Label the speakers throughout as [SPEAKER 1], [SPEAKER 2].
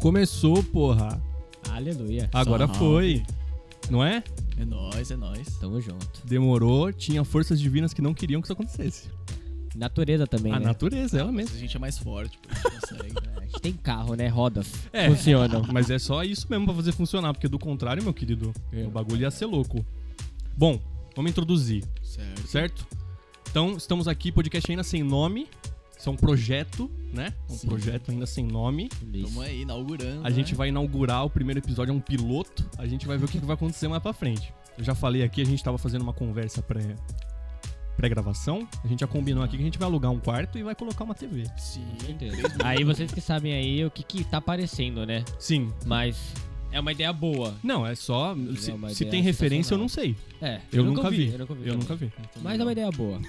[SPEAKER 1] Começou, porra.
[SPEAKER 2] Aleluia.
[SPEAKER 1] Agora
[SPEAKER 3] Salve.
[SPEAKER 1] foi. Não é?
[SPEAKER 3] É nóis, é nóis.
[SPEAKER 2] Tamo junto.
[SPEAKER 1] Demorou, tinha forças divinas que não queriam que isso acontecesse.
[SPEAKER 2] Natureza também,
[SPEAKER 1] A
[SPEAKER 2] né?
[SPEAKER 1] natureza, ela
[SPEAKER 3] Mas
[SPEAKER 1] mesma.
[SPEAKER 3] a gente é mais forte, pô, a gente consegue, né?
[SPEAKER 2] A gente tem carro, né? Rodas.
[SPEAKER 1] É.
[SPEAKER 2] Funcionam.
[SPEAKER 1] Mas é só isso mesmo pra fazer funcionar, porque do contrário, meu querido,
[SPEAKER 2] É.
[SPEAKER 1] o bagulho ia ser louco. Bom, vamos introduzir,
[SPEAKER 3] Certo.
[SPEAKER 1] certo? Então, estamos aqui, podcast ainda sem nome. Isso é um projeto, né? Um
[SPEAKER 2] Sim.
[SPEAKER 1] projeto ainda sem nome.
[SPEAKER 3] Tamo aí, inaugurando. né?
[SPEAKER 1] A gente vai inaugurar o primeiro episódio, é um piloto. A gente vai ver o que que vai acontecer mais pra frente. Eu já falei aqui, a gente tava fazendo uma conversa pré- pré-gravação. a gente já combinou aqui que a gente vai alugar um quarto e vai colocar uma TV.
[SPEAKER 3] vai. Sim.
[SPEAKER 2] Com certeza. Aí vocês que sabem aí o que que tá aparecendo, né?
[SPEAKER 1] Sim.
[SPEAKER 2] Mas é uma ideia boa.
[SPEAKER 1] Não, é só. Se,
[SPEAKER 2] uma
[SPEAKER 1] se
[SPEAKER 2] ideia
[SPEAKER 1] tem referência, eu
[SPEAKER 2] sensacional.
[SPEAKER 1] não sei.
[SPEAKER 2] É.
[SPEAKER 1] Eu, nunca, vi.
[SPEAKER 2] Eu nunca vi.
[SPEAKER 1] Eu
[SPEAKER 2] também.
[SPEAKER 1] nunca vi.
[SPEAKER 2] Mas é uma ideia boa.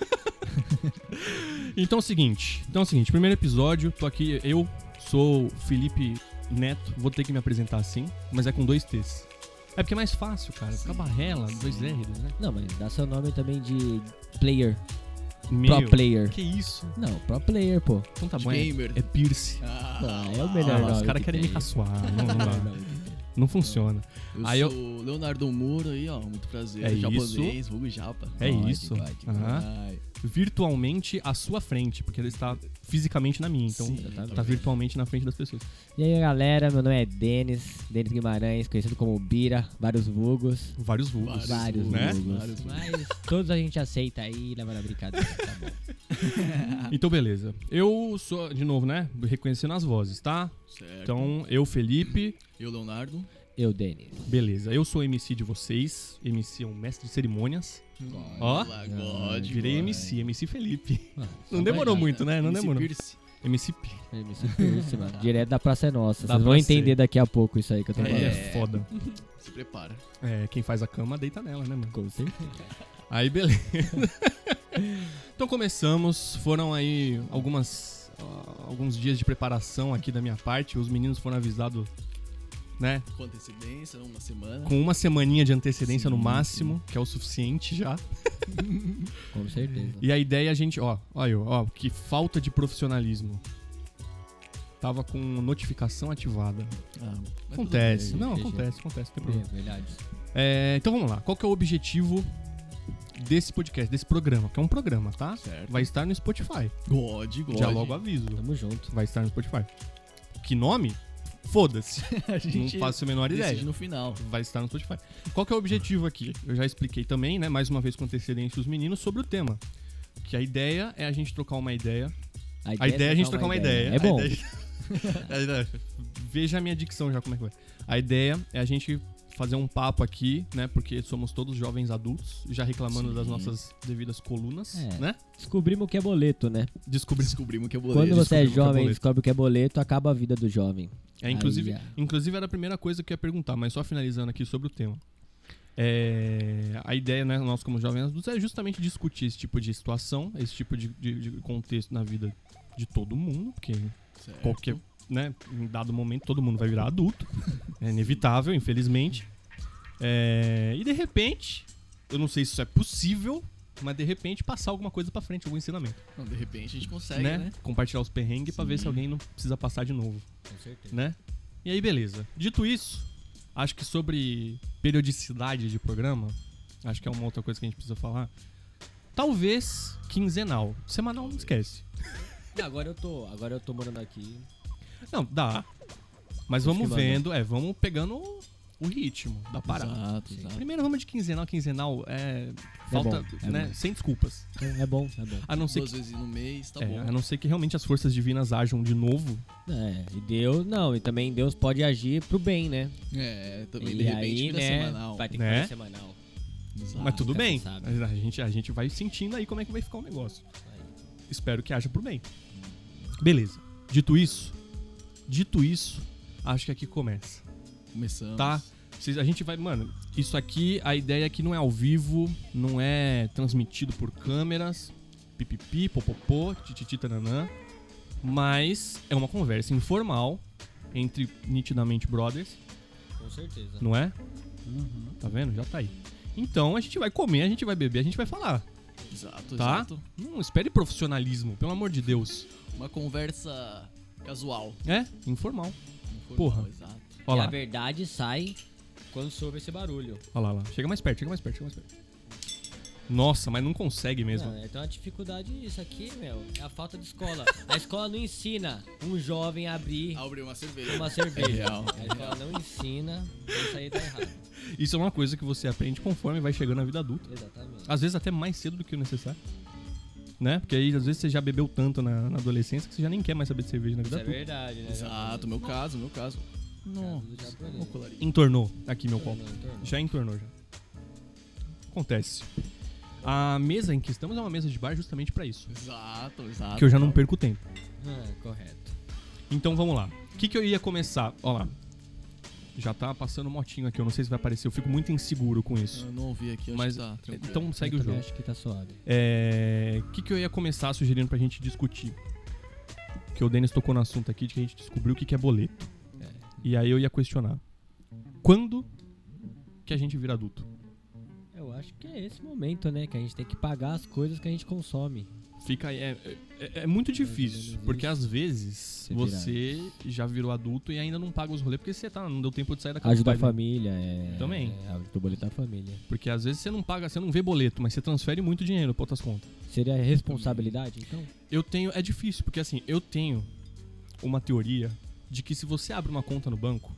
[SPEAKER 1] Então é o seguinte. Então é o seguinte, primeiro episódio, tô aqui. Eu sou o Felipe Neto, vou ter que me apresentar assim, mas é com dois T's. É porque é mais fácil, cara. Fica barrela, dois R's, né?
[SPEAKER 2] Não, mas dá seu nome também de player. Pro
[SPEAKER 1] Meu,
[SPEAKER 2] player.
[SPEAKER 1] Que isso?
[SPEAKER 2] Não, pro player, pô.
[SPEAKER 1] Então tá
[SPEAKER 3] De
[SPEAKER 1] bom, é,
[SPEAKER 3] gamer.
[SPEAKER 1] é Pierce.
[SPEAKER 3] Ah,
[SPEAKER 2] Não, é o
[SPEAKER 1] Ah,
[SPEAKER 2] melhor
[SPEAKER 1] os
[SPEAKER 2] nome
[SPEAKER 1] caras
[SPEAKER 2] que
[SPEAKER 1] querem
[SPEAKER 2] tem.
[SPEAKER 1] me caçoar. Não, não dá. Não funciona.
[SPEAKER 3] Eu
[SPEAKER 1] Aí eu-
[SPEAKER 3] sou Leonardo Muro aí, ó. Muito prazer.
[SPEAKER 1] É
[SPEAKER 3] Japonês, vulgo japa.
[SPEAKER 1] É
[SPEAKER 2] Pode,
[SPEAKER 1] isso.
[SPEAKER 2] pode,
[SPEAKER 1] Aham.
[SPEAKER 3] Ai,
[SPEAKER 1] Virtualmente à sua frente, porque ele está fisicamente na minha, então
[SPEAKER 3] sim,
[SPEAKER 2] tá
[SPEAKER 1] tá virtualmente na frente das pessoas.
[SPEAKER 2] E aí, galera, meu nome é Denis, Denis Guimarães, conhecido como Bira, vários vulgos.
[SPEAKER 1] Vários vulgos.
[SPEAKER 3] Vários.
[SPEAKER 2] Vários
[SPEAKER 1] Né?
[SPEAKER 2] vulgos.
[SPEAKER 3] Vários vulgos.
[SPEAKER 2] Mas todos a gente aceita aí e leva na brincadeira, tá bom?
[SPEAKER 1] Então, beleza. Eu sou, de novo, né? Reconhecendo as vozes, tá?
[SPEAKER 3] Certo.
[SPEAKER 1] Então, Hum. eu, Felipe.
[SPEAKER 3] Eu, Leonardo.
[SPEAKER 2] Eu, Denis.
[SPEAKER 1] Beleza. Eu sou MC de vocês. MC é um mestre de cerimônias. Ó. Ah,
[SPEAKER 3] Olá, God,
[SPEAKER 1] Virei
[SPEAKER 3] boy.
[SPEAKER 1] MC, MC Felipe.
[SPEAKER 2] Ah,
[SPEAKER 1] Não demorou
[SPEAKER 2] vai,
[SPEAKER 1] muito, né? Não
[SPEAKER 3] MC
[SPEAKER 1] demorou.
[SPEAKER 3] Pierce.
[SPEAKER 1] MC P.
[SPEAKER 2] cara. MC Pierce, mano. Direto da Praça é Nossa.
[SPEAKER 1] é Da
[SPEAKER 2] Vocês vão
[SPEAKER 1] Praça é.
[SPEAKER 2] entender daqui a pouco isso aí que eu tô falando.
[SPEAKER 1] É, é foda.
[SPEAKER 3] Se prepara.
[SPEAKER 1] É, quem faz a cama deita nela, né, mano?
[SPEAKER 2] Com certeza.
[SPEAKER 1] Aí, beleza. então começamos. Foram aí algumas ah, alguns dias de preparação aqui da minha parte. Os meninos foram avisados, né?
[SPEAKER 3] Com antecedência, uma semana.
[SPEAKER 1] Com uma semaninha de antecedência no
[SPEAKER 3] Sim,
[SPEAKER 1] máximo, que é o suficiente já.
[SPEAKER 2] Com certeza.
[SPEAKER 1] E a ideia é a gente, ó, olha eu, ó, que falta de profissionalismo. Tava com notificação ativada.
[SPEAKER 3] Ah,
[SPEAKER 1] Acontece.
[SPEAKER 2] bem,
[SPEAKER 1] Não,
[SPEAKER 2] gente.
[SPEAKER 1] acontece, acontece, não tem problema.
[SPEAKER 2] É, verdade.
[SPEAKER 1] É, então vamos lá. Qual que é o objetivo desse podcast, desse programa? Que é um programa, tá?
[SPEAKER 3] Certo.
[SPEAKER 1] Vai estar no Spotify.
[SPEAKER 3] God, God.
[SPEAKER 1] Já logo aviso.
[SPEAKER 2] Tamo junto.
[SPEAKER 1] Vai estar no Spotify. Que nome? Foda-se.
[SPEAKER 3] A
[SPEAKER 1] Não
[SPEAKER 3] gente
[SPEAKER 1] faço a menor
[SPEAKER 3] decide
[SPEAKER 1] ideia.
[SPEAKER 3] no final.
[SPEAKER 1] Vai estar no Spotify. Qual que é o objetivo aqui? Eu já expliquei também, né? Mais uma vez com antecedência os meninos sobre o tema. Que a ideia é a gente trocar uma ideia. A ideia é a gente trocar uma ideia.
[SPEAKER 2] É bom.
[SPEAKER 1] A ideia- é- a ideia- Veja a minha dicção já como é que vai. A ideia é a gente fazer um papo aqui, né? Porque somos todos jovens adultos, já reclamando
[SPEAKER 3] Sim.
[SPEAKER 1] das nossas devidas colunas,
[SPEAKER 2] É.
[SPEAKER 1] né?
[SPEAKER 2] Descobrimos o que é boleto, né?
[SPEAKER 1] Descobrir.
[SPEAKER 3] Descobrimos que é boleto.
[SPEAKER 2] Quando você é
[SPEAKER 1] descobrimos o que é
[SPEAKER 2] jovem e
[SPEAKER 1] boleto.
[SPEAKER 2] descobre o que é boleto, acaba a vida do jovem.
[SPEAKER 1] É, inclusive,
[SPEAKER 2] Aí, ah.
[SPEAKER 1] inclusive era a primeira coisa que eu ia perguntar, mas só finalizando aqui sobre o tema. É, a ideia, né, nós como jovens adultos, é justamente discutir esse tipo de situação, esse tipo de, de- de contexto na vida de todo mundo, porque,
[SPEAKER 3] Certo.
[SPEAKER 1] Qualquer- né, em dado momento todo mundo vai virar adulto. É inevitável, infelizmente. É, e de repente, eu não sei se isso é possível, mas de repente passar alguma coisa pra frente, algum ensinamento.
[SPEAKER 3] Não, de repente a gente
[SPEAKER 2] Tá
[SPEAKER 3] consegue,
[SPEAKER 1] né?
[SPEAKER 3] né?
[SPEAKER 1] Compartilhar os perrengues pra ver se alguém não precisa passar de novo
[SPEAKER 2] Com certeza.
[SPEAKER 1] né? E aí, beleza. Dito isso, acho que sobre periodicidade de programa, acho que é uma outra coisa que a gente precisa falar. Talvez quinzenal. Semanal não esquece.
[SPEAKER 2] Agora eu tô, agora eu tô morando aqui.
[SPEAKER 1] Não, dá. Mas
[SPEAKER 2] Acho
[SPEAKER 1] vamos
[SPEAKER 2] que vai, né?
[SPEAKER 1] vendo, é, vamos pegando o- o ritmo da parada.
[SPEAKER 3] Exato, exato.
[SPEAKER 1] Primeiro vamos de quinzenal, quinzenal é falta,
[SPEAKER 2] bom, é
[SPEAKER 1] né,
[SPEAKER 2] bom.
[SPEAKER 1] sem desculpas.
[SPEAKER 2] É, é bom, é bom.
[SPEAKER 1] A não ser
[SPEAKER 3] Duas
[SPEAKER 1] que,
[SPEAKER 3] vezes no mês, tá
[SPEAKER 1] é,
[SPEAKER 3] bom.
[SPEAKER 1] a não ser que realmente as forças divinas ajam de novo.
[SPEAKER 2] É, e Deus não, e também Deus pode agir pro bem, né?
[SPEAKER 3] É, também
[SPEAKER 2] e
[SPEAKER 3] de repente
[SPEAKER 2] aí,
[SPEAKER 3] vira
[SPEAKER 2] né,
[SPEAKER 3] semanal.
[SPEAKER 2] vai ter que
[SPEAKER 1] Né?
[SPEAKER 2] fazer semanal.
[SPEAKER 3] Exato.
[SPEAKER 1] mas tudo
[SPEAKER 2] cara,
[SPEAKER 1] bem.
[SPEAKER 2] sabe.
[SPEAKER 1] A gente a gente vai sentindo aí como é que vai ficar o negócio. espero que haja pro bem. Beleza. Dito isso, dito isso, acho que aqui começa,
[SPEAKER 3] Começamos.
[SPEAKER 1] tá? Vocês- A gente vai, mano, isso aqui, a ideia é que não é ao vivo, não é transmitido por câmeras, pipipi, popopô, tititi, tananã, mas é uma conversa informal entre nitidamente brothers,
[SPEAKER 2] Com certeza.
[SPEAKER 1] não é? Tá vendo? Já tá aí. Então a gente vai comer, a gente vai beber, a gente vai falar.
[SPEAKER 3] Exato,
[SPEAKER 1] Tá?
[SPEAKER 3] exato.
[SPEAKER 1] Não espere profissionalismo, pelo amor de Deus.
[SPEAKER 3] Uma conversa casual.
[SPEAKER 1] É, informal.
[SPEAKER 3] formal,
[SPEAKER 1] Porra.
[SPEAKER 3] Exato.
[SPEAKER 1] Olha
[SPEAKER 2] E a
[SPEAKER 1] lá,
[SPEAKER 2] verdade sai quando soube esse barulho.
[SPEAKER 1] olha lá, olha lá. Chega mais perto, chega mais perto, chega mais perto. Nossa, mas não consegue mesmo.
[SPEAKER 2] Não, então a dificuldade isso aqui, meu, é a falta de escola. a escola não ensina um jovem a abrir
[SPEAKER 3] Abre uma cerveja.
[SPEAKER 2] uma
[SPEAKER 3] É
[SPEAKER 2] cerveja.
[SPEAKER 3] real.
[SPEAKER 2] A escola não ensina, isso aí tá errado.
[SPEAKER 1] Isso é uma coisa que você aprende conforme vai chegando na vida adulta.
[SPEAKER 2] Exatamente.
[SPEAKER 1] Às vezes até mais cedo do que o necessário. Né? Porque aí às vezes você já bebeu tanto na, na adolescência que você já nem quer mais saber de cerveja na
[SPEAKER 2] Isso
[SPEAKER 1] vida
[SPEAKER 2] é
[SPEAKER 1] adulta.
[SPEAKER 2] verdade, né?
[SPEAKER 3] Exato, meu caso, meu caso.
[SPEAKER 2] já
[SPEAKER 3] Nossa,
[SPEAKER 2] foi.
[SPEAKER 1] Hum.
[SPEAKER 3] uma colarinha.
[SPEAKER 1] Entornou aqui meu
[SPEAKER 2] Não,
[SPEAKER 1] copo.
[SPEAKER 2] não, não.
[SPEAKER 1] Já entornou já. Acontece. A mesa em que estamos é uma mesa de bar justamente pra isso.
[SPEAKER 3] Exato, exato.
[SPEAKER 1] Que eu já não perco tempo.
[SPEAKER 2] Ah, correto.
[SPEAKER 1] Então vamos lá. O que, que eu ia começar? Olha lá. Já tá passando motinho aqui, eu não sei se vai aparecer, eu fico muito inseguro com isso.
[SPEAKER 3] Eu não ouvi aqui, acho
[SPEAKER 1] Mas
[SPEAKER 3] que tá tranquilo.
[SPEAKER 1] então segue
[SPEAKER 2] Eu
[SPEAKER 1] o
[SPEAKER 2] também
[SPEAKER 1] jogo.
[SPEAKER 2] acho que tá suave.
[SPEAKER 1] É, O que, que eu ia começar sugerindo pra gente discutir? Que o Denis tocou no assunto aqui de que a gente descobriu o que, que é boleto. E aí eu ia questionar. Quando que a gente vira adulto?
[SPEAKER 2] Eu acho que é esse momento, né? Que a gente tem que pagar as coisas que a gente consome.
[SPEAKER 1] Fica aí. É, é- é muito difícil.
[SPEAKER 2] menos
[SPEAKER 1] Porque às vezes
[SPEAKER 2] virado.
[SPEAKER 1] você já virou adulto e ainda não paga os rolês porque você tá, não deu tempo de sair da casa.
[SPEAKER 2] Ajuda a
[SPEAKER 1] do pai, né?
[SPEAKER 2] família, é.
[SPEAKER 1] Também.
[SPEAKER 2] É, ajuda o boleto da família.
[SPEAKER 1] Porque às vezes você não paga, você não vê boleto, mas você transfere muito dinheiro pra outras contas.
[SPEAKER 2] Seria responsabilidade, então?
[SPEAKER 1] Eu tenho. É difícil, porque assim, eu tenho uma teoria de que se você abre uma conta no banco.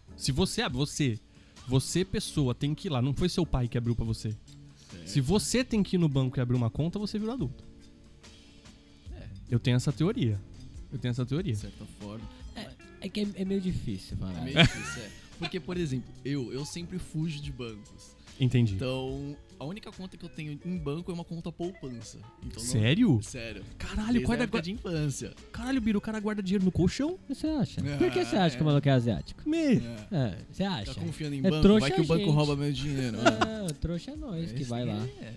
[SPEAKER 1] se você abre, você. Você, pessoa, tem que ir lá. Não foi seu pai que abriu pra você.
[SPEAKER 3] É,
[SPEAKER 1] Se você tem que ir no banco e abrir uma conta, você virou adulto.
[SPEAKER 3] É.
[SPEAKER 1] Eu tenho essa teoria. Eu tenho essa teoria.
[SPEAKER 3] De certa forma.
[SPEAKER 2] É que é, é meio difícil
[SPEAKER 3] É
[SPEAKER 2] falar.
[SPEAKER 3] meio difícil, é. Porque, por exemplo, eu, eu sempre fujo de bancos.
[SPEAKER 1] Entendi.
[SPEAKER 3] Então, a única conta que eu tenho em banco é uma conta poupança. Então, não-
[SPEAKER 1] Sério?
[SPEAKER 3] Sério.
[SPEAKER 1] Caralho,
[SPEAKER 3] Desde a
[SPEAKER 2] é
[SPEAKER 1] guarda,
[SPEAKER 3] época de infância.
[SPEAKER 1] caralho, Biro, o cara guarda dinheiro no colchão?
[SPEAKER 2] Você acha?
[SPEAKER 3] Ah,
[SPEAKER 2] Por que você acha que o maluco é asiático?
[SPEAKER 1] Me.
[SPEAKER 3] É.
[SPEAKER 2] É, você
[SPEAKER 3] Tá
[SPEAKER 2] acha?
[SPEAKER 3] confiando em
[SPEAKER 2] É
[SPEAKER 3] banco?
[SPEAKER 2] trouxa
[SPEAKER 3] Vai que o
[SPEAKER 2] a
[SPEAKER 3] banco
[SPEAKER 2] gente.
[SPEAKER 3] rouba meu dinheiro.
[SPEAKER 2] Ah, o trouxa é nós que
[SPEAKER 3] Esse
[SPEAKER 2] vai lá.
[SPEAKER 3] é.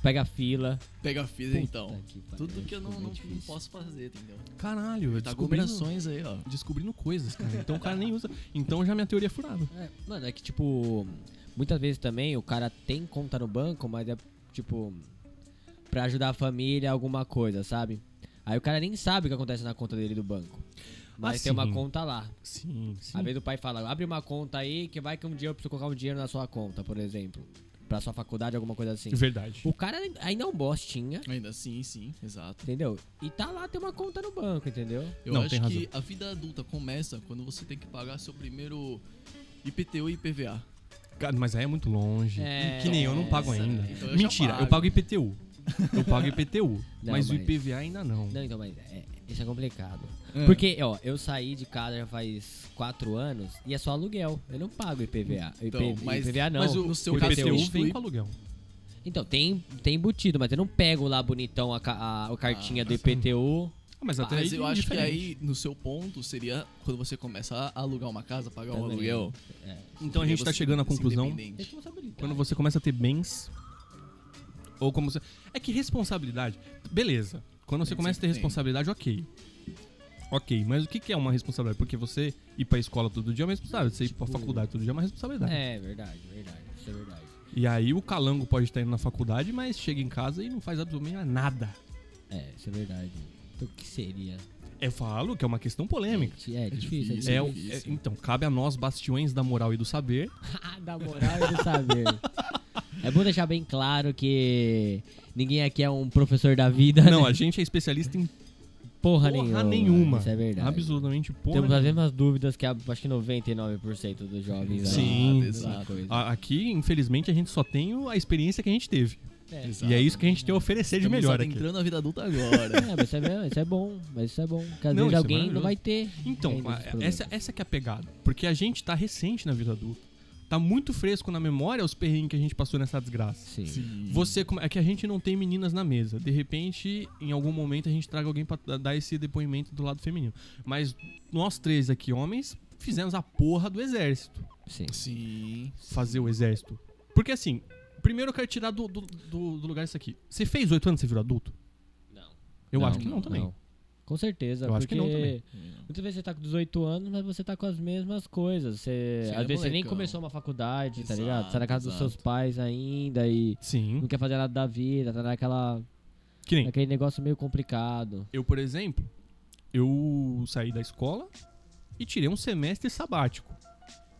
[SPEAKER 2] Pega a fila.
[SPEAKER 3] Pega a fita,
[SPEAKER 2] Puta
[SPEAKER 3] então.
[SPEAKER 2] que pariu,
[SPEAKER 3] Tudo que eu não,
[SPEAKER 2] ficou
[SPEAKER 3] não,
[SPEAKER 2] meio
[SPEAKER 3] não
[SPEAKER 2] difícil.
[SPEAKER 3] posso fazer, entendeu?
[SPEAKER 1] Caralho, eu
[SPEAKER 3] Tá
[SPEAKER 1] descobrindo,
[SPEAKER 3] combinações aí, ó.
[SPEAKER 1] descobrindo coisas, cara. Então o cara nem usa. Então já minha teoria é furada.
[SPEAKER 2] É, mano, é que tipo, muitas vezes também o cara tem conta no banco, mas é tipo pra ajudar a família alguma coisa, sabe? Aí o cara nem sabe o que acontece na conta dele do banco. Mas
[SPEAKER 3] Ah,
[SPEAKER 1] Assim.
[SPEAKER 2] tem uma conta lá.
[SPEAKER 1] Sim, sim.
[SPEAKER 2] Às vezes o pai fala, abre uma conta aí que vai que um dia eu preciso colocar um dinheiro na sua conta, por exemplo. Pra sua faculdade, alguma coisa assim.
[SPEAKER 1] Verdade.
[SPEAKER 2] O cara ainda é um bostinha,
[SPEAKER 3] Ainda assim, sim, exato.
[SPEAKER 2] entendeu? E tá lá, tem uma conta no banco, entendeu?
[SPEAKER 3] Eu
[SPEAKER 1] Não,
[SPEAKER 3] acho
[SPEAKER 1] tem
[SPEAKER 3] que a vida adulta começa quando você tem que pagar seu primeiro IPTU e IPVA.
[SPEAKER 1] Cara, mas aí é muito longe.
[SPEAKER 2] É,
[SPEAKER 1] que nem eu não pago
[SPEAKER 3] essa,
[SPEAKER 1] ainda.
[SPEAKER 3] né? Então eu já
[SPEAKER 1] Mentira, eu pago
[SPEAKER 3] pago.
[SPEAKER 1] IPTU. Eu pago IPTU.
[SPEAKER 2] Não,
[SPEAKER 1] mas, o
[SPEAKER 2] mas-
[SPEAKER 1] IPVA ainda não.
[SPEAKER 2] Não, então, mas é, isso é complicado.
[SPEAKER 3] É.
[SPEAKER 2] Porque, ó, eu saí de casa já faz 4 anos e é só aluguel. Eu não pago IPVA.
[SPEAKER 3] Então,
[SPEAKER 2] IP-
[SPEAKER 3] mas-
[SPEAKER 2] IPVA não.
[SPEAKER 3] mas o- no seu
[SPEAKER 1] o
[SPEAKER 3] um caso,
[SPEAKER 1] IPTU
[SPEAKER 3] eu
[SPEAKER 1] vem
[SPEAKER 3] fui-
[SPEAKER 1] com aluguel.
[SPEAKER 2] Então, tem, tem embutido, mas eu não pego lá bonitão a, ca- a, a cartinha do IPTU.
[SPEAKER 1] Ah, mas até
[SPEAKER 3] Mas
[SPEAKER 1] aí
[SPEAKER 3] eu
[SPEAKER 1] é
[SPEAKER 3] acho que
[SPEAKER 1] diferente.
[SPEAKER 3] aí, no seu ponto, seria quando você começa a alugar uma casa, pagar um
[SPEAKER 2] Também.
[SPEAKER 3] aluguel.
[SPEAKER 1] Então a gente
[SPEAKER 3] Você
[SPEAKER 1] tá chegando à
[SPEAKER 3] ser
[SPEAKER 1] conclusão.
[SPEAKER 3] independente.
[SPEAKER 2] Responsabilidade.
[SPEAKER 1] Quando você começa a ter bens. Ou como você. É que responsabilidade. Beleza. Quando você
[SPEAKER 3] Tem,
[SPEAKER 1] começa a ter
[SPEAKER 3] tem.
[SPEAKER 1] responsabilidade, ok. Ok, mas o que que é uma responsabilidade? Porque você ir pra escola todo dia é uma responsabilidade. Você ir pra
[SPEAKER 2] Tipo-
[SPEAKER 1] faculdade todo dia é uma responsabilidade.
[SPEAKER 2] É, verdade, verdade. Isso é verdade.
[SPEAKER 1] E aí o calango pode estar indo na faculdade, mas chega em casa e não faz absolutamente nada.
[SPEAKER 2] É, isso é verdade. Então, o que seria?
[SPEAKER 1] Eu falo que é uma questão polêmica.
[SPEAKER 2] Gente, É, difícil.
[SPEAKER 3] difícil.
[SPEAKER 1] É, o- é,
[SPEAKER 3] difícil.
[SPEAKER 1] então, cabe a nós, bastiões da moral e do saber.
[SPEAKER 2] Ah, da moral e do saber. É bom deixar bem claro que ninguém aqui é um professor da vida.
[SPEAKER 1] Não,
[SPEAKER 2] né?
[SPEAKER 1] a gente é especialista em porra
[SPEAKER 2] porra, nenhuma.
[SPEAKER 1] nenhuma.
[SPEAKER 2] Isso é verdade.
[SPEAKER 1] Absolutamente porra.
[SPEAKER 2] Temos as
[SPEAKER 1] nenhuma.
[SPEAKER 2] mesmas dúvidas que a- acho que 99% dos jovens.
[SPEAKER 1] Sim, Ah.
[SPEAKER 2] né?
[SPEAKER 3] exato.
[SPEAKER 2] Mesma coisa.
[SPEAKER 1] A- Aqui, infelizmente, a gente só tem o- a experiência que a gente teve.
[SPEAKER 2] É.
[SPEAKER 3] Exato.
[SPEAKER 1] E é isso que a gente tem a oferecer de
[SPEAKER 3] Estamos
[SPEAKER 1] melhor né, aqui.
[SPEAKER 3] adentrando a vida adulta agora.
[SPEAKER 2] É, mas isso é, mesmo, isso é bom, mas isso é bom. Porque às
[SPEAKER 1] Não, isso
[SPEAKER 2] vezes
[SPEAKER 1] é
[SPEAKER 2] alguém não
[SPEAKER 1] maravilhoso.
[SPEAKER 2] vai ter.
[SPEAKER 1] Então,
[SPEAKER 2] ainda
[SPEAKER 1] a-
[SPEAKER 2] esses problemas.
[SPEAKER 1] essa, essa que é a pegada. Porque a gente tá recente na vida adulta. Tá muito fresco na memória os perrengues que a gente passou nessa desgraça.
[SPEAKER 2] Sim.
[SPEAKER 3] Sim.
[SPEAKER 1] Você, come- é que a gente não tem meninas na mesa. De repente, em algum momento, a gente traga alguém pra da- dar esse depoimento do lado feminino. Mas nós três aqui, homens, fizemos a porra do exército.
[SPEAKER 2] Sim.
[SPEAKER 3] Sim.
[SPEAKER 1] Fazer o exército. Porque assim, primeiro eu quero tirar do, do, do- do lugar isso aqui. Você fez oito anos, você virou adulto?
[SPEAKER 2] Não.
[SPEAKER 1] Eu acho que não, também.
[SPEAKER 2] Com certeza.
[SPEAKER 1] Eu acho que não
[SPEAKER 2] porque
[SPEAKER 1] também.
[SPEAKER 2] Muitas vezes você tá com 18 anos, mas você tá com as mesmas coisas. Você,
[SPEAKER 3] Você
[SPEAKER 2] às
[SPEAKER 3] é
[SPEAKER 2] vezes você nem
[SPEAKER 3] molecão.
[SPEAKER 2] começou uma faculdade, tá
[SPEAKER 3] Exato,
[SPEAKER 2] ligado? Você tá na casa dos
[SPEAKER 3] exato.
[SPEAKER 2] seus pais ainda e não
[SPEAKER 1] Sim.
[SPEAKER 2] quer fazer nada da vida, tá naquela,
[SPEAKER 1] Que nem.
[SPEAKER 2] naquele negócio meio complicado.
[SPEAKER 1] Eu, por exemplo, eu saí da escola, e tirei um semestre sabático.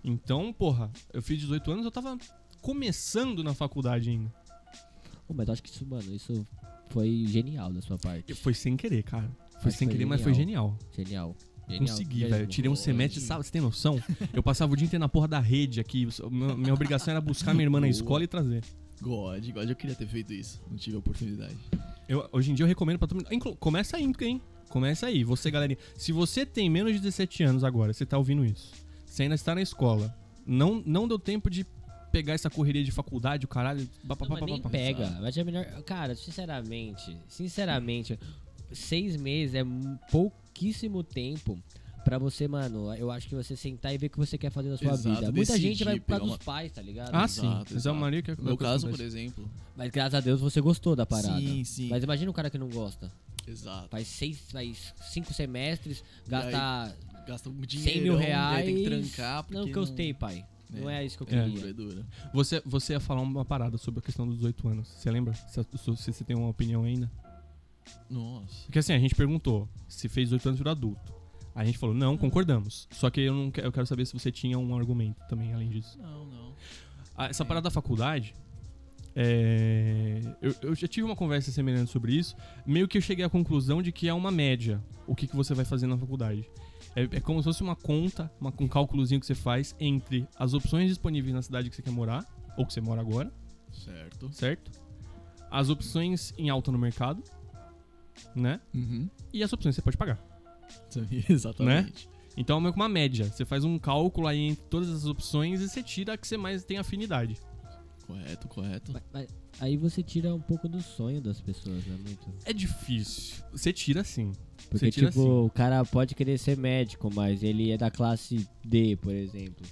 [SPEAKER 1] Então, porra, eu fiz 18 anos, eu tava começando na faculdade ainda.
[SPEAKER 2] Pô, mas eu acho que isso, mano, isso foi genial da sua
[SPEAKER 1] E
[SPEAKER 2] parte.
[SPEAKER 1] foi sem querer, cara. Foi
[SPEAKER 2] Mas
[SPEAKER 1] sem
[SPEAKER 2] foi
[SPEAKER 1] querer, mas foi genial.
[SPEAKER 2] Genial. genial
[SPEAKER 1] Consegui,
[SPEAKER 2] mesmo.
[SPEAKER 1] velho. Eu tirei um
[SPEAKER 2] Pô,
[SPEAKER 1] semestre,
[SPEAKER 2] genial.
[SPEAKER 1] sabe? Você tem noção? Eu passava o dia inteiro na porra da rede aqui. eu- Minha minha obrigação era buscar minha irmã na
[SPEAKER 3] Boa.
[SPEAKER 1] escola e trazer.
[SPEAKER 3] God, God, eu queria ter feito isso. Não tive a oportunidade.
[SPEAKER 1] Eu- hoje em dia eu recomendo pra todo mundo. Inclu- Começa aí, hein? Começa aí. Você, galerinha. Se você tem menos de 17 anos agora, você tá ouvindo isso. Você ainda está na escola. Não, não deu tempo de pegar essa correria de faculdade, o caralho. Pá, pá, pá,
[SPEAKER 2] Não, mas
[SPEAKER 1] pá,
[SPEAKER 2] nem
[SPEAKER 1] pá, pá.
[SPEAKER 2] pega. Mas é melhor. Cara, sinceramente, sinceramente, seis meses é m- pouquíssimo tempo pra você, mano. Eu acho que você sentar e ver o que você quer fazer na sua
[SPEAKER 3] Exato,
[SPEAKER 2] vida. Muita
[SPEAKER 3] decidir,
[SPEAKER 2] gente vai por causa
[SPEAKER 3] pegar
[SPEAKER 2] dos pais, tá ligado?
[SPEAKER 1] Ah, sim.
[SPEAKER 3] Exato,
[SPEAKER 1] Mas é
[SPEAKER 3] exato.
[SPEAKER 1] uma mania que
[SPEAKER 3] No meu caso, por exemplo.
[SPEAKER 2] Mas graças a Deus você gostou da parada.
[SPEAKER 3] Sim, sim.
[SPEAKER 2] Mas imagina um cara que não gosta.
[SPEAKER 3] Exato.
[SPEAKER 2] Faz seis, faz cinco semestres,
[SPEAKER 3] aí,
[SPEAKER 2] gasta
[SPEAKER 3] Gasta um
[SPEAKER 2] 100
[SPEAKER 3] dinheiro.
[SPEAKER 2] mil reais.
[SPEAKER 3] Tem que trancar. Porque
[SPEAKER 2] não gostei, pai.
[SPEAKER 3] É.
[SPEAKER 2] Não é isso que eu
[SPEAKER 3] É
[SPEAKER 2] queria.
[SPEAKER 3] dura, é dura.
[SPEAKER 1] Você, você ia falar uma parada sobre a questão dos 18 anos. Você lembra? Se, se- se você tem uma opinião ainda?
[SPEAKER 3] Nossa.
[SPEAKER 1] Porque assim, a gente perguntou se fez 18 anos e virou adulto. A gente falou, não, concordamos. Só que eu, não que- eu quero saber se você tinha um argumento também, além disso.
[SPEAKER 3] Não, não.
[SPEAKER 1] Ah, essa parada da faculdade. é, eu, eu já tive uma conversa semelhante sobre isso. Meio que eu cheguei à conclusão de que é uma média o que, que você vai fazer na faculdade. É, é como se fosse uma conta, uma- um cálculozinho que você faz entre as opções disponíveis na cidade que você quer morar, ou que você mora agora,
[SPEAKER 3] Certo.
[SPEAKER 1] certo? As opções em alta no mercado, né?
[SPEAKER 3] Uhum.
[SPEAKER 1] E as opções que você pode pagar.
[SPEAKER 3] Exatamente.
[SPEAKER 1] Então é meio que uma média. Você faz um cálculo aí entre todas as opções e você tira a que você mais tem afinidade.
[SPEAKER 3] Correto, correto.
[SPEAKER 2] Mas- mas aí você tira um pouco do sonho das pessoas, né? Muito.
[SPEAKER 1] É difícil. Você tira sim.
[SPEAKER 2] Porque,
[SPEAKER 1] Você tira
[SPEAKER 2] tipo,
[SPEAKER 3] assim.
[SPEAKER 2] o cara pode querer ser médico, mas ele é da classe D, por exemplo.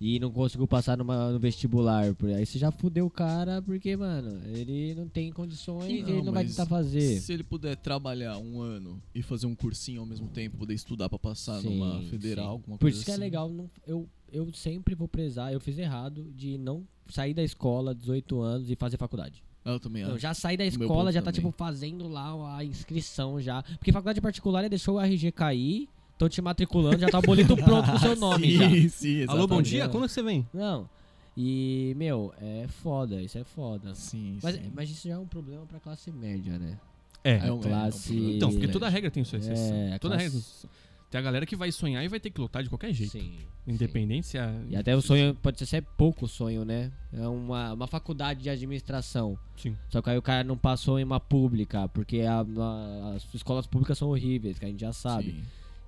[SPEAKER 2] E não conseguiu passar numa- no vestibular. por- Aí você já fudeu o cara, porque, mano, ele não tem condições e ele
[SPEAKER 3] Não,
[SPEAKER 2] não vai
[SPEAKER 3] mas
[SPEAKER 2] tentar fazer.
[SPEAKER 3] Se ele puder trabalhar um ano e fazer um cursinho ao mesmo tempo, poder estudar pra passar
[SPEAKER 2] Sim,
[SPEAKER 3] tá numa
[SPEAKER 2] sim.
[SPEAKER 3] federal, alguma coisa
[SPEAKER 2] Por isso que é
[SPEAKER 3] assim.
[SPEAKER 2] legal, não- eu, eu sempre vou prezar, eu fiz errado de não sair da escola 18 anos e fazer faculdade.
[SPEAKER 3] Ah, Eu também
[SPEAKER 2] Eu
[SPEAKER 3] acho.
[SPEAKER 2] já saí da
[SPEAKER 3] meu
[SPEAKER 2] escola,
[SPEAKER 3] ponto
[SPEAKER 2] já tá,
[SPEAKER 3] também.
[SPEAKER 2] tipo, fazendo lá a inscrição já. Porque faculdade particular é deixou o RG cair, tô te matriculando, já tá o boleto pronto com o seu nome
[SPEAKER 3] sim,
[SPEAKER 2] já.
[SPEAKER 3] Sim,
[SPEAKER 1] Alô, bom
[SPEAKER 2] exatamente.
[SPEAKER 1] dia? Quando é que você vem?
[SPEAKER 2] Não. E, meu, é foda, isso é foda.
[SPEAKER 3] Sim,
[SPEAKER 2] Mas,
[SPEAKER 3] sim.
[SPEAKER 2] mas isso já é um problema pra classe média, né?
[SPEAKER 1] É.
[SPEAKER 3] É um- um
[SPEAKER 2] classe-
[SPEAKER 3] problema.
[SPEAKER 1] Então, porque
[SPEAKER 2] é.
[SPEAKER 1] toda regra tem sua exceção.
[SPEAKER 2] É,
[SPEAKER 1] toda
[SPEAKER 2] classe-
[SPEAKER 1] regra tem sua exceção. Tem a galera que vai sonhar e vai ter que lutar de qualquer jeito.
[SPEAKER 2] Sim.
[SPEAKER 1] Independente se a.
[SPEAKER 2] E até o sonho pode ser até pouco sonho, né? É uma, uma faculdade de administração.
[SPEAKER 1] Sim.
[SPEAKER 2] Só que aí o cara não passou em uma pública, porque a- a- as escolas públicas são horríveis, que a gente já sabe.
[SPEAKER 3] Sim.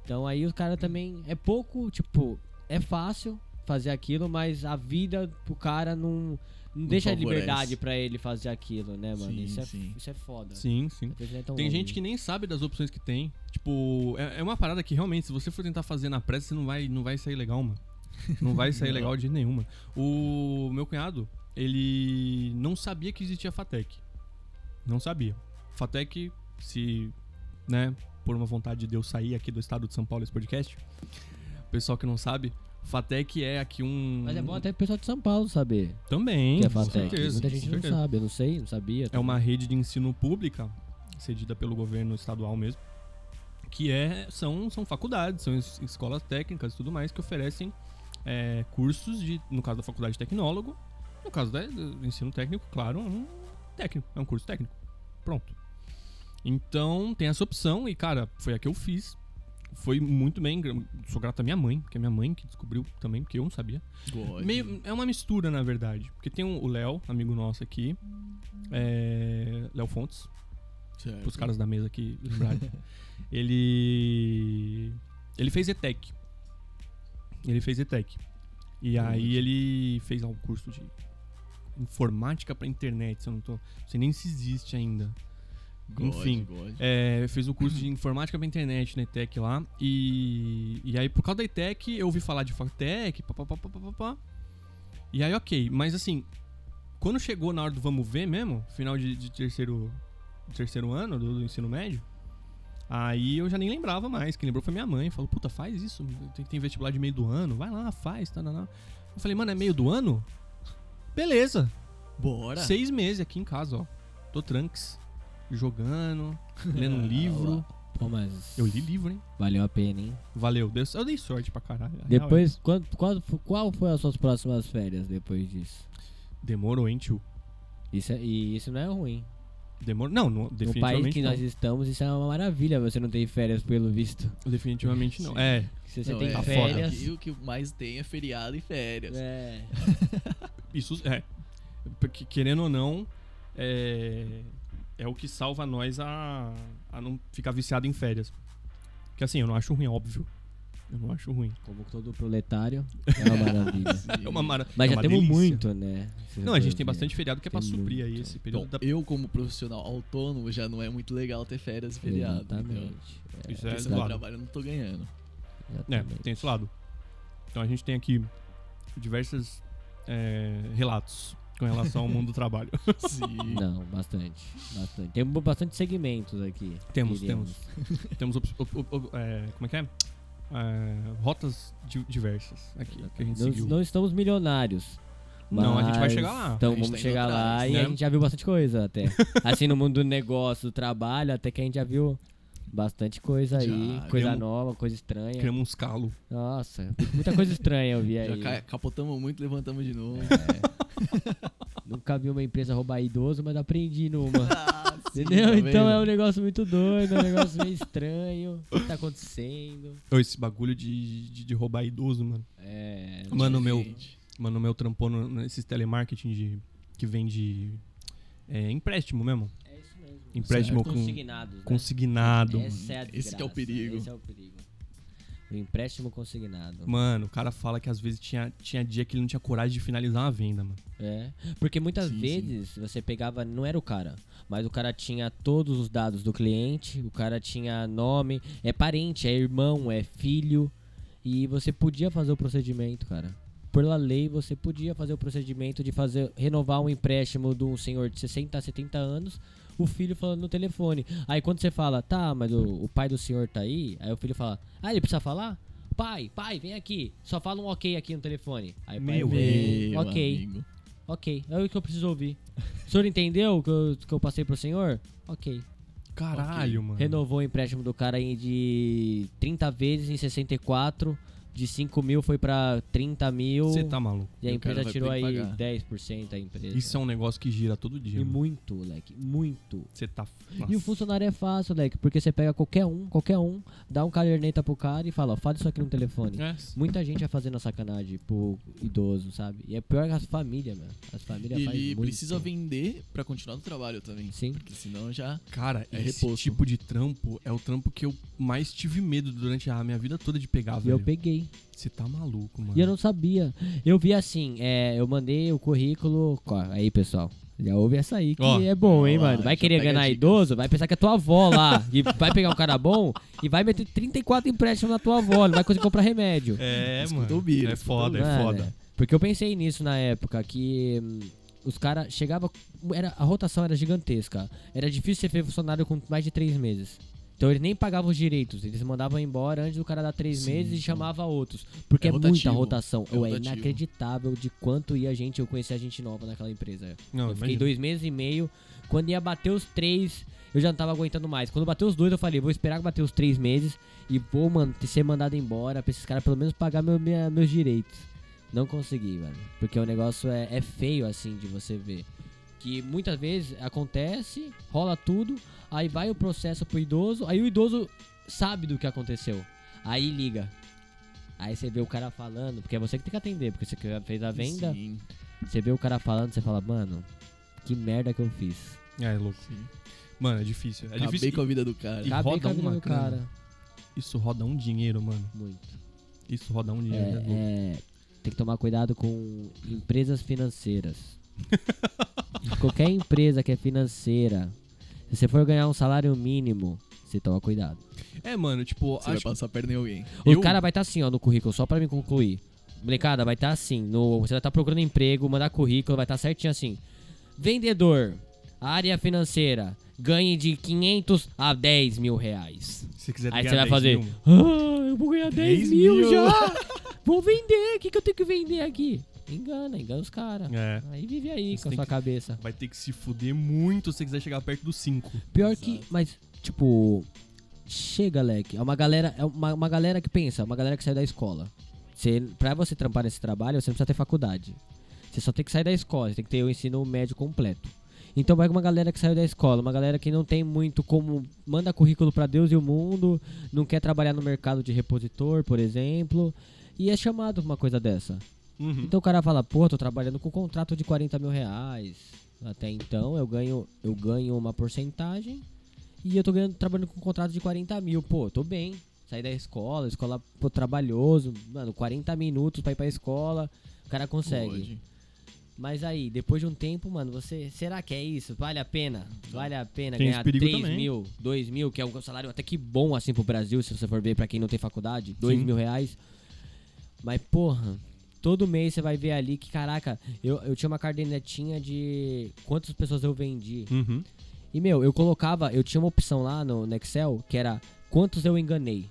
[SPEAKER 2] Então aí o cara também. É pouco, tipo, é fácil fazer aquilo, mas a vida pro cara não. Não,
[SPEAKER 3] Não
[SPEAKER 2] deixa
[SPEAKER 3] favorece.
[SPEAKER 2] liberdade pra ele fazer aquilo, né, mano?
[SPEAKER 3] Sim,
[SPEAKER 2] isso, é,
[SPEAKER 3] sim.
[SPEAKER 2] isso é foda.
[SPEAKER 1] Sim, sim.
[SPEAKER 2] Às vezes não é tão
[SPEAKER 1] Tem
[SPEAKER 2] óbvio.
[SPEAKER 1] gente que nem sabe das opções que tem. Tipo, é, é uma parada que realmente, se você for tentar fazer na pressa, você não vai, não vai sair legal, mano. Não vai sair
[SPEAKER 3] Não.
[SPEAKER 1] legal de nenhuma. O meu cunhado, ele não sabia que existia Fatec. Não sabia. Fatec, se, né, por uma vontade de eu sair aqui do estado de São Paulo esse podcast, o pessoal que não sabe, Fatec é aqui um...
[SPEAKER 2] Mas é bom até o pessoal de São Paulo saber
[SPEAKER 1] Também,
[SPEAKER 2] que é
[SPEAKER 1] com
[SPEAKER 2] Fatec.
[SPEAKER 1] certeza,
[SPEAKER 2] Muita
[SPEAKER 1] com
[SPEAKER 2] gente não
[SPEAKER 1] certeza.
[SPEAKER 2] sabe, eu não sei, não sabia.
[SPEAKER 1] É uma rede de ensino pública, cedida pelo governo estadual mesmo, que é, são, são faculdades, são es- escolas técnicas e tudo mais que oferecem é, cursos de, no caso da faculdade de tecnólogo, no caso da- do ensino técnico, claro, é um técnico, é um curso técnico. Pronto. Então tem essa opção e, cara, foi a que eu fiz. Foi muito bem, gra- sou grato à minha mãe, que é minha mãe que descobriu também, porque eu não sabia.
[SPEAKER 3] God.
[SPEAKER 1] Meio- é uma mistura, na verdade. Porque tem o Léo, amigo nosso aqui. É, Léo Fontes,
[SPEAKER 3] Certo.
[SPEAKER 1] os caras da mesa aqui lembrarem. ele. Ele fez ETEC. Ele fez ETEC. E
[SPEAKER 3] Boa.
[SPEAKER 1] aí ele fez lá um curso de informática pra internet, se eu não tô. Não sei nem se existe ainda.
[SPEAKER 3] God,
[SPEAKER 1] enfim.
[SPEAKER 3] God.
[SPEAKER 1] É, fez o curso de informática pra internet na ETEC lá. E, e aí, por causa da ETEC, eu ouvi falar de Fatec, papapá. papapá. E aí, ok. Mas assim, quando chegou na hora do vamos ver mesmo, final de, de terceiro, terceiro ano do, do ensino médio, aí eu já nem lembrava mais. Quem lembrou foi minha mãe. Falou, puta, faz isso. Tem, tem vestibular de meio do ano. Vai lá, faz. Tá, tá, tá. Eu falei, mano, é meio do ano? Beleza.
[SPEAKER 3] Bora.
[SPEAKER 1] Seis meses aqui em casa, ó. Tô tranks. Jogando, lendo um
[SPEAKER 3] Ah,
[SPEAKER 1] livro.
[SPEAKER 3] lá.
[SPEAKER 2] Pô, mas
[SPEAKER 1] Eu li livro, hein?
[SPEAKER 2] valeu a pena, hein?
[SPEAKER 1] Valeu, Deus. Eu dei sorte pra caralho. A real
[SPEAKER 2] Depois, quanto, qual, qual foi as suas próximas férias depois disso?
[SPEAKER 1] é- Demorou, hein, tio?
[SPEAKER 2] Isso, é- e isso não é ruim.
[SPEAKER 1] Demorou. Não, não
[SPEAKER 2] No país
[SPEAKER 1] definitivamente
[SPEAKER 2] que
[SPEAKER 1] não.
[SPEAKER 2] nós estamos, isso é uma maravilha, você não tem férias pelo visto.
[SPEAKER 1] Definitivamente não.
[SPEAKER 3] Sim.
[SPEAKER 1] É,
[SPEAKER 2] Se você
[SPEAKER 3] Não,
[SPEAKER 2] tem
[SPEAKER 3] é,
[SPEAKER 2] férias...
[SPEAKER 3] aqui o que mais tem é feriado e férias.
[SPEAKER 2] É,
[SPEAKER 1] isso é. Porque, querendo ou não, é, é o que salva nós a, a não ficar viciado em férias. Que assim, eu não acho ruim, óbvio. Eu não acho ruim.
[SPEAKER 2] como todo proletário, é uma maravilha.
[SPEAKER 1] É uma mara...
[SPEAKER 2] Mas
[SPEAKER 1] é
[SPEAKER 2] já
[SPEAKER 1] uma
[SPEAKER 2] temos
[SPEAKER 1] delícia.
[SPEAKER 2] muito, né? Se
[SPEAKER 1] Não,
[SPEAKER 2] for
[SPEAKER 1] a gente tem
[SPEAKER 2] ver.
[SPEAKER 1] bastante feriado que é pra
[SPEAKER 2] Tem
[SPEAKER 1] suprir aí
[SPEAKER 2] muito.
[SPEAKER 1] esse
[SPEAKER 3] Então,
[SPEAKER 1] período da.
[SPEAKER 3] eu, como profissional autônomo, já não é muito legal ter férias e feriado. entendeu?
[SPEAKER 2] Exatamente.
[SPEAKER 1] Isso
[SPEAKER 3] Porque
[SPEAKER 1] é
[SPEAKER 3] se
[SPEAKER 1] do
[SPEAKER 3] eu não
[SPEAKER 1] lado.
[SPEAKER 3] trabalho, eu não tô ganhando.
[SPEAKER 1] É,
[SPEAKER 2] exatamente.
[SPEAKER 1] tem esse lado. Então a gente tem aqui diversos é, relatos com relação ao mundo do trabalho.
[SPEAKER 3] Sim.
[SPEAKER 2] Não, bastante. Bastante. Temos bastante segmentos aqui.
[SPEAKER 1] Temos,
[SPEAKER 2] diríamos.
[SPEAKER 1] Temos, op- op- op- op- é, como é que é? É, rotas di- diversas aqui que a gente
[SPEAKER 2] né? Não,
[SPEAKER 1] seguiu.
[SPEAKER 2] não estamos milionários.
[SPEAKER 1] Não, a gente vai
[SPEAKER 2] mas
[SPEAKER 1] chegar lá.
[SPEAKER 2] Então
[SPEAKER 3] A gente
[SPEAKER 2] vamos
[SPEAKER 3] tá indo
[SPEAKER 2] chegar lá
[SPEAKER 3] atrás,
[SPEAKER 2] e a
[SPEAKER 1] né?
[SPEAKER 2] gente já viu bastante coisa até. assim, no mundo do negócio, do trabalho, até que a gente já viu bastante coisa aí.
[SPEAKER 3] Já,
[SPEAKER 2] coisa
[SPEAKER 1] criamos-
[SPEAKER 2] nova, coisa estranha.
[SPEAKER 1] Criamos uns calos.
[SPEAKER 2] Nossa, muita coisa estranha eu vi
[SPEAKER 3] Já
[SPEAKER 2] aí.
[SPEAKER 3] ca- capotamos muito, levantamos de novo.
[SPEAKER 2] É. Nunca vi uma empresa roubar idoso, mas aprendi numa.
[SPEAKER 3] Ah, sim,
[SPEAKER 2] Entendeu?
[SPEAKER 3] tá
[SPEAKER 2] então é um
[SPEAKER 3] vendo?
[SPEAKER 2] negócio muito doido, é um negócio meio estranho. O que tá acontecendo?
[SPEAKER 1] Ô, Esse bagulho de, de, de roubar idoso, mano.
[SPEAKER 2] É.
[SPEAKER 1] Mano meu,
[SPEAKER 3] Gente,
[SPEAKER 1] mano meu trampou no- nesses telemarketing de, que vende é, empréstimo mesmo.
[SPEAKER 2] É isso mesmo.
[SPEAKER 1] Empréstimo com-
[SPEAKER 2] consignado.
[SPEAKER 1] Consignado.
[SPEAKER 2] né? Essa é a
[SPEAKER 3] Esse que é o
[SPEAKER 2] desgraça,
[SPEAKER 3] perigo.
[SPEAKER 2] Esse é o perigo. O empréstimo consignado.
[SPEAKER 1] Mano, o cara fala que às vezes tinha, tinha dia que ele não tinha coragem de finalizar uma venda, mano.
[SPEAKER 2] É. Porque muitas
[SPEAKER 3] Sim, sim.
[SPEAKER 2] vezes você pegava, não era o cara, mas o cara tinha todos os dados do cliente, o cara tinha nome, é parente, é irmão, é filho. E você podia fazer o procedimento, cara. Pela lei, você podia fazer o procedimento de fazer renovar um empréstimo de um senhor de 60 a 70 anos, o filho falando no telefone. Aí quando você fala, tá, mas o, o pai do senhor tá aí, aí o filho fala, ah, ele precisa falar? Pai, pai, vem aqui. Só fala um ok aqui no telefone. Aí o pai
[SPEAKER 1] Meu
[SPEAKER 2] vem,
[SPEAKER 3] meu
[SPEAKER 2] ok.
[SPEAKER 3] amigo.
[SPEAKER 2] Ok, é o que eu preciso ouvir. O senhor entendeu o que eu, que eu passei pro senhor? Ok.
[SPEAKER 1] Caralho, mano.
[SPEAKER 2] Renovou o empréstimo do cara em de 30 vezes em 64. De 5 mil foi pra 30 mil.
[SPEAKER 1] Você tá maluco.
[SPEAKER 2] E a
[SPEAKER 3] E o cara
[SPEAKER 2] empresa
[SPEAKER 3] vai
[SPEAKER 2] tirou
[SPEAKER 3] ter
[SPEAKER 2] aí
[SPEAKER 3] que pagar.
[SPEAKER 2] 10% da empresa.
[SPEAKER 1] Isso é um negócio que gira todo dia.
[SPEAKER 2] E
[SPEAKER 1] mano.
[SPEAKER 2] muito, moleque. Muito.
[SPEAKER 1] Você tá.
[SPEAKER 2] E o
[SPEAKER 1] Nossa.
[SPEAKER 2] funcionário é fácil, moleque. Porque você pega qualquer um, qualquer um, dá um caderneta pro cara e fala: ó, fala isso aqui no telefone.
[SPEAKER 1] É.
[SPEAKER 2] Muita gente vai fazendo a sacanagem pro idoso, sabe? E é pior que as famílias, mano. As famílias
[SPEAKER 3] E
[SPEAKER 2] fazem
[SPEAKER 3] ele
[SPEAKER 2] muito.
[SPEAKER 3] precisa vender pra continuar no trabalho também.
[SPEAKER 2] Sim.
[SPEAKER 3] Porque senão já.
[SPEAKER 1] Cara,
[SPEAKER 3] É
[SPEAKER 1] esse
[SPEAKER 3] reposto.
[SPEAKER 1] tipo de trampo é o trampo que eu mais tive medo durante a minha vida toda de pegar,
[SPEAKER 2] E eu
[SPEAKER 1] Ah, velho.
[SPEAKER 2] peguei.
[SPEAKER 1] Você tá maluco, mano.
[SPEAKER 2] E eu não sabia. Eu vi assim, é, eu mandei o currículo. Ó, Aí, pessoal. Já ouve essa aí que
[SPEAKER 1] Ó,
[SPEAKER 2] é bom, hein,
[SPEAKER 3] ó lá,
[SPEAKER 2] mano. Vai
[SPEAKER 3] já
[SPEAKER 2] querer
[SPEAKER 3] pega
[SPEAKER 2] ganhar
[SPEAKER 3] dicas.
[SPEAKER 2] idoso, vai pensar que é tua avó lá. e vai pegar um cara bom e vai meter 34 empréstimos na tua avó. Não vai conseguir comprar remédio.
[SPEAKER 1] É,
[SPEAKER 3] Escuta
[SPEAKER 1] mano.
[SPEAKER 3] o Biro,
[SPEAKER 1] é
[SPEAKER 3] escuta
[SPEAKER 1] foda,
[SPEAKER 2] Mano,
[SPEAKER 1] é foda.
[SPEAKER 2] Porque eu pensei nisso na época, que hum, os caras chegava era A rotação era gigantesca. Era difícil você ver funcionário com mais de três meses. Então eles nem pagavam os direitos, eles mandavam embora antes do cara dar três
[SPEAKER 3] Sim,
[SPEAKER 2] meses e
[SPEAKER 3] então.
[SPEAKER 2] chamava outros. Porque
[SPEAKER 3] É
[SPEAKER 2] é, muita
[SPEAKER 3] rotativo,
[SPEAKER 2] rotação.
[SPEAKER 3] é
[SPEAKER 2] Ou é
[SPEAKER 3] rotativo.
[SPEAKER 2] inacreditável de quanto ia gente, eu conhecia gente nova naquela empresa.
[SPEAKER 1] Não,
[SPEAKER 2] eu fiquei
[SPEAKER 1] imagina.
[SPEAKER 2] dois meses e meio. Quando ia bater os três, eu já não tava aguentando mais. Quando bateu os dois, eu falei, vou esperar bater os três meses e vou man- ser mandado embora pra esses caras pelo menos pagar meu- minha- meus direitos. Não consegui, mano. Porque o negócio é, é feio, assim, de você ver. Que muitas vezes acontece, rola tudo, aí vai o processo pro idoso, aí o idoso sabe do que aconteceu. Aí liga. Aí você vê o cara falando, porque é você que tem que atender, porque você que fez a venda,
[SPEAKER 3] Sim,
[SPEAKER 2] você vê o cara falando, você fala, mano, que merda que eu fiz.
[SPEAKER 1] É, é louco.
[SPEAKER 3] sim.
[SPEAKER 1] Mano, é difícil. É
[SPEAKER 3] Acabei
[SPEAKER 1] difícil.
[SPEAKER 3] com a vida do cara.
[SPEAKER 1] E
[SPEAKER 2] Acabei
[SPEAKER 1] roda
[SPEAKER 2] com a vida
[SPEAKER 1] uma
[SPEAKER 2] do
[SPEAKER 1] grana.
[SPEAKER 2] cara.
[SPEAKER 1] Isso roda um dinheiro, mano.
[SPEAKER 2] Muito.
[SPEAKER 1] Isso roda um
[SPEAKER 2] É,
[SPEAKER 1] dinheiro. é louco.
[SPEAKER 2] é, tem que tomar cuidado com empresas financeiras. Qualquer empresa que é financeira, se você for ganhar um salário mínimo, você toma cuidado.
[SPEAKER 1] É, mano, tipo,
[SPEAKER 3] Você
[SPEAKER 1] acho
[SPEAKER 3] vai passar a perna em alguém.
[SPEAKER 2] O
[SPEAKER 1] Eu-
[SPEAKER 2] cara vai estar assim, ó, no currículo, só pra me concluir. Molecada, vai estar assim. No, você vai estar procurando emprego, mandar currículo, vai estar certinho assim. Vendedor, área financeira, ganhe de 500 a 10 mil reais.
[SPEAKER 1] que se quiser
[SPEAKER 2] Aí
[SPEAKER 1] ganhar
[SPEAKER 2] você vai
[SPEAKER 1] 10
[SPEAKER 2] fazer.
[SPEAKER 1] mil,
[SPEAKER 2] Ah, eu vou ganhar 10,
[SPEAKER 1] 10
[SPEAKER 2] mil,
[SPEAKER 1] mil."
[SPEAKER 2] já! Vou vender, o que, que eu tenho que vender aqui? Engana, engana os caras.
[SPEAKER 1] É.
[SPEAKER 2] Aí vive aí
[SPEAKER 1] Você
[SPEAKER 2] com a
[SPEAKER 1] tem
[SPEAKER 2] sua
[SPEAKER 1] que-
[SPEAKER 2] cabeça.
[SPEAKER 1] Vai ter que se fuder muito se você quiser chegar perto dos 5.
[SPEAKER 2] Pior que. Mas, tipo. Chega, Leque. É uma galera, é uma, uma galera que pensa, uma galera que saiu da escola. Você, pra você trampar nesse trabalho, você não precisa ter faculdade. Você só tem que sair da escola, você tem que ter o ensino médio completo. Então pega uma galera que saiu da escola, uma galera que não tem muito como. Manda currículo pra Deus e o mundo, não quer trabalhar no mercado de repositor, por exemplo. E é chamado pra uma coisa dessa.
[SPEAKER 1] Uhum.
[SPEAKER 2] Então o cara fala, pô, tô trabalhando com contrato de 40 mil reais. Até então eu ganho, eu ganho uma porcentagem e eu tô ganhando, trabalhando com contrato de 40 mil. Pô, tô bem. Saí da escola, escola pô, trabalhoso, mano, 40 minutos pra ir pra escola. O cara consegue.
[SPEAKER 3] Pode.
[SPEAKER 2] Mas aí, depois de um tempo, mano, você. Será que é isso? Vale a pena? Vale a pena
[SPEAKER 1] Tem
[SPEAKER 2] ganhar
[SPEAKER 1] esse perigo
[SPEAKER 2] 3
[SPEAKER 1] também.
[SPEAKER 2] mil, 2 mil, que é um salário até que bom assim pro Brasil, se você for ver pra quem não tem faculdade, 2
[SPEAKER 1] Sim.
[SPEAKER 2] mil reais. Mas, porra, todo mês você vai ver ali que, caraca, eu, eu tinha uma cardenetinha de quantas pessoas eu vendi.
[SPEAKER 1] Uhum.
[SPEAKER 2] E, meu, eu colocava, eu tinha uma opção lá no, no Excel que era quantos eu enganei.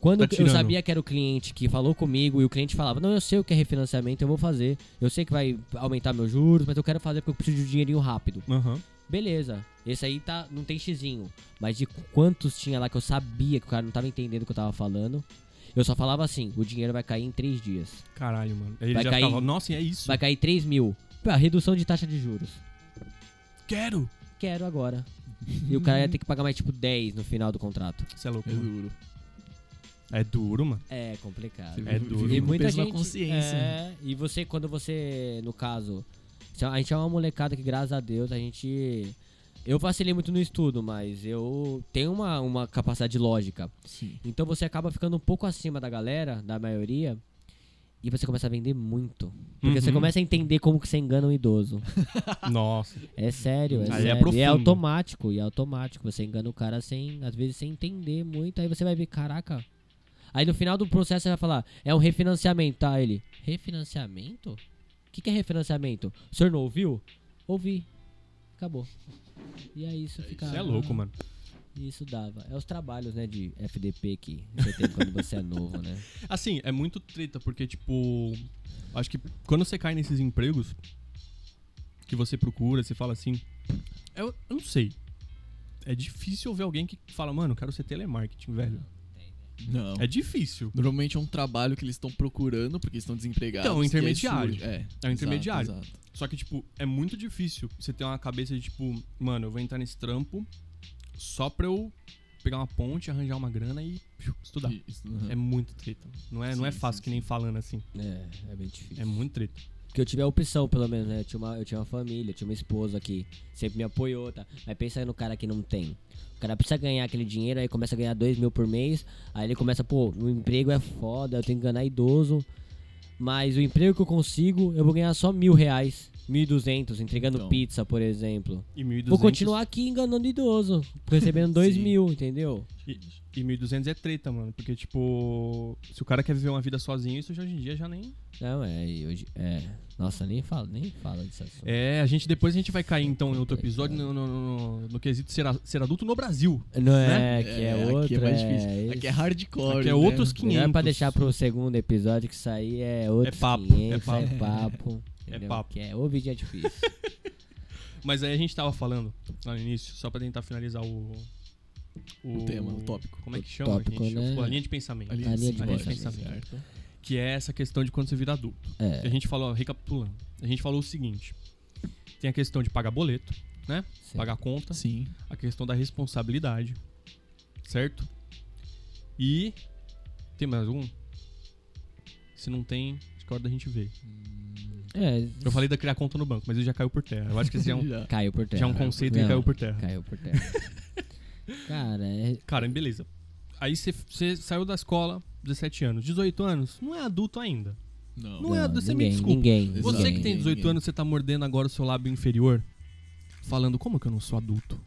[SPEAKER 2] Quando
[SPEAKER 1] Tá
[SPEAKER 2] eu
[SPEAKER 1] tirando.
[SPEAKER 2] sabia que era o cliente que falou comigo e o cliente falava, não, eu sei o que é refinanciamento, eu vou fazer. Eu sei que vai aumentar meus juros, mas eu quero fazer porque eu preciso de um dinheirinho rápido.
[SPEAKER 1] Aham.
[SPEAKER 2] Beleza. Esse aí tá, não tem xizinho. Mas de quantos tinha lá que eu sabia que o cara não tava entendendo o que eu tava falando. Eu só falava assim, o dinheiro vai cair em três dias.
[SPEAKER 1] Caralho, mano. Aí Ele
[SPEAKER 2] Vai
[SPEAKER 1] já
[SPEAKER 2] cair.
[SPEAKER 1] ficava, nossa, e é isso.
[SPEAKER 2] Vai cair 3 mil. Pá, redução de taxa de juros.
[SPEAKER 1] Quero!
[SPEAKER 2] Quero agora. E o cara ia ter que pagar mais tipo 10 no final do contrato.
[SPEAKER 1] Você é louco.
[SPEAKER 3] É
[SPEAKER 1] mano.
[SPEAKER 3] duro.
[SPEAKER 1] É duro, mano.
[SPEAKER 2] É complicado.
[SPEAKER 3] Você
[SPEAKER 1] É
[SPEAKER 3] vive-
[SPEAKER 1] duro.
[SPEAKER 3] vive
[SPEAKER 2] E
[SPEAKER 3] com
[SPEAKER 2] muita
[SPEAKER 3] peso
[SPEAKER 2] gente.
[SPEAKER 3] na consciência. né?
[SPEAKER 2] É, e você, quando você, no caso. se- A gente é uma molecada que, graças a Deus, a gente. Eu vacilei muito no estudo, mas eu tenho uma, uma capacidade lógica.
[SPEAKER 3] Sim.
[SPEAKER 2] Então você acaba ficando um pouco acima da galera, da maioria, e você começa a vender muito. Porque você
[SPEAKER 1] Uhum.
[SPEAKER 2] começa a entender como que você engana um idoso.
[SPEAKER 1] Nossa.
[SPEAKER 2] É sério, é
[SPEAKER 1] Aí é
[SPEAKER 2] sério. e é
[SPEAKER 1] profundo.
[SPEAKER 2] automático, e é automático. Você engana o cara sem, às vezes, sem entender muito. Aí você vai ver, caraca. Aí no final do processo você vai falar, é um refinanciamento, tá? Ele, refinanciamento? O que, que é refinanciamento? O senhor não ouviu? Ouvi. Acabou. E aí isso fica.
[SPEAKER 1] Você é louco, mano.
[SPEAKER 2] Isso dava. É os trabalhos, né, de FDP que você tem quando você é novo, né?
[SPEAKER 1] Assim, é muito treta, porque, tipo. Acho que quando você cai nesses empregos que você procura, você fala assim. Eu, eu não sei. É difícil ver alguém que fala, mano, eu quero ser telemarketing, velho.
[SPEAKER 3] Não.
[SPEAKER 1] É difícil.
[SPEAKER 3] Normalmente é um trabalho que eles estão procurando, porque eles estão desempregados.
[SPEAKER 1] Então,
[SPEAKER 3] e aí
[SPEAKER 1] intermediário.
[SPEAKER 3] surge- É,
[SPEAKER 1] É um intermediário.
[SPEAKER 3] Exato, exato.
[SPEAKER 1] Só que, tipo, é muito difícil você ter uma cabeça de, tipo, mano, eu vou entrar nesse trampo só pra eu pegar uma ponte, arranjar uma grana e piu, estudar.
[SPEAKER 3] E isso, uhum.
[SPEAKER 1] É muito treta. Não é, não é
[SPEAKER 3] Sim,
[SPEAKER 1] fácil
[SPEAKER 3] sim,
[SPEAKER 1] que nem falando assim.
[SPEAKER 2] É, é bem difícil.
[SPEAKER 1] É muito treta.
[SPEAKER 2] Porque eu tive a opção, pelo menos, né? Eu tinha uma, eu tinha uma família, eu tinha uma esposa que sempre me apoiou, tá? Mas pensa aí no cara que não tem. O cara precisa ganhar aquele dinheiro, aí começa a ganhar dois mil por mês, aí ele começa, pô, o emprego é foda, eu tenho que enganar idoso. Mas o emprego que eu consigo, eu vou ganhar só mil reais, mil e duzentos, entregando
[SPEAKER 3] Então.
[SPEAKER 2] pizza, por exemplo.
[SPEAKER 1] E 1.200.
[SPEAKER 2] Vou continuar aqui enganando idoso, recebendo dois
[SPEAKER 3] Sim.
[SPEAKER 2] mil, entendeu?
[SPEAKER 1] E, e 1.200 é treta, mano. Porque, tipo, se o cara quer viver uma vida sozinho, isso já hoje em dia já nem.
[SPEAKER 2] Não, é, e hoje. É. Nossa, nem fala, nem fala disso. assunto.
[SPEAKER 1] É, a gente depois a gente vai cair então em outro episódio no, no, no- no quesito ser, a- ser adulto no Brasil.
[SPEAKER 2] Não
[SPEAKER 1] né?
[SPEAKER 2] é, que é,
[SPEAKER 3] aqui
[SPEAKER 2] outro.
[SPEAKER 3] é mais difícil.
[SPEAKER 2] esse.
[SPEAKER 3] Aqui é hardcore.
[SPEAKER 1] Aqui é
[SPEAKER 3] né?
[SPEAKER 1] outros
[SPEAKER 2] Melhor
[SPEAKER 1] 500.
[SPEAKER 2] pra deixar pro segundo episódio, que isso aí é outro.
[SPEAKER 1] É papo,
[SPEAKER 2] 500,
[SPEAKER 1] é papo.
[SPEAKER 2] É papo. entendeu?
[SPEAKER 1] papo.
[SPEAKER 2] Que é ouvir é difícil.
[SPEAKER 1] Mas aí a gente tava falando lá no início, só pra tentar finalizar o.
[SPEAKER 3] O tema, o tópico.
[SPEAKER 1] Como é que
[SPEAKER 2] O
[SPEAKER 1] chama?
[SPEAKER 2] tópico,
[SPEAKER 1] gente?
[SPEAKER 2] né?
[SPEAKER 1] A linha de pensamento.
[SPEAKER 3] Ali,
[SPEAKER 2] A linha
[SPEAKER 3] sim,
[SPEAKER 2] de né?
[SPEAKER 3] ali
[SPEAKER 1] pensamento.
[SPEAKER 3] certo.
[SPEAKER 1] Que é essa questão de quando você vira adulto. A
[SPEAKER 2] É,
[SPEAKER 1] gente falou, recapitulando, a gente falou o seguinte: tem a questão de pagar boleto, né?
[SPEAKER 2] Certo.
[SPEAKER 1] Pagar conta.
[SPEAKER 3] Sim.
[SPEAKER 1] a questão da responsabilidade, certo? E tem mais um? Se não tem, acho que é hora da gente ver.
[SPEAKER 2] é,
[SPEAKER 1] Eu falei da criar conta no banco, mas ele já caiu por terra. Eu acho que esse já é um,
[SPEAKER 3] Já.
[SPEAKER 2] caiu por terra.
[SPEAKER 1] já é um conceito que
[SPEAKER 2] Não,
[SPEAKER 1] caiu por terra.
[SPEAKER 2] Caiu por terra. Cara, é.
[SPEAKER 1] Cara, beleza. Aí você- você saiu da escola, 17 anos, 18 anos, não é adulto ainda.
[SPEAKER 3] Não.
[SPEAKER 1] Não é adulto, você me
[SPEAKER 2] ninguém,
[SPEAKER 1] desculpa.
[SPEAKER 2] Ninguém.
[SPEAKER 3] Exato.
[SPEAKER 1] Você que
[SPEAKER 2] ninguém.
[SPEAKER 1] tem 18
[SPEAKER 3] Ninguém.
[SPEAKER 1] anos, você tá mordendo agora o seu lábio inferior, falando como que eu não sou adulto?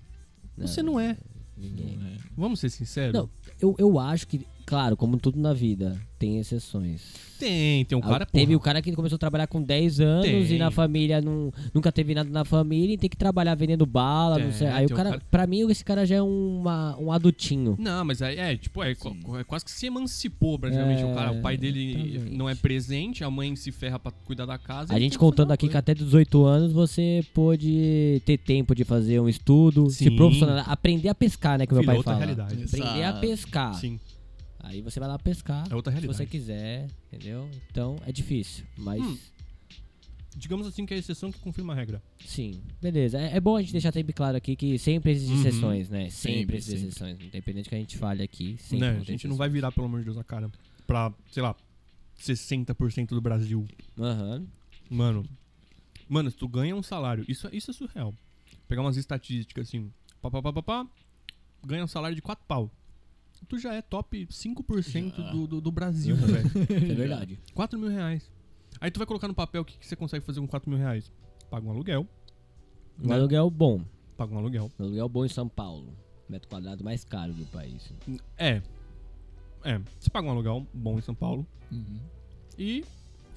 [SPEAKER 1] Você não é.
[SPEAKER 2] Ninguém.
[SPEAKER 3] Não é.
[SPEAKER 1] Vamos ser sinceros?
[SPEAKER 2] Não, Eu, eu acho que claro, como tudo na vida, tem exceções.
[SPEAKER 1] Tem, tem um
[SPEAKER 2] Ah,
[SPEAKER 1] cara, porra,
[SPEAKER 2] teve o cara que começou a trabalhar com 10 anos
[SPEAKER 1] Tem.
[SPEAKER 2] e na família não, nunca teve nada na família e tem que trabalhar vendendo bala, não
[SPEAKER 1] Tem,
[SPEAKER 2] sei. Aí o
[SPEAKER 1] tem um
[SPEAKER 2] cara,
[SPEAKER 1] cara-
[SPEAKER 2] pra mim, esse cara já é uma- um adultinho.
[SPEAKER 1] Não, mas aí é, tipo, é, co- é quase que se emancipou praticamente. o cara, o pai dele
[SPEAKER 2] exatamente.
[SPEAKER 1] não é presente, a mãe se ferra pra cuidar da casa.
[SPEAKER 2] A
[SPEAKER 1] ele
[SPEAKER 2] gente
[SPEAKER 1] tem que
[SPEAKER 2] contando
[SPEAKER 1] fazer
[SPEAKER 2] aqui
[SPEAKER 1] uma
[SPEAKER 2] que até 18 anos você pôde ter tempo de fazer um estudo, se
[SPEAKER 1] Sim.
[SPEAKER 2] profissionalizar, aprender a pescar, né, que meu
[SPEAKER 1] Virou
[SPEAKER 2] pai
[SPEAKER 1] outra
[SPEAKER 2] fala.
[SPEAKER 1] realidade.
[SPEAKER 2] Aprender a
[SPEAKER 3] Exato.
[SPEAKER 2] pescar.
[SPEAKER 1] coisa. Sim,
[SPEAKER 2] Aí você vai lá pescar,
[SPEAKER 1] é outra
[SPEAKER 2] se
[SPEAKER 1] realidade.
[SPEAKER 2] você quiser, entendeu? Então é difícil, mas
[SPEAKER 1] Hum. Digamos assim que é a exceção que confirma a regra.
[SPEAKER 2] sim, beleza. É, é bom a gente deixar sempre claro aqui que sempre existem
[SPEAKER 1] Uhum.
[SPEAKER 2] exceções, né? Sempre,
[SPEAKER 3] Sempre,
[SPEAKER 2] existem
[SPEAKER 3] sempre.
[SPEAKER 2] exceções, independente que a gente fale aqui. Sempre
[SPEAKER 1] Né?
[SPEAKER 2] vão
[SPEAKER 1] A
[SPEAKER 2] ter
[SPEAKER 1] gente não vai virar, pelo amor de Deus, a cara pra, sei lá, 60% do Brasil.
[SPEAKER 2] exceções. Aham.
[SPEAKER 1] Mano, mano, se tu ganha um salário, isso, isso é surreal. Pegar umas estatísticas assim, pá, pá, pá, pá, pá, ganha um salário de 4 pau. Tu já é top 5%
[SPEAKER 3] Já.
[SPEAKER 1] do, do, do Brasil, velho.
[SPEAKER 2] É verdade.
[SPEAKER 1] 4 mil reais. Aí tu vai colocar no papel o que, que você consegue fazer com 4 mil reais. Paga um aluguel,
[SPEAKER 2] Um aluguel bom.
[SPEAKER 1] paga um aluguel.
[SPEAKER 2] Um aluguel bom em São Paulo. Metro quadrado mais caro do país.
[SPEAKER 1] É. É, você paga um aluguel bom em São Paulo
[SPEAKER 3] Uhum.
[SPEAKER 1] e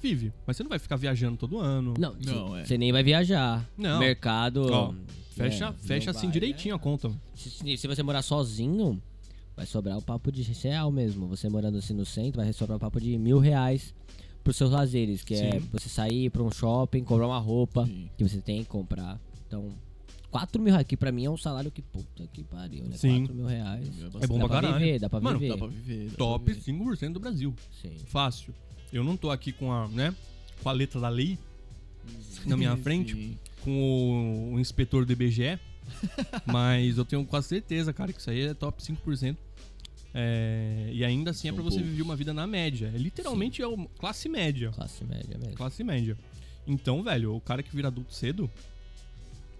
[SPEAKER 1] vive. Mas você não vai ficar viajando todo ano.
[SPEAKER 2] Não,
[SPEAKER 3] Não, é.
[SPEAKER 2] você nem vai viajar.
[SPEAKER 1] Não.
[SPEAKER 2] Mercado.
[SPEAKER 1] Ó,
[SPEAKER 2] né,
[SPEAKER 1] Fecha,
[SPEAKER 2] não
[SPEAKER 1] fecha assim
[SPEAKER 2] vai,
[SPEAKER 1] direitinho a conta.
[SPEAKER 2] é. Se, se- se você morar sozinho, vai sobrar o papo de real mesmo. Você morando assim no centro, vai sobrar o papo de mil reais pros seus lazeres, que é
[SPEAKER 1] Sim.
[SPEAKER 2] você sair pra um shopping, comprar uma roupa
[SPEAKER 3] Sim.
[SPEAKER 2] que você tem que comprar. Então, 4 mil reais, que pra mim é um salário que puta que pariu, né?
[SPEAKER 1] Sim.
[SPEAKER 2] 4 mil reais.
[SPEAKER 1] É bom pra
[SPEAKER 2] dá pra
[SPEAKER 1] caralho.
[SPEAKER 2] viver, dá pra
[SPEAKER 1] Mano,
[SPEAKER 2] viver.
[SPEAKER 3] Dá pra viver. dá
[SPEAKER 1] Top
[SPEAKER 3] pra viver.
[SPEAKER 1] 5% do Brasil.
[SPEAKER 2] Sim.
[SPEAKER 1] Fácil. Eu não tô aqui com a, né, com a letra da lei, na minha frente.
[SPEAKER 3] Sim.
[SPEAKER 1] com o, o inspetor do IBGE, mas eu tenho quase certeza, cara, que isso aí é top 5%. É, e ainda assim é
[SPEAKER 3] São
[SPEAKER 1] pra você
[SPEAKER 3] poucos.
[SPEAKER 1] viver uma vida na média. É, literalmente é o classe média.
[SPEAKER 2] Classe média mesmo.
[SPEAKER 1] Classe média. Então, velho, o cara que vira adulto cedo,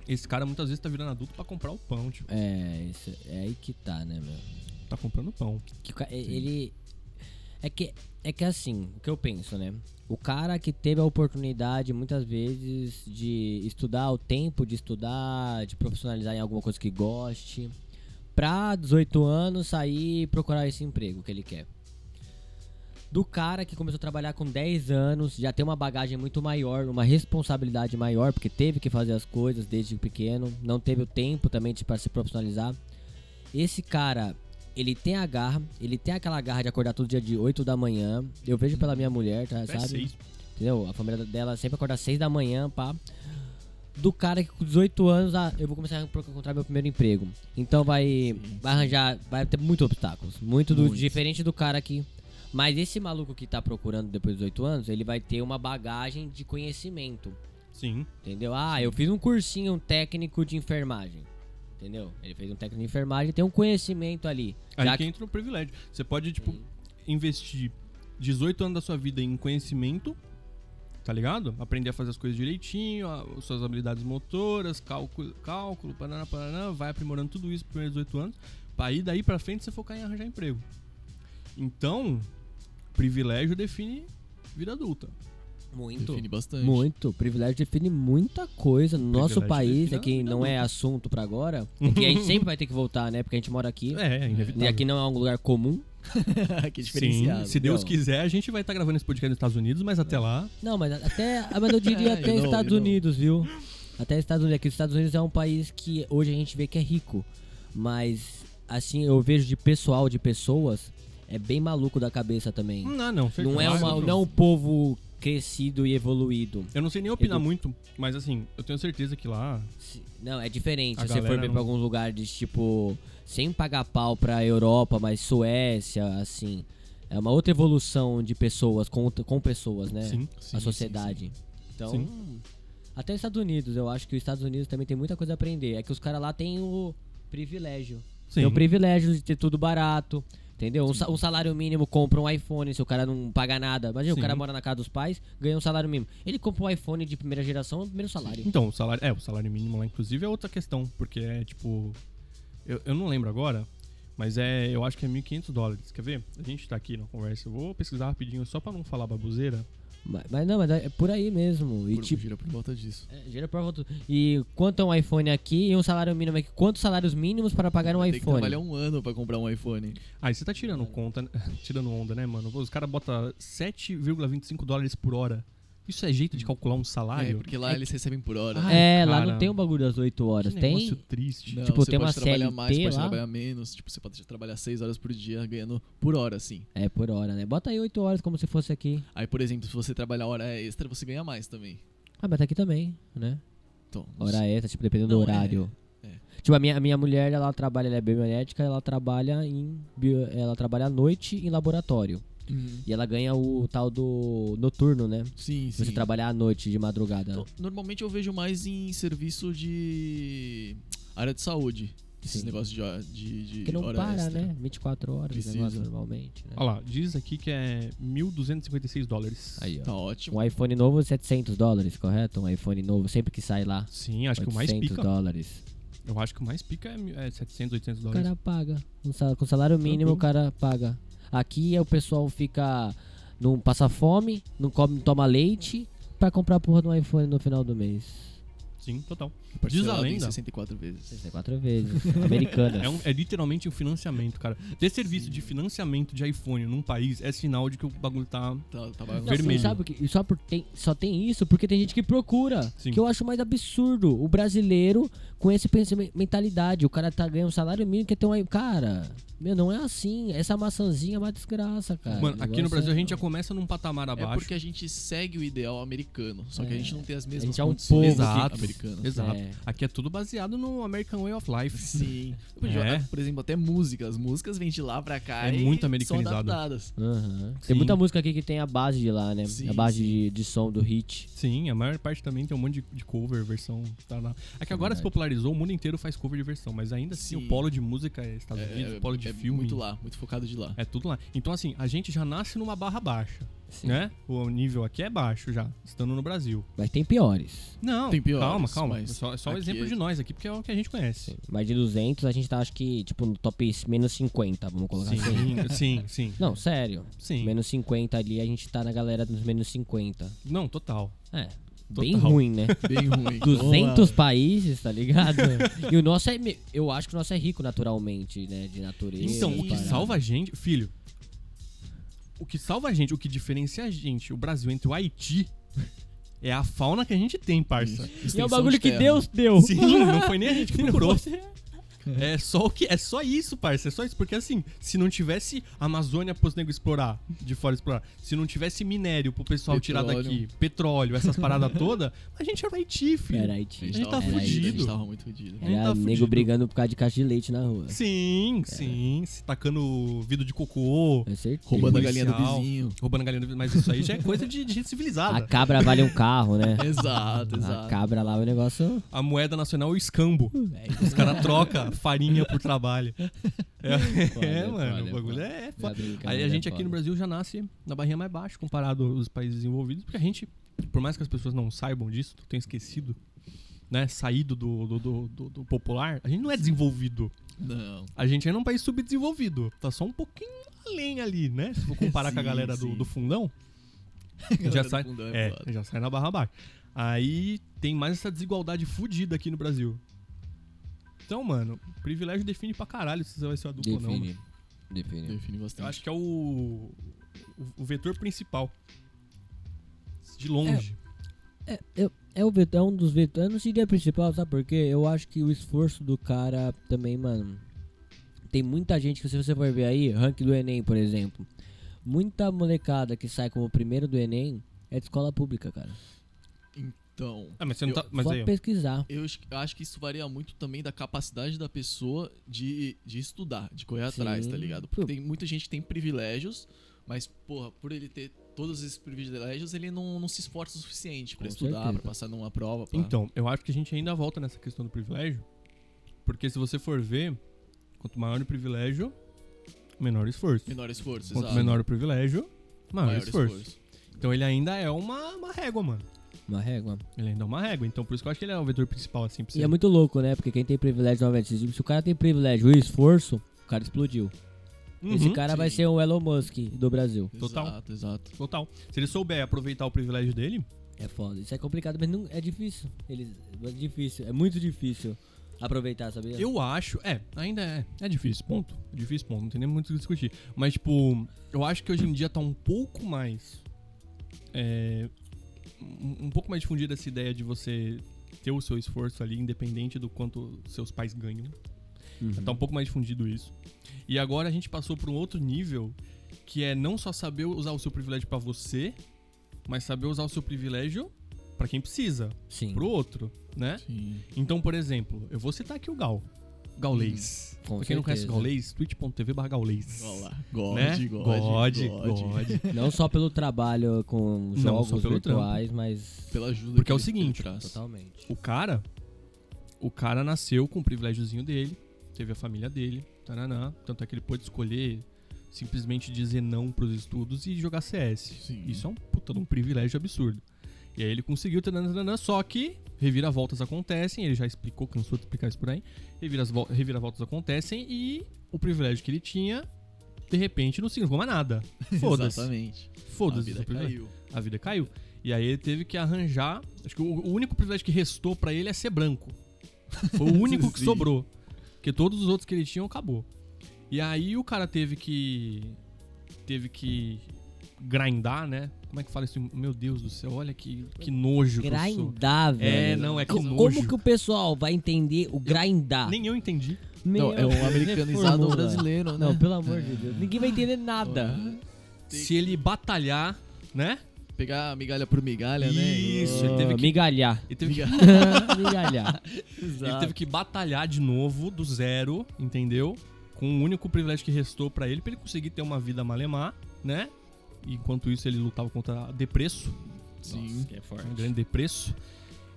[SPEAKER 1] esse cara muitas vezes tá virando adulto pra comprar o pão, tipo,
[SPEAKER 2] É, isso, é aí que tá, né, meu?
[SPEAKER 1] tá comprando pão.
[SPEAKER 2] Que o ca- ele. É que, é que assim, o que eu penso, né? O cara que teve a oportunidade, muitas vezes, de estudar, o tempo de estudar, de profissionalizar em alguma coisa que goste, pra 18 anos sair e procurar esse emprego que ele quer. Do cara que começou a trabalhar com 10 anos, já tem uma bagagem muito maior, uma responsabilidade maior, porque teve que fazer as coisas desde pequeno, não teve o tempo também de, para se profissionalizar. Esse cara, ele tem a garra, ele tem aquela garra de acordar todo dia de 8 da manhã. Eu vejo pela minha mulher, tá,
[SPEAKER 1] Até
[SPEAKER 2] sabe?
[SPEAKER 1] seis.
[SPEAKER 2] Entendeu? A família dela sempre acorda às 6 da manhã, pá. Do cara que com 18 anos, ah, eu vou começar a encontrar meu primeiro emprego. Então vai, vai arranjar, vai ter muitos obstáculos. Muito, do-
[SPEAKER 3] Muito.
[SPEAKER 2] diferente do cara que. Mas esse maluco que tá procurando depois dos 18 anos, ele vai ter uma bagagem de conhecimento.
[SPEAKER 1] Sim.
[SPEAKER 2] Entendeu? Ah, eu fiz um cursinho técnico de enfermagem. Entendeu? Ele fez um técnico de enfermagem, tem um conhecimento ali.
[SPEAKER 1] Aí
[SPEAKER 2] Já
[SPEAKER 1] que
[SPEAKER 2] que-
[SPEAKER 1] entra o privilégio. Você pode, tipo, investir 18 anos da sua vida em conhecimento, tá ligado? Aprender a fazer as coisas direitinho, a- as suas habilidades motoras, cálculo, cálculo, paraná, paraná, vai aprimorando tudo isso nos primeiros 18 anos, pra ir daí pra frente você focar em arranjar emprego. Então, privilégio define vida adulta.
[SPEAKER 2] Muito.
[SPEAKER 3] Define bastante.
[SPEAKER 2] Muito. Privilégio define muita coisa no nosso
[SPEAKER 1] Privilégio
[SPEAKER 2] país. É
[SPEAKER 1] define
[SPEAKER 2] que
[SPEAKER 1] a
[SPEAKER 2] não é assunto pra agora. É que a gente sempre vai ter que voltar, né? Porque a gente mora aqui.
[SPEAKER 1] É, é
[SPEAKER 2] E
[SPEAKER 1] inevitável.
[SPEAKER 2] aqui não é um lugar comum.
[SPEAKER 3] que
[SPEAKER 1] Sim,
[SPEAKER 3] diferenciado.
[SPEAKER 1] se Deus
[SPEAKER 2] Não.
[SPEAKER 1] quiser, a gente vai estar gravando esse podcast nos Estados Unidos, mas até lá.
[SPEAKER 2] Não, mas até. ah, Mas eu diria
[SPEAKER 3] É,
[SPEAKER 2] até
[SPEAKER 3] eu não,
[SPEAKER 2] Estados
[SPEAKER 3] eu não.
[SPEAKER 2] Unidos, viu? Até Estados Unidos. Aqui os Estados Unidos é um país que hoje a gente vê que é rico. Mas, assim, eu vejo de pessoal, de pessoas, é bem maluco da cabeça também.
[SPEAKER 1] Não, não.
[SPEAKER 2] Não é,
[SPEAKER 1] certeza.
[SPEAKER 2] uma, não é um povo crescido e evoluído.
[SPEAKER 1] Eu não sei nem opinar
[SPEAKER 2] Edu-
[SPEAKER 1] muito, mas assim, eu tenho certeza que lá
[SPEAKER 2] Se- Não, é diferente.
[SPEAKER 1] A
[SPEAKER 2] Se você for
[SPEAKER 1] galera
[SPEAKER 2] ver
[SPEAKER 1] não-
[SPEAKER 2] pra alguns lugares, tipo, sem pagar pau pra Europa, mas Suécia, assim. É uma outra evolução de pessoas, com, outra- com pessoas, né?
[SPEAKER 1] Sim,
[SPEAKER 3] sim,
[SPEAKER 2] A sociedade. Então. Até os Estados Unidos, eu acho que os Estados Unidos também tem muita coisa a aprender. É que os caras lá têm o privilégio. Tem o privilégio de ter tudo barato. Entendeu? Um, sa- um salário mínimo compra um iPhone se o cara não pagar nada. Imagina,
[SPEAKER 1] Sim.
[SPEAKER 2] o cara mora na casa dos pais, ganha um salário mínimo. Ele compra um iPhone de primeira geração, é o primeiro salário.
[SPEAKER 1] Então, o salário. É, o salário mínimo lá, inclusive, é outra questão, porque é tipo. Eu, eu não lembro agora, mas é. Eu acho que é 1.500 dólares. Quer ver? A gente tá aqui na conversa. Eu vou pesquisar rapidinho só pra não falar baboseira.
[SPEAKER 2] Mas, mas não, mas é por aí mesmo. E
[SPEAKER 3] Por,
[SPEAKER 2] tipo,
[SPEAKER 3] gira por volta disso.
[SPEAKER 2] é, gera por volta- E quanto é um iPhone aqui e um salário mínimo aqui? Quantos salários mínimos para pagar um
[SPEAKER 3] Tem que
[SPEAKER 2] iPhone?
[SPEAKER 3] trabalhar um ano pra comprar um iPhone.
[SPEAKER 1] Aí você tá
[SPEAKER 2] É.
[SPEAKER 1] tirando conta, tirando onda, né, mano? Os caras botam 7,25 dólares por hora. Isso é jeito de calcular um
[SPEAKER 3] é,
[SPEAKER 1] salário?
[SPEAKER 3] porque lá
[SPEAKER 2] É
[SPEAKER 3] eles recebem por hora.
[SPEAKER 1] Ah,
[SPEAKER 2] É,
[SPEAKER 1] Ai,
[SPEAKER 2] lá
[SPEAKER 1] cara.
[SPEAKER 2] não tem o bagulho das 8 horas.
[SPEAKER 1] que
[SPEAKER 2] Tem?
[SPEAKER 1] negócio triste.
[SPEAKER 3] Não,
[SPEAKER 2] tipo,
[SPEAKER 3] você
[SPEAKER 2] tem uma
[SPEAKER 3] pode trabalhar mais,
[SPEAKER 2] CLT
[SPEAKER 3] pode
[SPEAKER 2] lá?
[SPEAKER 3] trabalhar menos. Tipo, você pode trabalhar 6 horas por dia ganhando por hora, assim.
[SPEAKER 2] É, por hora, né? Bota aí 8 horas como se fosse aqui.
[SPEAKER 3] Aí, por exemplo, se você trabalhar hora extra, você ganha mais também.
[SPEAKER 2] Ah, mas tá aqui também, né?
[SPEAKER 3] Então, não
[SPEAKER 2] Hora extra, tipo, dependendo
[SPEAKER 3] Não,
[SPEAKER 2] do
[SPEAKER 3] é,
[SPEAKER 2] horário.
[SPEAKER 3] é.
[SPEAKER 2] Tipo, a minha, a minha mulher, ela trabalha, ela é biomédica, ela trabalha em. bio- ela trabalha à noite em laboratório.
[SPEAKER 3] sei. Uhum.
[SPEAKER 2] E ela ganha o tal do noturno, né?
[SPEAKER 3] Sim,
[SPEAKER 2] Se
[SPEAKER 3] sim.
[SPEAKER 2] Você trabalhar à noite, de madrugada.
[SPEAKER 3] Então, normalmente eu vejo mais em serviço de área de saúde. Esses
[SPEAKER 2] Sim.
[SPEAKER 3] negócios de, hora- de, de
[SPEAKER 2] Porque não
[SPEAKER 3] hora
[SPEAKER 2] para,
[SPEAKER 3] extra.
[SPEAKER 2] né? 24 horas
[SPEAKER 3] Precisa.
[SPEAKER 2] o negócio normalmente, né?
[SPEAKER 1] Olha lá, diz aqui que é 1.256 dólares.
[SPEAKER 2] Aí, ó.
[SPEAKER 3] Tá ótimo.
[SPEAKER 2] Um iPhone novo, 700 dólares, correto? Um iPhone novo, sempre que sai lá.
[SPEAKER 1] Sim, acho que o mais pica.
[SPEAKER 2] dólares.
[SPEAKER 1] Eu acho que o mais pica é mil- é 700, 800
[SPEAKER 2] O
[SPEAKER 1] dólares.
[SPEAKER 2] cara paga. Um sal- Com salário
[SPEAKER 1] Tá
[SPEAKER 2] mínimo, o cara paga. Aqui é o pessoal fica. Não passa fome, não come, não toma leite pra comprar a porra de um iPhone no final do mês.
[SPEAKER 1] Sim, total.
[SPEAKER 3] Parcelado
[SPEAKER 1] Diz a
[SPEAKER 3] em
[SPEAKER 1] lenda.
[SPEAKER 3] 64 vezes.
[SPEAKER 2] 64 vezes. Americanas.
[SPEAKER 1] É, um- é literalmente um financiamento, cara. Ter serviço de financiamento de iPhone num país é sinal de que o bagulho tá.
[SPEAKER 3] Tá, tá
[SPEAKER 2] Não,
[SPEAKER 3] bagunçado.
[SPEAKER 2] e
[SPEAKER 1] vermelho.
[SPEAKER 2] assim, Sabe o que? e Só, por tem, só tem isso porque tem gente que procura.
[SPEAKER 1] Sim.
[SPEAKER 2] Que eu acho mais absurdo. O brasileiro com esse pensamento, mentalidade. O cara tá ganhando um salário mínimo que tem um. i- Cara, meu, não é assim. Essa maçãzinha é uma desgraça, cara.
[SPEAKER 1] Mano,
[SPEAKER 2] O
[SPEAKER 1] aqui no
[SPEAKER 2] negócio
[SPEAKER 1] Brasil
[SPEAKER 2] é-
[SPEAKER 1] a gente já começa num patamar
[SPEAKER 3] É
[SPEAKER 1] abaixo.
[SPEAKER 3] porque a gente segue o ideal americano, só que a
[SPEAKER 2] É.
[SPEAKER 3] gente não tem as
[SPEAKER 2] gente
[SPEAKER 3] mesmas
[SPEAKER 2] é um povo
[SPEAKER 3] condições
[SPEAKER 1] Exato.
[SPEAKER 3] americanas.
[SPEAKER 1] Exato.
[SPEAKER 2] É.
[SPEAKER 1] Aqui é tudo baseado no American Way of Life.
[SPEAKER 3] Sim. Tipo,
[SPEAKER 1] É.
[SPEAKER 3] joga- Por exemplo, até música. As músicas vêm de lá pra cá
[SPEAKER 1] É
[SPEAKER 3] e
[SPEAKER 1] muito
[SPEAKER 3] são
[SPEAKER 1] americanizado.
[SPEAKER 3] adaptadas.
[SPEAKER 2] Aham.
[SPEAKER 1] Sim.
[SPEAKER 2] Tem muita música aqui que tem a base de lá, né?
[SPEAKER 3] Sim,
[SPEAKER 2] a base
[SPEAKER 3] sim.
[SPEAKER 2] de, de som do hit.
[SPEAKER 1] Sim, a maior parte também tem um monte de, de cover, versão. Tá lá. É que agora se
[SPEAKER 2] verdade.
[SPEAKER 1] popularizou, o mundo inteiro faz cover de versão, mas ainda assim
[SPEAKER 3] Sim.
[SPEAKER 1] o polo de música é Estados Unidos, o polo de
[SPEAKER 3] é
[SPEAKER 1] filme.
[SPEAKER 3] muito lá, muito focado de lá.
[SPEAKER 1] É tudo lá. Então, assim, a gente já nasce numa barra baixa,
[SPEAKER 2] Sim.
[SPEAKER 1] né? O nível aqui é baixo já, estando no Brasil.
[SPEAKER 2] Mas tem piores.
[SPEAKER 1] Não,
[SPEAKER 3] Tem piores,
[SPEAKER 1] calma, calma.
[SPEAKER 3] mas
[SPEAKER 1] só só um
[SPEAKER 3] aqui
[SPEAKER 1] exemplo
[SPEAKER 3] é-
[SPEAKER 1] de nós aqui, porque é o que a gente conhece.
[SPEAKER 2] Mais de 200, a gente tá, acho que, tipo, no top menos 50, vamos colocar
[SPEAKER 1] Sim,
[SPEAKER 2] assim.
[SPEAKER 1] sim, sim.
[SPEAKER 2] Não, sério.
[SPEAKER 1] Sim.
[SPEAKER 2] Menos 50 ali, a gente tá na galera dos menos 50.
[SPEAKER 1] Não, total.
[SPEAKER 2] É. Bem
[SPEAKER 1] Total.
[SPEAKER 2] ruim, né?
[SPEAKER 3] Bem ruim.
[SPEAKER 2] 200 países, tá ligado? e o nosso é. me- Eu acho que o nosso é rico naturalmente, né? De natureza.
[SPEAKER 1] Então, o que
[SPEAKER 2] parada. é
[SPEAKER 1] salva a gente, filho. O que salva a gente, o que diferencia a gente, o Brasil entre o Haiti, é a fauna que a gente tem, parça.
[SPEAKER 2] E é o bagulho que Deus deu.
[SPEAKER 1] Sim, não foi nem a gente que procurou. É só o que é só isso, parça, é só isso, porque assim, se não tivesse Amazônia pros nego explorar, de fora explorar, se não tivesse minério pro pessoal tirar
[SPEAKER 3] Petróleo.
[SPEAKER 1] daqui, petróleo, essas paradas toda, a gente era Haiti, filho.
[SPEAKER 2] Era
[SPEAKER 3] A
[SPEAKER 2] Haiti.
[SPEAKER 3] gente
[SPEAKER 1] Ele
[SPEAKER 3] tava
[SPEAKER 1] tá
[SPEAKER 3] fudido. A gente
[SPEAKER 1] fudido.
[SPEAKER 3] tava muito fudido.
[SPEAKER 1] É.
[SPEAKER 2] Era
[SPEAKER 1] tá
[SPEAKER 2] nego
[SPEAKER 1] fudido.
[SPEAKER 2] brigando por causa de caixa de leite na rua.
[SPEAKER 1] Sim, sim, se tacando vidro de cocô,
[SPEAKER 2] É certeza.
[SPEAKER 3] Roubando a
[SPEAKER 1] Policial.
[SPEAKER 3] galinha do vizinho.
[SPEAKER 1] roubando a galinha, do- mas isso aí já é coisa de, de gente
[SPEAKER 2] A
[SPEAKER 1] civilizada.
[SPEAKER 2] cabra vale um carro, né?
[SPEAKER 1] Ah,
[SPEAKER 3] Exato,
[SPEAKER 2] A
[SPEAKER 3] exato.
[SPEAKER 2] cabra lá, o negócio.
[SPEAKER 1] A moeda nacional é o escambo. Os
[SPEAKER 3] é.
[SPEAKER 1] caras trocam farinha por trabalho. É,
[SPEAKER 2] Foda,
[SPEAKER 1] é, mano,
[SPEAKER 2] foda,
[SPEAKER 1] o bagulho
[SPEAKER 2] foda.
[SPEAKER 1] é foda. Aí a gente aqui no Brasil já nasce na barrinha mais baixa comparado aos países desenvolvidos, porque a gente, por mais que as pessoas não saibam disso, tenham esquecido, né, saído do, do, do, do- do popular, a gente não é desenvolvido.
[SPEAKER 3] Não.
[SPEAKER 1] A gente ainda é um país subdesenvolvido. Tá só um pouquinho além ali, né? Se for comparar com a
[SPEAKER 3] Sim,
[SPEAKER 1] galera do,
[SPEAKER 3] sim.
[SPEAKER 1] do fundão,
[SPEAKER 3] Galera
[SPEAKER 1] já
[SPEAKER 3] do
[SPEAKER 1] sai,
[SPEAKER 3] fundão é
[SPEAKER 1] é,
[SPEAKER 3] foda.
[SPEAKER 1] já sai na barra baixa. Aí tem mais essa desigualdade fudida aqui no Brasil. Então, mano, privilégio define pra caralho se você vai ser adulto ou não. né? mano.
[SPEAKER 2] Define. Define.
[SPEAKER 3] Define
[SPEAKER 1] Eu
[SPEAKER 3] bastante.
[SPEAKER 1] acho que é o, o, o vetor principal. De longe.
[SPEAKER 2] É, eu- é, o vetor, é um dos vetores. Eu não seria principal, sabe por quê? Eu acho que o esforço do cara também, mano. Tem muita gente que, se você for ver aí, ranking do Enem, por exemplo. Muita molecada que sai como primeiro do Enem é de escola pública, cara.
[SPEAKER 3] Então.
[SPEAKER 1] Ah, mas você
[SPEAKER 3] não
[SPEAKER 1] não
[SPEAKER 3] tá-
[SPEAKER 1] tá. Mas
[SPEAKER 2] Só
[SPEAKER 1] aí,
[SPEAKER 2] pesquisar.
[SPEAKER 3] Eu acho, eu acho que isso varia muito também da capacidade da pessoa de, de estudar, de correr
[SPEAKER 2] Sim.
[SPEAKER 3] atrás, tá ligado? Porque
[SPEAKER 2] Pô.
[SPEAKER 3] tem muita gente que tem privilégios, mas, porra, por ele ter todos esses privilégios, ele não, não se esforça o suficiente pra
[SPEAKER 2] Com
[SPEAKER 3] estudar,
[SPEAKER 2] certeza.
[SPEAKER 3] pra passar numa prova. Pra...
[SPEAKER 1] Então, eu acho que a gente ainda volta nessa questão do privilégio. Porque se você for ver, quanto maior o privilégio, menor o esforço.
[SPEAKER 3] Menor esforço,
[SPEAKER 1] Quanto
[SPEAKER 3] exato.
[SPEAKER 1] menor o privilégio, maior,
[SPEAKER 3] Maior
[SPEAKER 1] o esforço. Então ele ainda é uma, uma régua, mano.
[SPEAKER 2] Uma régua.
[SPEAKER 1] Ele ainda é uma régua. Então por isso que eu acho que ele é o vetor principal, assim, pra
[SPEAKER 2] E
[SPEAKER 1] você.
[SPEAKER 2] é muito louco, né? Porque quem tem privilégio, novamente, se o cara tem privilégio e esforço, o cara explodiu. Esse
[SPEAKER 1] Uhum,
[SPEAKER 2] cara vai
[SPEAKER 3] sim.
[SPEAKER 2] ser o Elon Musk do Brasil.
[SPEAKER 1] Total.
[SPEAKER 3] Exato, exato.
[SPEAKER 1] Total. Se ele souber aproveitar o privilégio dele,
[SPEAKER 2] É foda. Isso é complicado, mas não, é difícil. Eles, é difícil. É muito difícil aproveitar, sabia?
[SPEAKER 1] eu acho. É, ainda é. É difícil, ponto. É difícil, ponto. Não tem nem muito o que discutir. Mas, tipo, eu acho que hoje em dia tá um pouco mais. É, um um pouco mais difundida essa ideia de você ter o seu esforço ali, independente do quanto seus pais ganham.
[SPEAKER 2] Uhum.
[SPEAKER 1] Tá um pouco mais difundido isso. E agora a gente passou para um outro nível, que é não só saber usar o seu privilégio pra você, mas saber usar o seu privilégio pra quem precisa,
[SPEAKER 2] Sim,
[SPEAKER 1] pro outro, né?
[SPEAKER 3] Sim.
[SPEAKER 1] Então, por exemplo, eu vou citar aqui o Gal. Gaulês.
[SPEAKER 2] com
[SPEAKER 1] pra quem não conhece o
[SPEAKER 2] certeza.
[SPEAKER 1] Gaulês, twitch.tv barra Gaulês.
[SPEAKER 3] Olha lá. God,
[SPEAKER 1] Né?
[SPEAKER 3] God, God.
[SPEAKER 1] God, God.
[SPEAKER 2] Não só pelo trabalho com
[SPEAKER 1] só
[SPEAKER 2] jogos
[SPEAKER 1] pelo
[SPEAKER 2] virtuais, mas
[SPEAKER 3] Pela ajuda
[SPEAKER 1] Porque
[SPEAKER 3] que
[SPEAKER 1] é o
[SPEAKER 3] ele- que ele
[SPEAKER 1] seguinte,
[SPEAKER 3] traz.
[SPEAKER 2] totalmente.
[SPEAKER 1] O cara, o cara nasceu com o privilégiozinho dele, teve a família dele, taraná, tanto é que ele pôde escolher simplesmente dizer não pros estudos e jogar CS.
[SPEAKER 3] Sim.
[SPEAKER 1] Isso é um puta de um privilégio absurdo. E aí ele conseguiu, tananã, tananã, só que reviravoltas acontecem, ele já explicou, cansou de explicar isso por aí, reviras- vol- reviravoltas acontecem e o privilégio que ele tinha, de repente, não significou mais nada. Foda-se.
[SPEAKER 3] Exatamente.
[SPEAKER 1] Foda-se. é
[SPEAKER 3] A
[SPEAKER 1] seu
[SPEAKER 3] vida
[SPEAKER 1] privilégio.
[SPEAKER 3] caiu.
[SPEAKER 1] A vida caiu. E aí ele teve que arranjar. Acho que o, o único privilégio que restou pra ele é ser branco. Foi o único que
[SPEAKER 3] Sim.
[SPEAKER 1] sobrou. Porque todos os outros que ele tinha acabou. E aí o cara teve que. Teve que. Grindar, né? Como é que fala isso? Meu Deus do céu, olha que, que nojo. que eu sou.
[SPEAKER 2] Grindar,
[SPEAKER 1] É,
[SPEAKER 2] velho.
[SPEAKER 1] não, é que
[SPEAKER 2] Co-
[SPEAKER 1] nojo.
[SPEAKER 2] Como que o pessoal vai entender o grindar?
[SPEAKER 1] Nem eu entendi.
[SPEAKER 3] Não, é um americanizado
[SPEAKER 2] reformula.
[SPEAKER 3] brasileiro, né?
[SPEAKER 2] né? Não, pelo amor de Deus. Ninguém vai entender nada.
[SPEAKER 1] Se ele batalhar, né?
[SPEAKER 3] Pegar migalha por migalha, né?
[SPEAKER 1] Isso, ele
[SPEAKER 2] Ah,
[SPEAKER 1] teve que-
[SPEAKER 2] Migalhar.
[SPEAKER 1] Ele teve, que,
[SPEAKER 3] Migalha.
[SPEAKER 2] migalhar.
[SPEAKER 1] ele
[SPEAKER 2] Exato.
[SPEAKER 1] teve que batalhar de novo, do zero, entendeu? Com o único privilégio que restou pra ele, pra ele conseguir ter uma vida malemar, né? Enquanto isso, ele lutava contra a depresso.
[SPEAKER 3] Sim.
[SPEAKER 2] que é
[SPEAKER 1] um
[SPEAKER 2] forte.
[SPEAKER 1] grande depresso.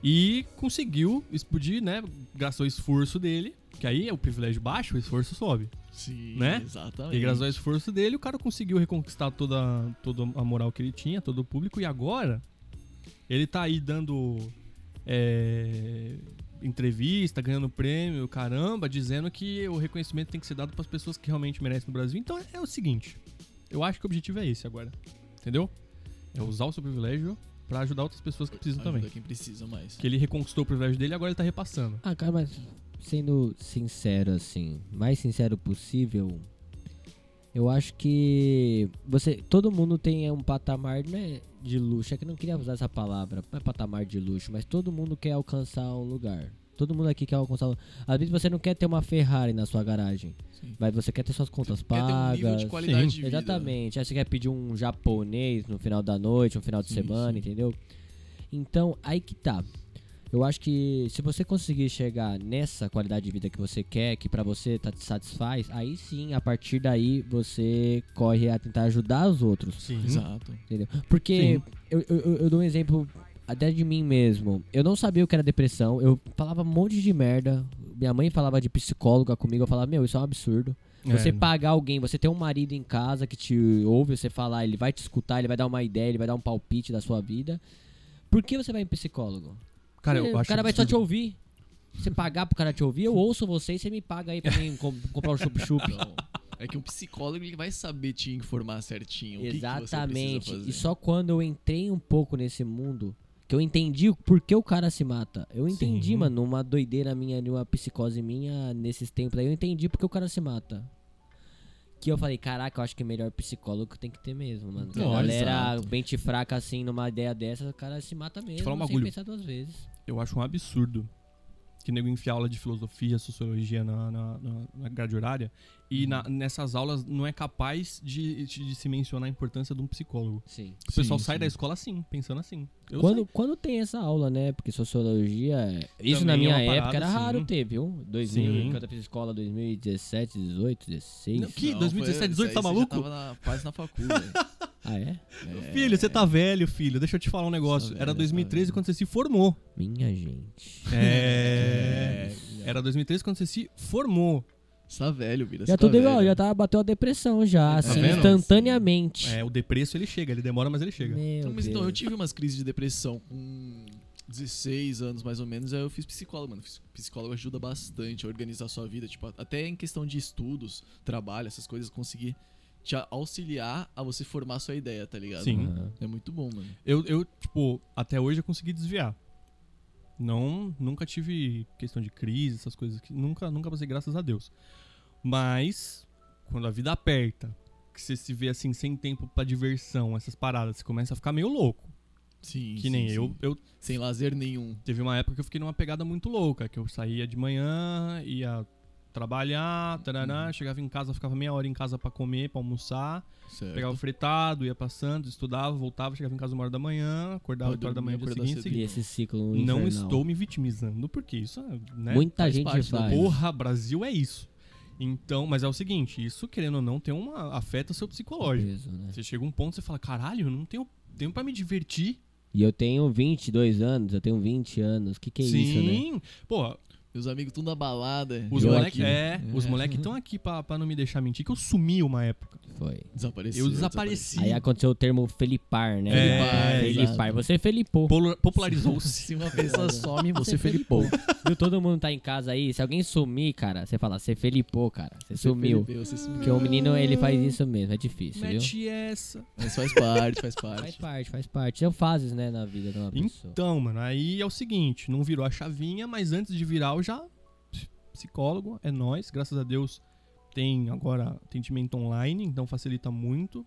[SPEAKER 1] E conseguiu explodir, né? Graças ao esforço dele, que aí é o privilégio baixo, o esforço sobe.
[SPEAKER 3] Sim,
[SPEAKER 1] Né?
[SPEAKER 3] exatamente.
[SPEAKER 1] E graças ao esforço dele, o cara conseguiu reconquistar toda, toda a moral que ele tinha, todo o público, e agora ele tá aí dando é, entrevista, ganhando prêmio, caramba, dizendo que o reconhecimento tem que ser dado pras pessoas que realmente merecem no Brasil. Então é o seguinte, eu acho que o objetivo é esse agora, entendeu? É usar o seu privilégio pra ajudar outras pessoas que precisam
[SPEAKER 3] Ajuda
[SPEAKER 1] também.
[SPEAKER 3] quem precisa mais.
[SPEAKER 1] Que ele reconquistou o privilégio dele e agora ele tá repassando.
[SPEAKER 2] Ah, cara, mas sendo sincero, assim, mais sincero possível, eu acho que você, todo mundo tem um patamar, né, de luxo. É que eu não queria usar essa palavra, não é patamar de luxo, mas todo mundo quer alcançar um lugar. Todo mundo aqui quer alcançar. um- Às vezes você não quer ter uma Ferrari na sua garagem,
[SPEAKER 3] Sim.
[SPEAKER 2] mas você quer ter suas contas
[SPEAKER 3] Quer ter um
[SPEAKER 2] pagas.
[SPEAKER 3] nível de qualidade
[SPEAKER 1] Sim,
[SPEAKER 3] de vida.
[SPEAKER 2] Exatamente. Aí você quer pedir um japonês no final da noite, no final de
[SPEAKER 3] Sim,
[SPEAKER 2] semana,
[SPEAKER 3] sim.
[SPEAKER 2] entendeu? Então, aí que tá. Eu acho que se você conseguir chegar nessa qualidade de vida que você quer, que pra você tá te satisfaz, aí sim, a partir daí você corre a tentar ajudar os outros.
[SPEAKER 1] Sim.
[SPEAKER 3] Exato.
[SPEAKER 2] Entendeu? Porque eu, eu- eu- eu dou um exemplo até de mim mesmo. Eu não sabia o que era depressão, eu falava um monte de merda. Minha mãe falava de psicóloga comigo, eu falava, meu, isso é um absurdo.
[SPEAKER 1] É.
[SPEAKER 2] Você pagar alguém, você ter um marido em casa que te ouve você falar, ele vai te escutar, ele vai dar uma ideia, ele vai dar um palpite da sua vida. Por que você vai em psicólogo?
[SPEAKER 1] Cara,
[SPEAKER 2] É,
[SPEAKER 1] eu
[SPEAKER 2] o
[SPEAKER 1] acho
[SPEAKER 2] cara vai só te
[SPEAKER 1] absurdo.
[SPEAKER 2] ouvir. Você pagar pro cara te ouvir, eu ouço você e você me paga aí pra mim com- comprar um chup-chup.
[SPEAKER 3] Então, é que um psicólogo ele vai saber te informar certinho. o que que você precisa
[SPEAKER 2] Exatamente.
[SPEAKER 3] fazer.
[SPEAKER 2] e só quando eu entrei um pouco nesse mundo que eu entendi o porquê o cara se mata. Eu entendi,
[SPEAKER 1] Sim.
[SPEAKER 2] mano, uma doideira minha, uma psicose minha nesses tempos aí, eu entendi porque o cara se mata. Que eu falei, caraca, eu acho que o melhor psicólogo tem que ter mesmo, mano. Que a
[SPEAKER 1] Não,
[SPEAKER 2] galera
[SPEAKER 3] exato.
[SPEAKER 2] mente fraca assim numa ideia dessa, o cara se mata mesmo,
[SPEAKER 1] falar um
[SPEAKER 2] sem
[SPEAKER 1] bagulho.
[SPEAKER 2] pensar duas vezes.
[SPEAKER 1] Eu acho um absurdo que nego enfia aula de filosofia, sociologia na, na, na- na grade horária e na- nessas aulas não é capaz de, de- de se mencionar a importância de um psicólogo.
[SPEAKER 2] Sim.
[SPEAKER 1] O pessoal
[SPEAKER 3] Sim,
[SPEAKER 1] sai
[SPEAKER 3] sim.
[SPEAKER 1] da escola assim, pensando assim. Eu
[SPEAKER 2] Quando, quando tem essa aula, né? Porque sociologia. é- Isso
[SPEAKER 1] Também
[SPEAKER 2] na
[SPEAKER 1] é
[SPEAKER 2] minha
[SPEAKER 1] uma
[SPEAKER 2] época
[SPEAKER 1] parada,
[SPEAKER 2] era
[SPEAKER 1] sim.
[SPEAKER 2] raro ter, viu? 2000,
[SPEAKER 1] Sim.
[SPEAKER 2] quando eu fiz escola, 2017, 18, 16.
[SPEAKER 1] Não, que
[SPEAKER 3] Não,
[SPEAKER 1] 2017,
[SPEAKER 3] foi-
[SPEAKER 1] 18, tá
[SPEAKER 3] isso aí você
[SPEAKER 1] maluco?
[SPEAKER 3] já Tava na, quase na faculdade.
[SPEAKER 2] Ah, é?
[SPEAKER 1] sei. Filho, você tá velho, filho. Deixa eu te falar um negócio.
[SPEAKER 3] Tá
[SPEAKER 1] Era
[SPEAKER 3] velho,
[SPEAKER 1] 2013
[SPEAKER 3] tá velho.
[SPEAKER 1] quando você se formou.
[SPEAKER 2] Minha gente.
[SPEAKER 1] É. Era 2013 quando você se formou.
[SPEAKER 3] Você tá velho, Bira.
[SPEAKER 2] Já
[SPEAKER 3] você
[SPEAKER 2] tô
[SPEAKER 3] tá
[SPEAKER 2] de, ó,
[SPEAKER 3] velho.
[SPEAKER 2] já tava, bateu a depressão já, assim,
[SPEAKER 1] vendo?
[SPEAKER 2] instantaneamente.
[SPEAKER 1] É, o depreço ele chega, ele demora, mas ele chega.
[SPEAKER 2] Meu
[SPEAKER 3] Não, mas então,
[SPEAKER 2] Deus.
[SPEAKER 3] eu tive umas crises de depressão com 16 anos mais ou menos, aí eu fiz psicólogo, mano. Fiz- Psicólogo ajuda bastante a organizar a sua vida, tipo, até em questão de estudos, trabalho, essas coisas, conseguir te a- auxiliar a você formar a sua ideia, tá ligado?
[SPEAKER 1] Sim.
[SPEAKER 4] Aham.
[SPEAKER 3] É muito bom, mano.
[SPEAKER 1] Eu, eu, tipo, até hoje eu consegui desviar. Não, nunca tive questão de crise, essas coisas que nunca, nunca passei, graças a Deus. Mas quando a vida aperta, que você se vê assim sem tempo pra diversão, essas paradas, você começa a ficar meio louco.
[SPEAKER 3] Sim.
[SPEAKER 1] que
[SPEAKER 3] sim,
[SPEAKER 1] nem
[SPEAKER 3] sim.
[SPEAKER 1] eu, eu
[SPEAKER 3] Sem lazer nenhum.
[SPEAKER 1] Teve uma época que eu fiquei numa pegada muito louca, que eu saía de manhã, ia trabalhar,
[SPEAKER 3] Uhum.
[SPEAKER 1] tarará, chegava em casa, ficava meia hora em casa pra comer, pra almoçar,
[SPEAKER 3] Certo.
[SPEAKER 1] pegava o fritado, ia passando, estudava, voltava, chegava em casa uma hora da manhã, acordava
[SPEAKER 3] Pra
[SPEAKER 1] 8 horas da manhã
[SPEAKER 3] dormir,
[SPEAKER 1] dia seguinte.
[SPEAKER 3] acordar cedo.
[SPEAKER 2] E
[SPEAKER 1] seguinte.
[SPEAKER 2] esse ciclo
[SPEAKER 1] Não
[SPEAKER 2] infernal.
[SPEAKER 1] estou me vitimizando, porque isso, né?
[SPEAKER 2] Muita
[SPEAKER 3] Faz
[SPEAKER 2] gente
[SPEAKER 3] parte do
[SPEAKER 2] faz.
[SPEAKER 1] Porra, Brasil é isso. Então, mas é o seguinte, isso querendo ou não tem uma afeta o seu psicológico.
[SPEAKER 2] Peso, né?
[SPEAKER 1] Você chega um ponto, você fala, caralho, eu não tenho tempo pra me divertir.
[SPEAKER 2] E eu tenho 22 anos, eu tenho 20 anos. Que que é isso, né?
[SPEAKER 1] Sim. Pô,
[SPEAKER 3] Meus amigos tudo na balada.
[SPEAKER 1] Os
[SPEAKER 2] Eu
[SPEAKER 1] moleques
[SPEAKER 2] aqui.
[SPEAKER 1] é, os moleque estão aqui pra, pra não me deixar mentir, que eu sumi uma época.
[SPEAKER 2] Foi.
[SPEAKER 3] Desapareceram.
[SPEAKER 1] eu desapareci.
[SPEAKER 2] Aí aconteceu o termo felipar, né?
[SPEAKER 1] É,
[SPEAKER 2] felipar.
[SPEAKER 3] exato.
[SPEAKER 2] Você felipou.
[SPEAKER 1] Polo- Popularizou-se.
[SPEAKER 3] Se uma pessoa some, você felipou.
[SPEAKER 2] Viu? Todo mundo tá em casa aí. Se alguém sumir, cara, você fala, você felipou, cara. Você
[SPEAKER 3] Você
[SPEAKER 2] sumiu.
[SPEAKER 3] felipeu, Você sumiu.
[SPEAKER 2] Porque o menino, ele faz isso mesmo. É difícil, viu?
[SPEAKER 1] Mete essa.
[SPEAKER 3] Mas faz parte,
[SPEAKER 2] Faz
[SPEAKER 3] faz parte.
[SPEAKER 2] parte, faz parte. São fases, né, na vida de uma pessoa.
[SPEAKER 1] Então, mano, aí é o seguinte, não virou a chavinha, mas antes de virar eu já ps- psicólogo, é nós, graças a Deus tem agora atendimento online, então facilita muito.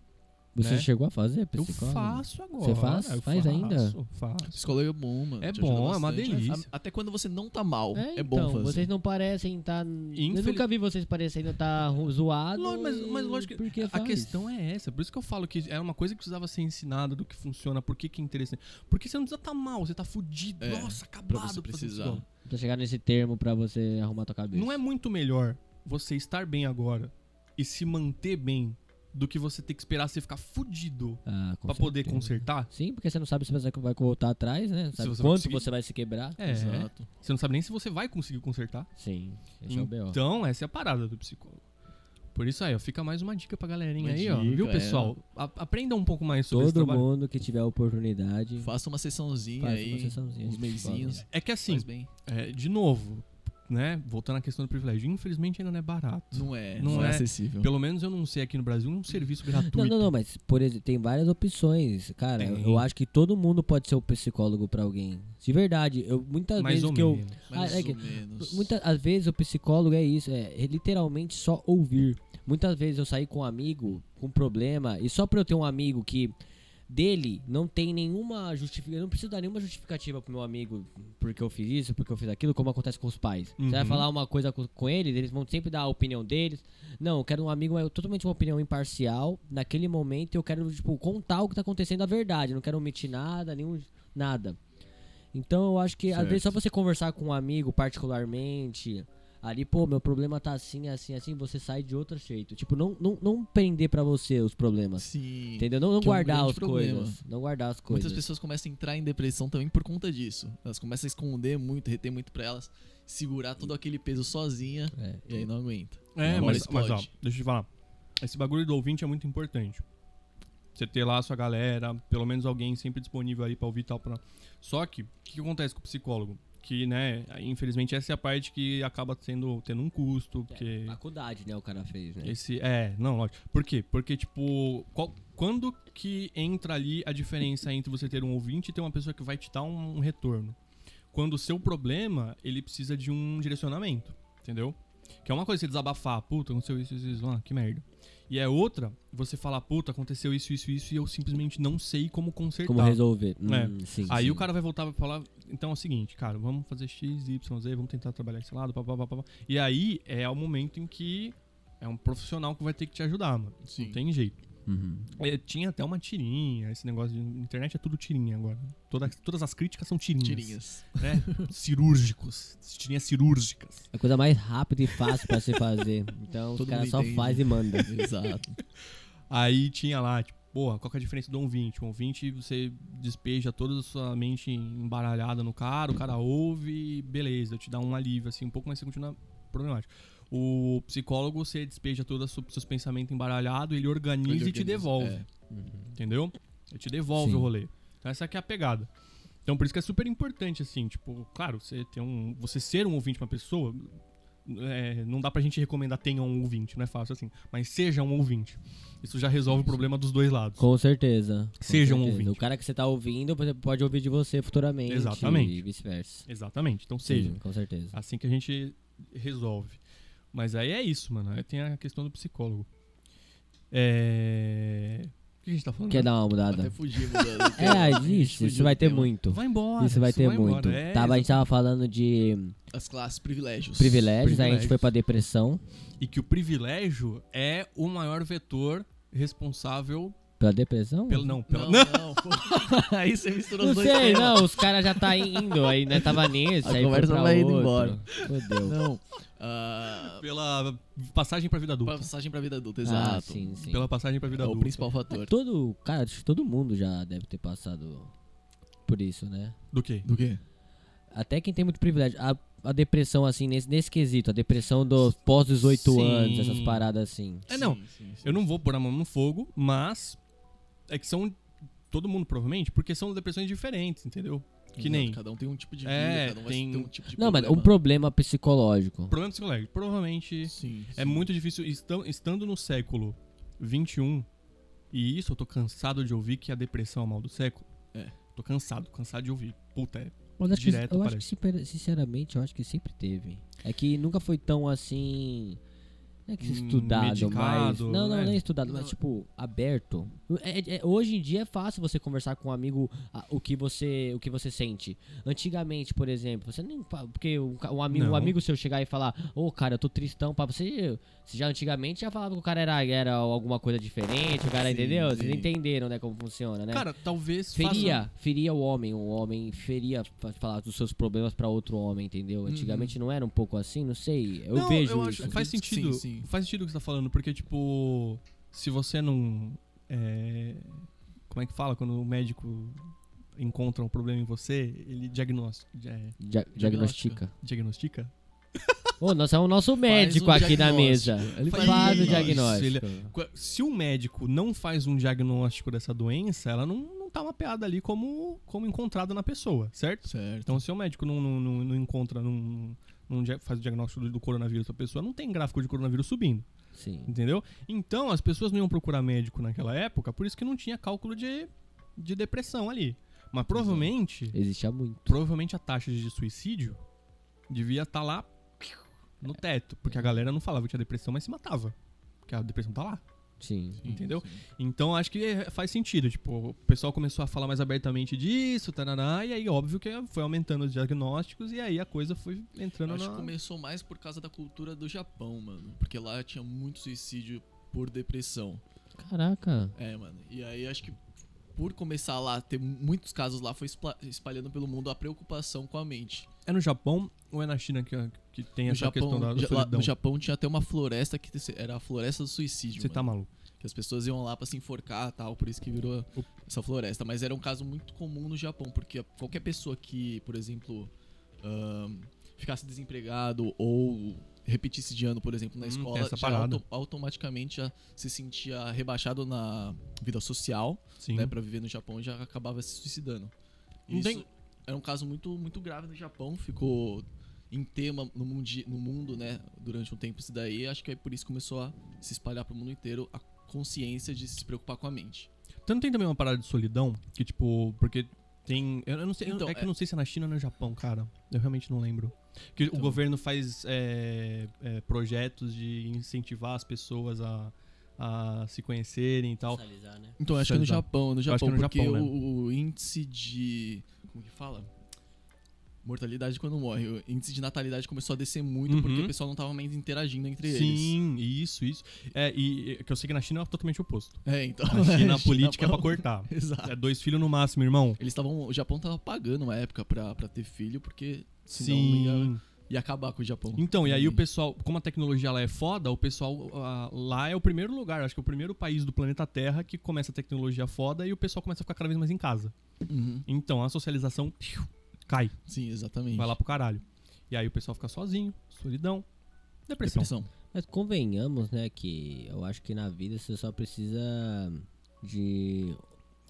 [SPEAKER 2] Você
[SPEAKER 1] né?
[SPEAKER 2] chegou a fazer psicólogo?
[SPEAKER 1] Eu faço agora.
[SPEAKER 2] Você faz?
[SPEAKER 1] eu
[SPEAKER 2] Faz
[SPEAKER 1] faço,
[SPEAKER 2] ainda?
[SPEAKER 1] Faço.
[SPEAKER 3] Psicólogo é bom, mano.
[SPEAKER 1] É
[SPEAKER 3] te
[SPEAKER 1] bom,
[SPEAKER 3] ajuda
[SPEAKER 1] é uma
[SPEAKER 3] bastante. né?
[SPEAKER 1] delícia.
[SPEAKER 3] A- Até quando você não tá mal, é,
[SPEAKER 2] então,
[SPEAKER 3] bom fazer.
[SPEAKER 2] vocês não parecem estar... Eu
[SPEAKER 1] Infeliz-
[SPEAKER 2] nunca vi vocês parecendo estar zoado.
[SPEAKER 1] Lógico, mas- mas lógico que
[SPEAKER 2] porque
[SPEAKER 1] A
[SPEAKER 2] faz.
[SPEAKER 1] questão é essa, por isso que eu falo que era uma coisa que precisava ser ensinada do que funciona, por que que é interessante. Porque você não precisa tá mal, você tá fudido,
[SPEAKER 3] É,
[SPEAKER 1] nossa, acabado
[SPEAKER 3] pra
[SPEAKER 1] pra
[SPEAKER 3] você
[SPEAKER 1] fazer
[SPEAKER 3] precisar.
[SPEAKER 1] psicólogo.
[SPEAKER 2] Pra chegar nesse termo pra você arrumar tua cabeça.
[SPEAKER 1] Não é muito melhor você estar bem agora e se manter bem do que você ter que esperar você ficar fudido
[SPEAKER 2] Ah, com
[SPEAKER 1] pra poder
[SPEAKER 2] certeza.
[SPEAKER 1] consertar?
[SPEAKER 2] Sim, porque você não sabe se você vai voltar atrás, né? Não
[SPEAKER 1] Se
[SPEAKER 2] Sabe
[SPEAKER 1] você vai
[SPEAKER 2] quanto
[SPEAKER 1] conseguir.
[SPEAKER 2] você vai se quebrar.
[SPEAKER 1] É,
[SPEAKER 3] Exato.
[SPEAKER 1] você não sabe nem se você vai conseguir consertar.
[SPEAKER 2] Sim, esse é o B.O.
[SPEAKER 1] Então, essa é a parada do psicólogo. Por isso aí, ó, fica mais uma dica pra galerinha
[SPEAKER 3] Uma
[SPEAKER 1] aí, ó.
[SPEAKER 3] dica,
[SPEAKER 1] Viu,
[SPEAKER 3] é.
[SPEAKER 1] pessoal? A- aprenda um pouco mais sobre esse
[SPEAKER 2] Todo
[SPEAKER 1] trabalho.
[SPEAKER 2] mundo que tiver oportunidade
[SPEAKER 3] Faça uma sessãozinha
[SPEAKER 2] faz
[SPEAKER 3] aí.
[SPEAKER 2] uma sessãozinha.
[SPEAKER 3] uns
[SPEAKER 2] de né? psicólogo.
[SPEAKER 3] meizinhos.
[SPEAKER 1] É que assim,
[SPEAKER 3] Faz bem.
[SPEAKER 1] é, de novo, né? Voltando à questão do privilégio, infelizmente ainda não é barato.
[SPEAKER 3] Não é,
[SPEAKER 1] Não
[SPEAKER 3] não, é,
[SPEAKER 1] é.
[SPEAKER 3] acessível.
[SPEAKER 1] Pelo menos eu não sei aqui no Brasil um serviço gratuito.
[SPEAKER 2] Não, não, não, mas por exemplo, tem várias opções, cara.
[SPEAKER 1] Tem.
[SPEAKER 2] Eu acho que todo mundo pode ser um psicólogo pra alguém. De verdade, eu muitas
[SPEAKER 1] mais
[SPEAKER 2] vezes
[SPEAKER 1] ou
[SPEAKER 2] que eu
[SPEAKER 1] menos.
[SPEAKER 3] Mais
[SPEAKER 2] Ah, é
[SPEAKER 3] ou
[SPEAKER 2] que-
[SPEAKER 3] menos.
[SPEAKER 2] Muitas às vezes o psicólogo é isso, é literalmente só ouvir. Muitas vezes eu saí com um amigo com um problema e só pra eu ter um amigo que dele não tem nenhuma justificativa, eu não preciso dar nenhuma justificativa pro meu amigo porque eu fiz isso, porque eu fiz aquilo, como acontece com os pais. Você vai
[SPEAKER 1] Uhum.
[SPEAKER 2] falar uma coisa com, com eles, eles vão sempre dar a opinião deles. Não, eu quero um amigo, mas totalmente uma opinião imparcial. Naquele momento eu quero, tipo, contar o que tá acontecendo a verdade, eu não quero omitir nada, nenhum nada. Então eu acho que às
[SPEAKER 3] Certo.
[SPEAKER 2] vezes só você conversar com um amigo particularmente, ali, pô, meu problema tá assim, assim, assim, você sai de outro jeito. Tipo, não, não, não prender pra você os problemas.
[SPEAKER 3] Sim.
[SPEAKER 2] Entendeu? Não, não
[SPEAKER 3] que é um
[SPEAKER 2] guardar
[SPEAKER 3] grande
[SPEAKER 2] as
[SPEAKER 3] problema.
[SPEAKER 2] coisas. Não guardar as coisas.
[SPEAKER 3] Muitas pessoas começam a entrar em depressão também por conta disso. Elas começam a esconder muito, reter muito pra elas, segurar todo aquele peso sozinha
[SPEAKER 2] É.
[SPEAKER 3] e aí não aguenta.
[SPEAKER 1] É,
[SPEAKER 3] Uma
[SPEAKER 1] mas,
[SPEAKER 3] hora
[SPEAKER 1] mas ó,
[SPEAKER 3] explode.
[SPEAKER 1] deixa eu te falar. Esse bagulho do ouvinte é muito importante. Você ter lá a sua galera, pelo menos alguém sempre disponível aí pra ouvir e tal. Pra... Só que, o que que acontece com o psicólogo? Que, né, infelizmente essa é a parte que acaba sendo, tendo um custo, porque...
[SPEAKER 2] Faculdade, né, o cara fez, né?
[SPEAKER 1] Esse, é, não, lógico. Por quê? Porque, tipo, qual- quando que entra ali a diferença entre você ter um ouvinte e ter uma pessoa que vai te dar um, um retorno? Quando o seu problema, ele precisa de um direcionamento, entendeu? Que é uma coisa você desabafar, puta, aconteceu isso, isso, isso, ah, que merda. E é outra, você falar, puta, aconteceu isso, isso, isso, e eu simplesmente não sei como consertar.
[SPEAKER 2] Como resolver. Hum,
[SPEAKER 1] É.
[SPEAKER 2] sim,
[SPEAKER 1] Aí
[SPEAKER 2] sim.
[SPEAKER 1] o cara vai voltar pra falar, então é o seguinte, cara, vamos fazer X, Y, Z, vamos tentar trabalhar esse lado, papapá. papapá. E aí é o momento em que é um profissional que vai ter que te ajudar, mano.
[SPEAKER 3] Sim.
[SPEAKER 1] Não tem jeito.
[SPEAKER 2] Uhum.
[SPEAKER 1] É, tinha até uma tirinha, esse negócio de internet é tudo tirinha agora. Todas, todas as críticas são tirinhas.
[SPEAKER 3] Tirinhas.
[SPEAKER 1] Cirúrgicos. Tirinhas cirúrgicas.
[SPEAKER 2] É a coisa mais rápida e fácil pra se fazer. Então os
[SPEAKER 3] Todo
[SPEAKER 2] caras
[SPEAKER 3] mundo
[SPEAKER 2] só
[SPEAKER 3] entende.
[SPEAKER 2] faz e manda.
[SPEAKER 3] Exato.
[SPEAKER 1] Aí tinha lá, tipo, porra, qual que é a diferença do ouvinte? Um ouvinte, você despeja toda a sua mente embaralhada no cara, o cara ouve, beleza, te dá um alívio, assim, um pouco, mas você continua problemático. O psicólogo, você despeja todos os seus pensamentos embaralhados, ele organiza,
[SPEAKER 3] Ele
[SPEAKER 1] e te
[SPEAKER 3] organiza,
[SPEAKER 1] devolve,
[SPEAKER 3] é.
[SPEAKER 1] entendeu? Ele te devolve
[SPEAKER 2] Sim.
[SPEAKER 1] o rolê. Então essa aqui é a pegada. Então por isso que é super importante, assim, tipo, claro, você ter um. Você ser um ouvinte pra uma pessoa. é, não dá pra gente recomendar tenha um ouvinte, não é fácil assim. Mas seja um ouvinte. Isso já resolve o problema dos dois lados.
[SPEAKER 2] Com certeza. Com
[SPEAKER 1] Seja um
[SPEAKER 2] certeza.
[SPEAKER 1] ouvinte.
[SPEAKER 2] O cara que você tá ouvindo você pode ouvir de você futuramente.
[SPEAKER 1] Exatamente.
[SPEAKER 2] E vice-versa.
[SPEAKER 1] Exatamente. Então seja.
[SPEAKER 2] Sim, com certeza.
[SPEAKER 1] Assim que a gente resolve. Mas aí é isso, mano. Aí tem a questão do psicólogo. É. O que a gente tá falando?
[SPEAKER 2] Quer dar uma
[SPEAKER 3] Até
[SPEAKER 2] mudada?
[SPEAKER 3] fugimos. da- do tema.
[SPEAKER 2] É,
[SPEAKER 3] A gente
[SPEAKER 2] existe. Isso
[SPEAKER 3] fugiu
[SPEAKER 2] vai
[SPEAKER 3] do
[SPEAKER 2] ter
[SPEAKER 3] tema.
[SPEAKER 2] muito.
[SPEAKER 1] Vai embora.
[SPEAKER 2] um Isso vai ter muito.
[SPEAKER 1] embora. É,
[SPEAKER 2] Tava, a gente tava falando de
[SPEAKER 3] As classes, privilégios.
[SPEAKER 2] privilégios, aí a
[SPEAKER 1] Privilégios.
[SPEAKER 2] gente foi pra depressão.
[SPEAKER 1] E que o privilégio é o maior vetor responsável
[SPEAKER 2] Pela depressão?
[SPEAKER 1] pelo. Não, pela.
[SPEAKER 3] Não, não. pô. Aí você misturou
[SPEAKER 2] Não
[SPEAKER 3] os dois
[SPEAKER 2] sei,
[SPEAKER 3] temas.
[SPEAKER 2] não. Os caras já tá indo, aí né, tava nesse,
[SPEAKER 3] A
[SPEAKER 2] aí foi
[SPEAKER 3] conversa
[SPEAKER 2] pra
[SPEAKER 3] vai indo
[SPEAKER 2] outro.
[SPEAKER 3] embora.
[SPEAKER 2] Fudeu.
[SPEAKER 3] Não. Ah,
[SPEAKER 1] Pela passagem pra vida adulta.
[SPEAKER 3] passagem pra vida adulta,
[SPEAKER 2] Ah,
[SPEAKER 3] exato.
[SPEAKER 2] sim, sim.
[SPEAKER 1] Pela passagem pra vida
[SPEAKER 3] É o
[SPEAKER 1] adulta.
[SPEAKER 3] principal fator.
[SPEAKER 2] Todo, cara, acho que todo mundo já deve ter passado por isso, né?
[SPEAKER 1] Do quê?
[SPEAKER 3] Do quê?
[SPEAKER 2] Até quem tem muito privilégio. A, a depressão, assim, nesse, nesse quesito, a depressão dos pós-18
[SPEAKER 1] Sim.
[SPEAKER 2] anos, essas paradas assim.
[SPEAKER 1] É, não. Eu não vou pôr a mão no fogo, mas. É que são. Todo mundo, provavelmente, porque são depressões diferentes, entendeu? Que nem.
[SPEAKER 3] Cada um tem um tipo de vida,
[SPEAKER 1] É,
[SPEAKER 3] cada um vai
[SPEAKER 1] tem-
[SPEAKER 3] ter um tipo de
[SPEAKER 2] Não, mas
[SPEAKER 3] problema.
[SPEAKER 2] um problema psicológico.
[SPEAKER 1] Problema psicológico. Provavelmente.
[SPEAKER 3] Sim,
[SPEAKER 1] É
[SPEAKER 3] sim.
[SPEAKER 1] muito difícil, estam- estando no século XXI, e isso eu tô cansado de ouvir que a depressão é o mal do século.
[SPEAKER 3] É.
[SPEAKER 1] Tô cansado, cansado de ouvir. Puta, é.
[SPEAKER 2] Mas acho que-
[SPEAKER 1] Direto
[SPEAKER 2] eu acho
[SPEAKER 1] aparece.
[SPEAKER 2] que, sincer- sinceramente, eu acho que sempre teve. É que nunca foi tão assim. Não é que
[SPEAKER 1] Hum,
[SPEAKER 2] estudado, mas.
[SPEAKER 1] medicado,
[SPEAKER 2] Não, não,
[SPEAKER 1] né?
[SPEAKER 2] não é estudado,
[SPEAKER 3] Não.
[SPEAKER 2] mas tipo, aberto. É- é- hoje em dia é fácil você conversar com um amigo ah, o, que você, o que você sente. Antigamente, por exemplo, você nem. fa- Porque um, ca- um amigo, um
[SPEAKER 1] Não.
[SPEAKER 2] amigo seu chegar e falar, ô cara, eu tô tristão pra você. Você já antigamente já falava que o cara era, era alguma coisa diferente, o cara,
[SPEAKER 3] Sim,
[SPEAKER 2] entendeu? Vocês
[SPEAKER 3] sim.
[SPEAKER 2] entenderam, né, como funciona, né?
[SPEAKER 1] Cara, talvez faça.
[SPEAKER 2] Feria, feria o homem, o homem feria fa- falar dos seus problemas pra outro homem, entendeu? Antigamente não era um pouco assim, não sei, eu
[SPEAKER 1] Uhum. Não,
[SPEAKER 2] vejo
[SPEAKER 1] eu acho-
[SPEAKER 2] isso.
[SPEAKER 1] faz
[SPEAKER 3] Sim,
[SPEAKER 1] sentido.
[SPEAKER 3] sim.
[SPEAKER 1] Faz sentido o que você tá falando, porque, tipo, se você não. é, como é que fala? Quando o médico encontra um problema em você, ele diagnos- é,
[SPEAKER 2] Dia- diagnostica.
[SPEAKER 1] diagnostica?
[SPEAKER 2] Ô, nós é o nosso médico
[SPEAKER 3] um
[SPEAKER 2] aqui na mesa.
[SPEAKER 3] diagnóstico.
[SPEAKER 2] Ele
[SPEAKER 1] Faz
[SPEAKER 2] faz,
[SPEAKER 1] um
[SPEAKER 2] o
[SPEAKER 1] diagnóstico.
[SPEAKER 2] diagnóstico.
[SPEAKER 1] Qua- Se um médico não faz um diagnóstico dessa doença, ela não, não tá mapeada ali como, como encontrada na pessoa, certo?
[SPEAKER 3] Certo.
[SPEAKER 1] Então, se o médico não, não, não, não encontra, não, não dia- faz o diagnóstico do, do coronavírus pra pessoa, não tem gráfico de coronavírus subindo,
[SPEAKER 2] Sim.
[SPEAKER 1] entendeu? Então, as pessoas não iam procurar médico naquela época, por isso que não tinha cálculo de, de depressão ali. Mas provavelmente,
[SPEAKER 2] Existia muito.
[SPEAKER 1] provavelmente a taxa de suicídio devia estar lá no teto, porque a galera não falava que tinha depressão, mas se matava. Porque a depressão tá lá.
[SPEAKER 2] Sim.
[SPEAKER 3] Sim,
[SPEAKER 1] entendeu?
[SPEAKER 3] sim.
[SPEAKER 1] Então acho que é, faz sentido, tipo, o pessoal começou a falar mais abertamente disso, taraná, e aí óbvio que foi aumentando os diagnósticos e aí a coisa foi entrando
[SPEAKER 3] Acho que
[SPEAKER 1] na...
[SPEAKER 3] começou mais por causa da cultura do Japão, mano. Porque lá tinha muito suicídio por depressão.
[SPEAKER 2] Caraca.
[SPEAKER 3] É, mano. E aí acho que por começar lá, ter muitos casos lá, foi espla- espalhando pelo mundo a preocupação com a mente.
[SPEAKER 1] É no Japão ou é na China que, que tem essa questão da, da
[SPEAKER 3] ja- lá
[SPEAKER 1] solidão?
[SPEAKER 3] no Japão tinha até uma floresta que te- era a floresta do suicídio.
[SPEAKER 1] Você
[SPEAKER 3] mano.
[SPEAKER 1] tá maluco.
[SPEAKER 3] Que as pessoas iam lá pra se enforcar e tal, por isso que virou essa floresta. Mas era um caso muito comum no Japão, porque qualquer pessoa que, por exemplo, ahn, ficasse desempregado ou repetisse de ano, por exemplo, na
[SPEAKER 1] Hum, tem
[SPEAKER 3] escola,
[SPEAKER 1] essa
[SPEAKER 3] já
[SPEAKER 1] parada.
[SPEAKER 3] auto- automaticamente já se sentia rebaixado na vida social,
[SPEAKER 1] Sim.
[SPEAKER 3] né, para viver no Japão, já acabava se suicidando.
[SPEAKER 1] Não
[SPEAKER 3] Isso
[SPEAKER 1] tem-
[SPEAKER 3] era um caso muito muito grave no Japão, ficou em tema no, mundi, no mundo, né, durante um tempo isso daí, acho que é por isso que começou a se espalhar pro mundo inteiro a consciência de se preocupar com a mente.
[SPEAKER 1] Então não tem também uma parada de solidão? Que tipo, porque tem... Eu eu não sei, eu-
[SPEAKER 3] Então,
[SPEAKER 1] é que
[SPEAKER 3] é-
[SPEAKER 1] eu não sei se é na China ou no Japão, cara. Eu realmente não lembro. Que o
[SPEAKER 3] Então-
[SPEAKER 1] governo faz é, é, projetos de incentivar as pessoas a, a se conhecerem e tal.
[SPEAKER 3] Então acho que é no
[SPEAKER 1] Socializar.
[SPEAKER 3] Japão,
[SPEAKER 1] Eu
[SPEAKER 3] no
[SPEAKER 1] acho que
[SPEAKER 3] Japão,
[SPEAKER 1] é no
[SPEAKER 3] porque
[SPEAKER 1] Japão, né?
[SPEAKER 3] o, o índice de como que fala? Mortalidade quando morre. O índice de natalidade começou a descer muito
[SPEAKER 1] Uhum.
[SPEAKER 3] porque o pessoal não tava mais interagindo entre eles.
[SPEAKER 1] Sim, isso, isso. É, e e- que eu sei que na China é totalmente o oposto.
[SPEAKER 3] É, então.
[SPEAKER 1] Na China a política é pra
[SPEAKER 3] cortar.
[SPEAKER 1] cortar.
[SPEAKER 3] Exato.
[SPEAKER 1] É dois filhos no máximo, irmão.
[SPEAKER 3] Eles estavam. O Japão tava pagando uma época pra, pra ter filho, porque senão ia,
[SPEAKER 1] Sim.
[SPEAKER 3] ia acabar com o Japão.
[SPEAKER 1] Então, e aí o pessoal, como a tecnologia lá é foda, o pessoal ah, lá é o primeiro lugar, acho que é o primeiro país do planeta Terra que começa a tecnologia foda e o pessoal começa a ficar cada vez mais em casa.
[SPEAKER 3] Uhum.
[SPEAKER 1] Então, a socialização piu, cai,
[SPEAKER 3] Sim, exatamente.
[SPEAKER 1] vai lá pro caralho. E aí o pessoal fica sozinho, solidão, depressão.
[SPEAKER 3] Depressão.
[SPEAKER 2] Mas convenhamos, né, que eu acho que na vida você só precisa de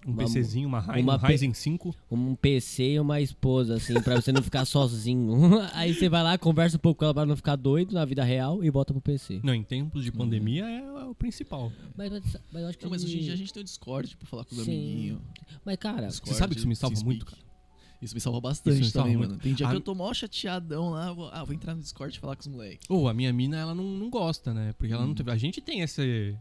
[SPEAKER 1] Um
[SPEAKER 2] Uma-
[SPEAKER 1] PCzinho, uma, Ryzen-
[SPEAKER 2] uma
[SPEAKER 1] um
[SPEAKER 2] P-
[SPEAKER 1] Ryzen 5.
[SPEAKER 2] Um PC e uma esposa, assim, pra você não ficar sozinho. Aí você vai lá, conversa um pouco com ela pra não ficar doido na vida real e bota pro PC.
[SPEAKER 1] Não, em tempos de pandemia é, é o principal.
[SPEAKER 2] Mas, mas, mas eu acho que.
[SPEAKER 3] Não, mas hoje em dia a gente tem o Discord pra falar com os
[SPEAKER 2] Sim.
[SPEAKER 3] amiguinhos.
[SPEAKER 2] Mas, cara,
[SPEAKER 3] Discord,
[SPEAKER 1] sabe que isso me salva
[SPEAKER 3] Teamspeak.
[SPEAKER 1] muito, cara?
[SPEAKER 3] Isso me salva bastante
[SPEAKER 1] Isso me salva
[SPEAKER 3] também,
[SPEAKER 1] muito. Ah.
[SPEAKER 3] mano. Tem dia
[SPEAKER 1] A-
[SPEAKER 3] que eu tô mó chateadão lá, vou, ah, vou entrar no Discord e falar com os moleques.
[SPEAKER 1] Ou a minha mina, ela não, não gosta, né? Porque ela não teve. A gente tem esse,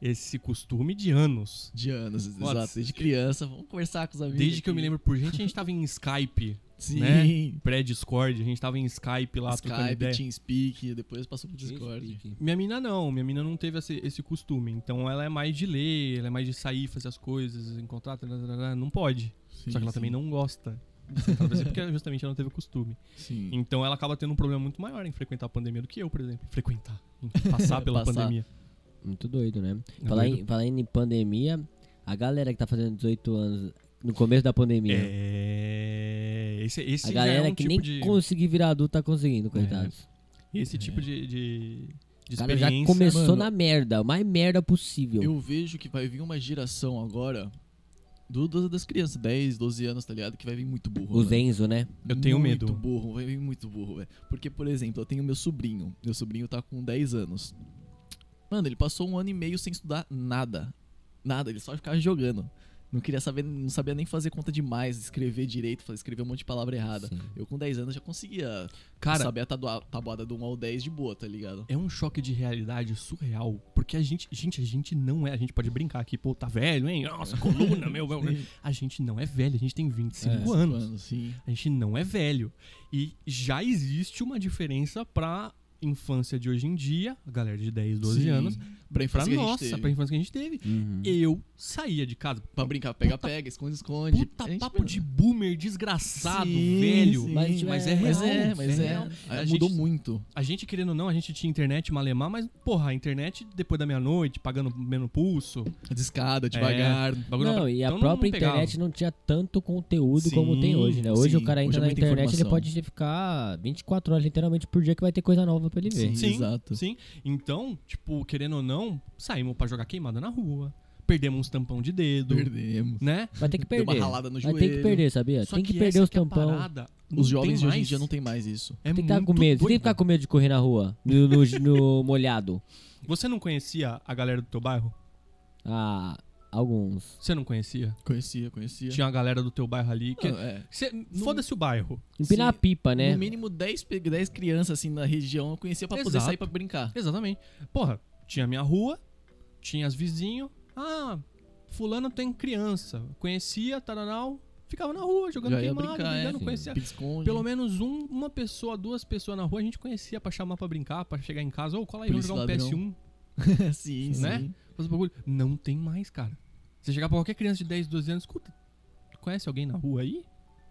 [SPEAKER 1] esse costume de anos.
[SPEAKER 3] De anos,
[SPEAKER 1] Nossa.
[SPEAKER 3] exato. Desde criança, vamos conversar com os amigos.
[SPEAKER 1] Desde que eu
[SPEAKER 3] aqui.
[SPEAKER 1] me lembro por gente, a gente tava em Skype,
[SPEAKER 3] Sim.
[SPEAKER 1] né? pré-Discord, a gente tava em Skype lá trocando
[SPEAKER 3] Skype,
[SPEAKER 1] ideia.
[SPEAKER 3] TeamSpeak, depois passou pro Discord.
[SPEAKER 1] Minha mina não, minha mina não teve esse, esse costume. Então ela é mais de ler, ela é mais de sair, fazer as coisas, encontrar, tararara, não pode. Só que ela também não gosta. de sentar no PC, Porque justamente ela não teve o costume.
[SPEAKER 3] Sim.
[SPEAKER 1] Então ela acaba tendo um problema muito maior em frequentar a pandemia do que eu, por exemplo. Frequentar. em Passar pela
[SPEAKER 3] Passar.
[SPEAKER 1] pandemia.
[SPEAKER 2] Muito doido, né?
[SPEAKER 1] É
[SPEAKER 2] falar,
[SPEAKER 1] doido.
[SPEAKER 2] Em, falar em pandemia, a galera que tá fazendo 18 anos no começo da pandemia.
[SPEAKER 1] É. Esse, esse
[SPEAKER 2] a
[SPEAKER 1] já
[SPEAKER 2] galera
[SPEAKER 1] é um
[SPEAKER 2] que
[SPEAKER 1] tipo
[SPEAKER 2] nem
[SPEAKER 1] de.
[SPEAKER 2] conseguir virar adulto tá conseguindo, coitados.
[SPEAKER 1] Esse tipo de, de, de
[SPEAKER 2] o cara É. já
[SPEAKER 1] experiência.
[SPEAKER 2] começou
[SPEAKER 3] mano.
[SPEAKER 2] na merda, o mais merda possível.
[SPEAKER 3] Eu vejo que vai vir uma geração agora do, do- das crianças, 10, 12 anos, tá ligado? Que vai vir muito burro.
[SPEAKER 2] o
[SPEAKER 3] mano.
[SPEAKER 2] Zenzo, né?
[SPEAKER 1] Eu tenho
[SPEAKER 3] muito
[SPEAKER 1] medo.
[SPEAKER 3] burro, vai vir muito burro, velho. Porque, por exemplo, eu tenho meu sobrinho. Meu sobrinho tá com 10 anos. Mano, ele passou um ano e meio sem estudar nada. Nada, ele só ficava jogando. Não queria saber, não sabia nem fazer conta demais, escrever direito, fa- escrever um monte de palavra errada.
[SPEAKER 2] Sim.
[SPEAKER 3] Eu com 10 anos já conseguia
[SPEAKER 1] Cara,
[SPEAKER 3] saber a tadoa- tabuada do 1 ao 10 de boa, tá ligado?
[SPEAKER 1] é um choque de realidade surreal. Porque a gente, gente, a gente não é. A gente pode brincar aqui, pô, tá velho, hein? Nossa, coluna, meu, meu. meu. A gente não é velho, a gente tem 25
[SPEAKER 2] É, cinco
[SPEAKER 1] anos.
[SPEAKER 3] sim.
[SPEAKER 1] A gente não é velho. E já existe uma diferença pra infância de hoje em dia, a galera de 10, 12
[SPEAKER 3] Sim.
[SPEAKER 1] anos,
[SPEAKER 3] Pra
[SPEAKER 1] pra
[SPEAKER 3] infância que a gente
[SPEAKER 1] nossa,
[SPEAKER 3] teve. Hum.
[SPEAKER 1] pra infância que a gente teve.
[SPEAKER 2] Uhum.
[SPEAKER 1] Eu saía de casa.
[SPEAKER 3] Pra brincar, pega-pega, esconde-esconde.
[SPEAKER 1] Puta
[SPEAKER 3] A gente
[SPEAKER 1] papo
[SPEAKER 3] brinca.
[SPEAKER 1] de boomer desgraçado,
[SPEAKER 3] Sim,
[SPEAKER 1] velho.
[SPEAKER 3] sim.
[SPEAKER 2] Mas,
[SPEAKER 1] Mas
[SPEAKER 2] é,
[SPEAKER 1] é
[SPEAKER 3] Mas
[SPEAKER 1] real,
[SPEAKER 3] é, mas é.
[SPEAKER 1] real.
[SPEAKER 3] Aí
[SPEAKER 1] A
[SPEAKER 3] mudou
[SPEAKER 1] gente-
[SPEAKER 3] muito.
[SPEAKER 1] A gente, querendo ou não, a gente tinha internet malemar, mas, porra, a internet depois da meia-noite, pagando menos pulso,
[SPEAKER 3] Descada, devagar.
[SPEAKER 1] bagulho
[SPEAKER 2] Não, e a
[SPEAKER 1] então não-
[SPEAKER 2] própria
[SPEAKER 1] não pegava.
[SPEAKER 2] internet não tinha tanto conteúdo como tem
[SPEAKER 3] Sim,
[SPEAKER 2] hoje, né? Hoje
[SPEAKER 3] sim.
[SPEAKER 2] o cara
[SPEAKER 3] Hoje
[SPEAKER 2] entra
[SPEAKER 3] é
[SPEAKER 2] na
[SPEAKER 3] muita
[SPEAKER 2] internet, ele
[SPEAKER 3] informação.
[SPEAKER 2] pode ficar 24 horas literalmente por dia que vai ter coisa nova pra ele ver.
[SPEAKER 3] Sim.
[SPEAKER 1] Sim,
[SPEAKER 3] Exato.
[SPEAKER 1] sim. Então, tipo, querendo ou não, saímos pra jogar queimada na rua, perdemos uns tampão de dedo,
[SPEAKER 3] Perdemos.
[SPEAKER 1] né?
[SPEAKER 2] Vai ter que
[SPEAKER 3] Deu
[SPEAKER 2] perder.
[SPEAKER 3] uma ralada no
[SPEAKER 2] Vai
[SPEAKER 3] joelho.
[SPEAKER 2] ter que perder, sabia?
[SPEAKER 1] Só
[SPEAKER 2] tem que, perder
[SPEAKER 1] essa
[SPEAKER 2] os
[SPEAKER 1] que é a
[SPEAKER 2] tampão.
[SPEAKER 1] parada, não
[SPEAKER 3] Os jovens
[SPEAKER 1] tem
[SPEAKER 3] de hoje em
[SPEAKER 1] mais.
[SPEAKER 3] dia não tem mais isso.
[SPEAKER 1] É
[SPEAKER 2] Tem que ficar com
[SPEAKER 1] muito
[SPEAKER 2] medo. Você
[SPEAKER 1] doido.
[SPEAKER 2] tem que ficar com medo de correr na rua, no, no- no molhado.
[SPEAKER 1] Você não conhecia a galera do teu bairro?
[SPEAKER 2] Ah, alguns.
[SPEAKER 1] Você não conhecia?
[SPEAKER 3] Conhecia, conhecia.
[SPEAKER 1] Tinha a galera do teu bairro ali que...
[SPEAKER 3] Não, é.
[SPEAKER 1] Cê- Foda-se o bairro.
[SPEAKER 2] Empinar a
[SPEAKER 3] Sim,
[SPEAKER 2] pipa, né?
[SPEAKER 3] No mínimo 10, pe- 10 crianças assim na região eu conhecia pra poder
[SPEAKER 1] Exato. Tá
[SPEAKER 3] sair pra brincar.
[SPEAKER 1] Exatamente. Porra, tinha minha rua, tinha as vizinhos. Ah, fulano tem criança. Conhecia, taranal. Ficava na rua, jogando
[SPEAKER 3] Já ia
[SPEAKER 1] queimada,
[SPEAKER 3] brincar,
[SPEAKER 1] brigando,
[SPEAKER 3] é,
[SPEAKER 2] sim.
[SPEAKER 1] conhecia.
[SPEAKER 3] Pisconde.
[SPEAKER 1] Pelo menos um- uma pessoa, duas pessoas na rua a gente conhecia pra chamar pra brincar, pra chegar em casa. Ou cola aí, vamos
[SPEAKER 3] Polícia
[SPEAKER 1] jogar um
[SPEAKER 3] ladrão.
[SPEAKER 1] PS1.
[SPEAKER 3] sim,
[SPEAKER 1] né?
[SPEAKER 3] sim.
[SPEAKER 1] Fazer bagulho. Não tem mais, cara. Você chegar pra qualquer criança de 10, 12 anos, escuta, tu conhece alguém na rua aí? Eu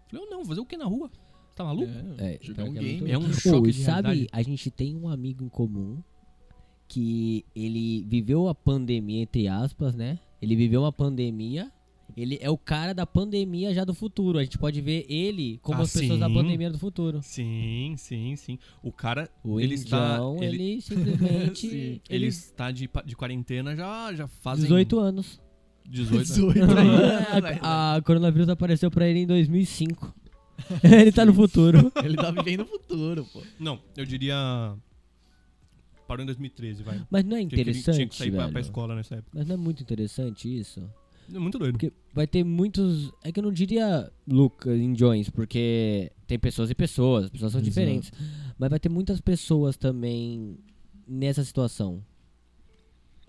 [SPEAKER 1] Falei, eu não, vou fazer o que na rua? Tá maluco?
[SPEAKER 3] É,
[SPEAKER 2] É,
[SPEAKER 3] jogar
[SPEAKER 2] pior
[SPEAKER 3] um
[SPEAKER 2] que é muito
[SPEAKER 3] game.
[SPEAKER 1] É, um
[SPEAKER 2] Ô,
[SPEAKER 1] choque
[SPEAKER 2] e
[SPEAKER 1] de
[SPEAKER 2] sabe,
[SPEAKER 1] realidade.
[SPEAKER 2] a gente tem um amigo em comum que ele viveu a pandemia, entre aspas, né? Ele viveu uma pandemia. Ele é o cara da pandemia já do futuro. A gente pode ver ele como
[SPEAKER 1] Ah,
[SPEAKER 2] as pessoas da
[SPEAKER 1] sim.
[SPEAKER 2] pandemia do futuro.
[SPEAKER 1] Sim, sim, sim. O cara,
[SPEAKER 2] O
[SPEAKER 1] Ele
[SPEAKER 2] ele
[SPEAKER 1] está-
[SPEAKER 2] Indião,
[SPEAKER 1] ele-
[SPEAKER 2] ele, simplesmente.
[SPEAKER 3] Sim.
[SPEAKER 2] ele,
[SPEAKER 1] ele está de, pa- de quarentena já, já fazem...
[SPEAKER 2] 18 anos.
[SPEAKER 3] é
[SPEAKER 1] 18 É
[SPEAKER 3] né?
[SPEAKER 2] a, a coronavírus apareceu pra ele em 2005. ele tá no futuro.
[SPEAKER 3] Ele tá vivendo o futuro, pô.
[SPEAKER 1] Não, eu diria. Parou em 2013, vai.
[SPEAKER 2] Mas não é
[SPEAKER 1] Porque ele Tinha que
[SPEAKER 2] interessante,
[SPEAKER 1] sair pra, pra
[SPEAKER 2] velho.
[SPEAKER 1] escola nessa época.
[SPEAKER 2] Mas não é muito interessante isso?
[SPEAKER 1] É muito doido.
[SPEAKER 2] Porque vai ter muitos. É que eu não diria Lucas em Jones, porque tem pessoas e pessoas, as pessoas são
[SPEAKER 3] Exato.
[SPEAKER 2] diferentes. Mas vai ter muitas pessoas também nessa situação.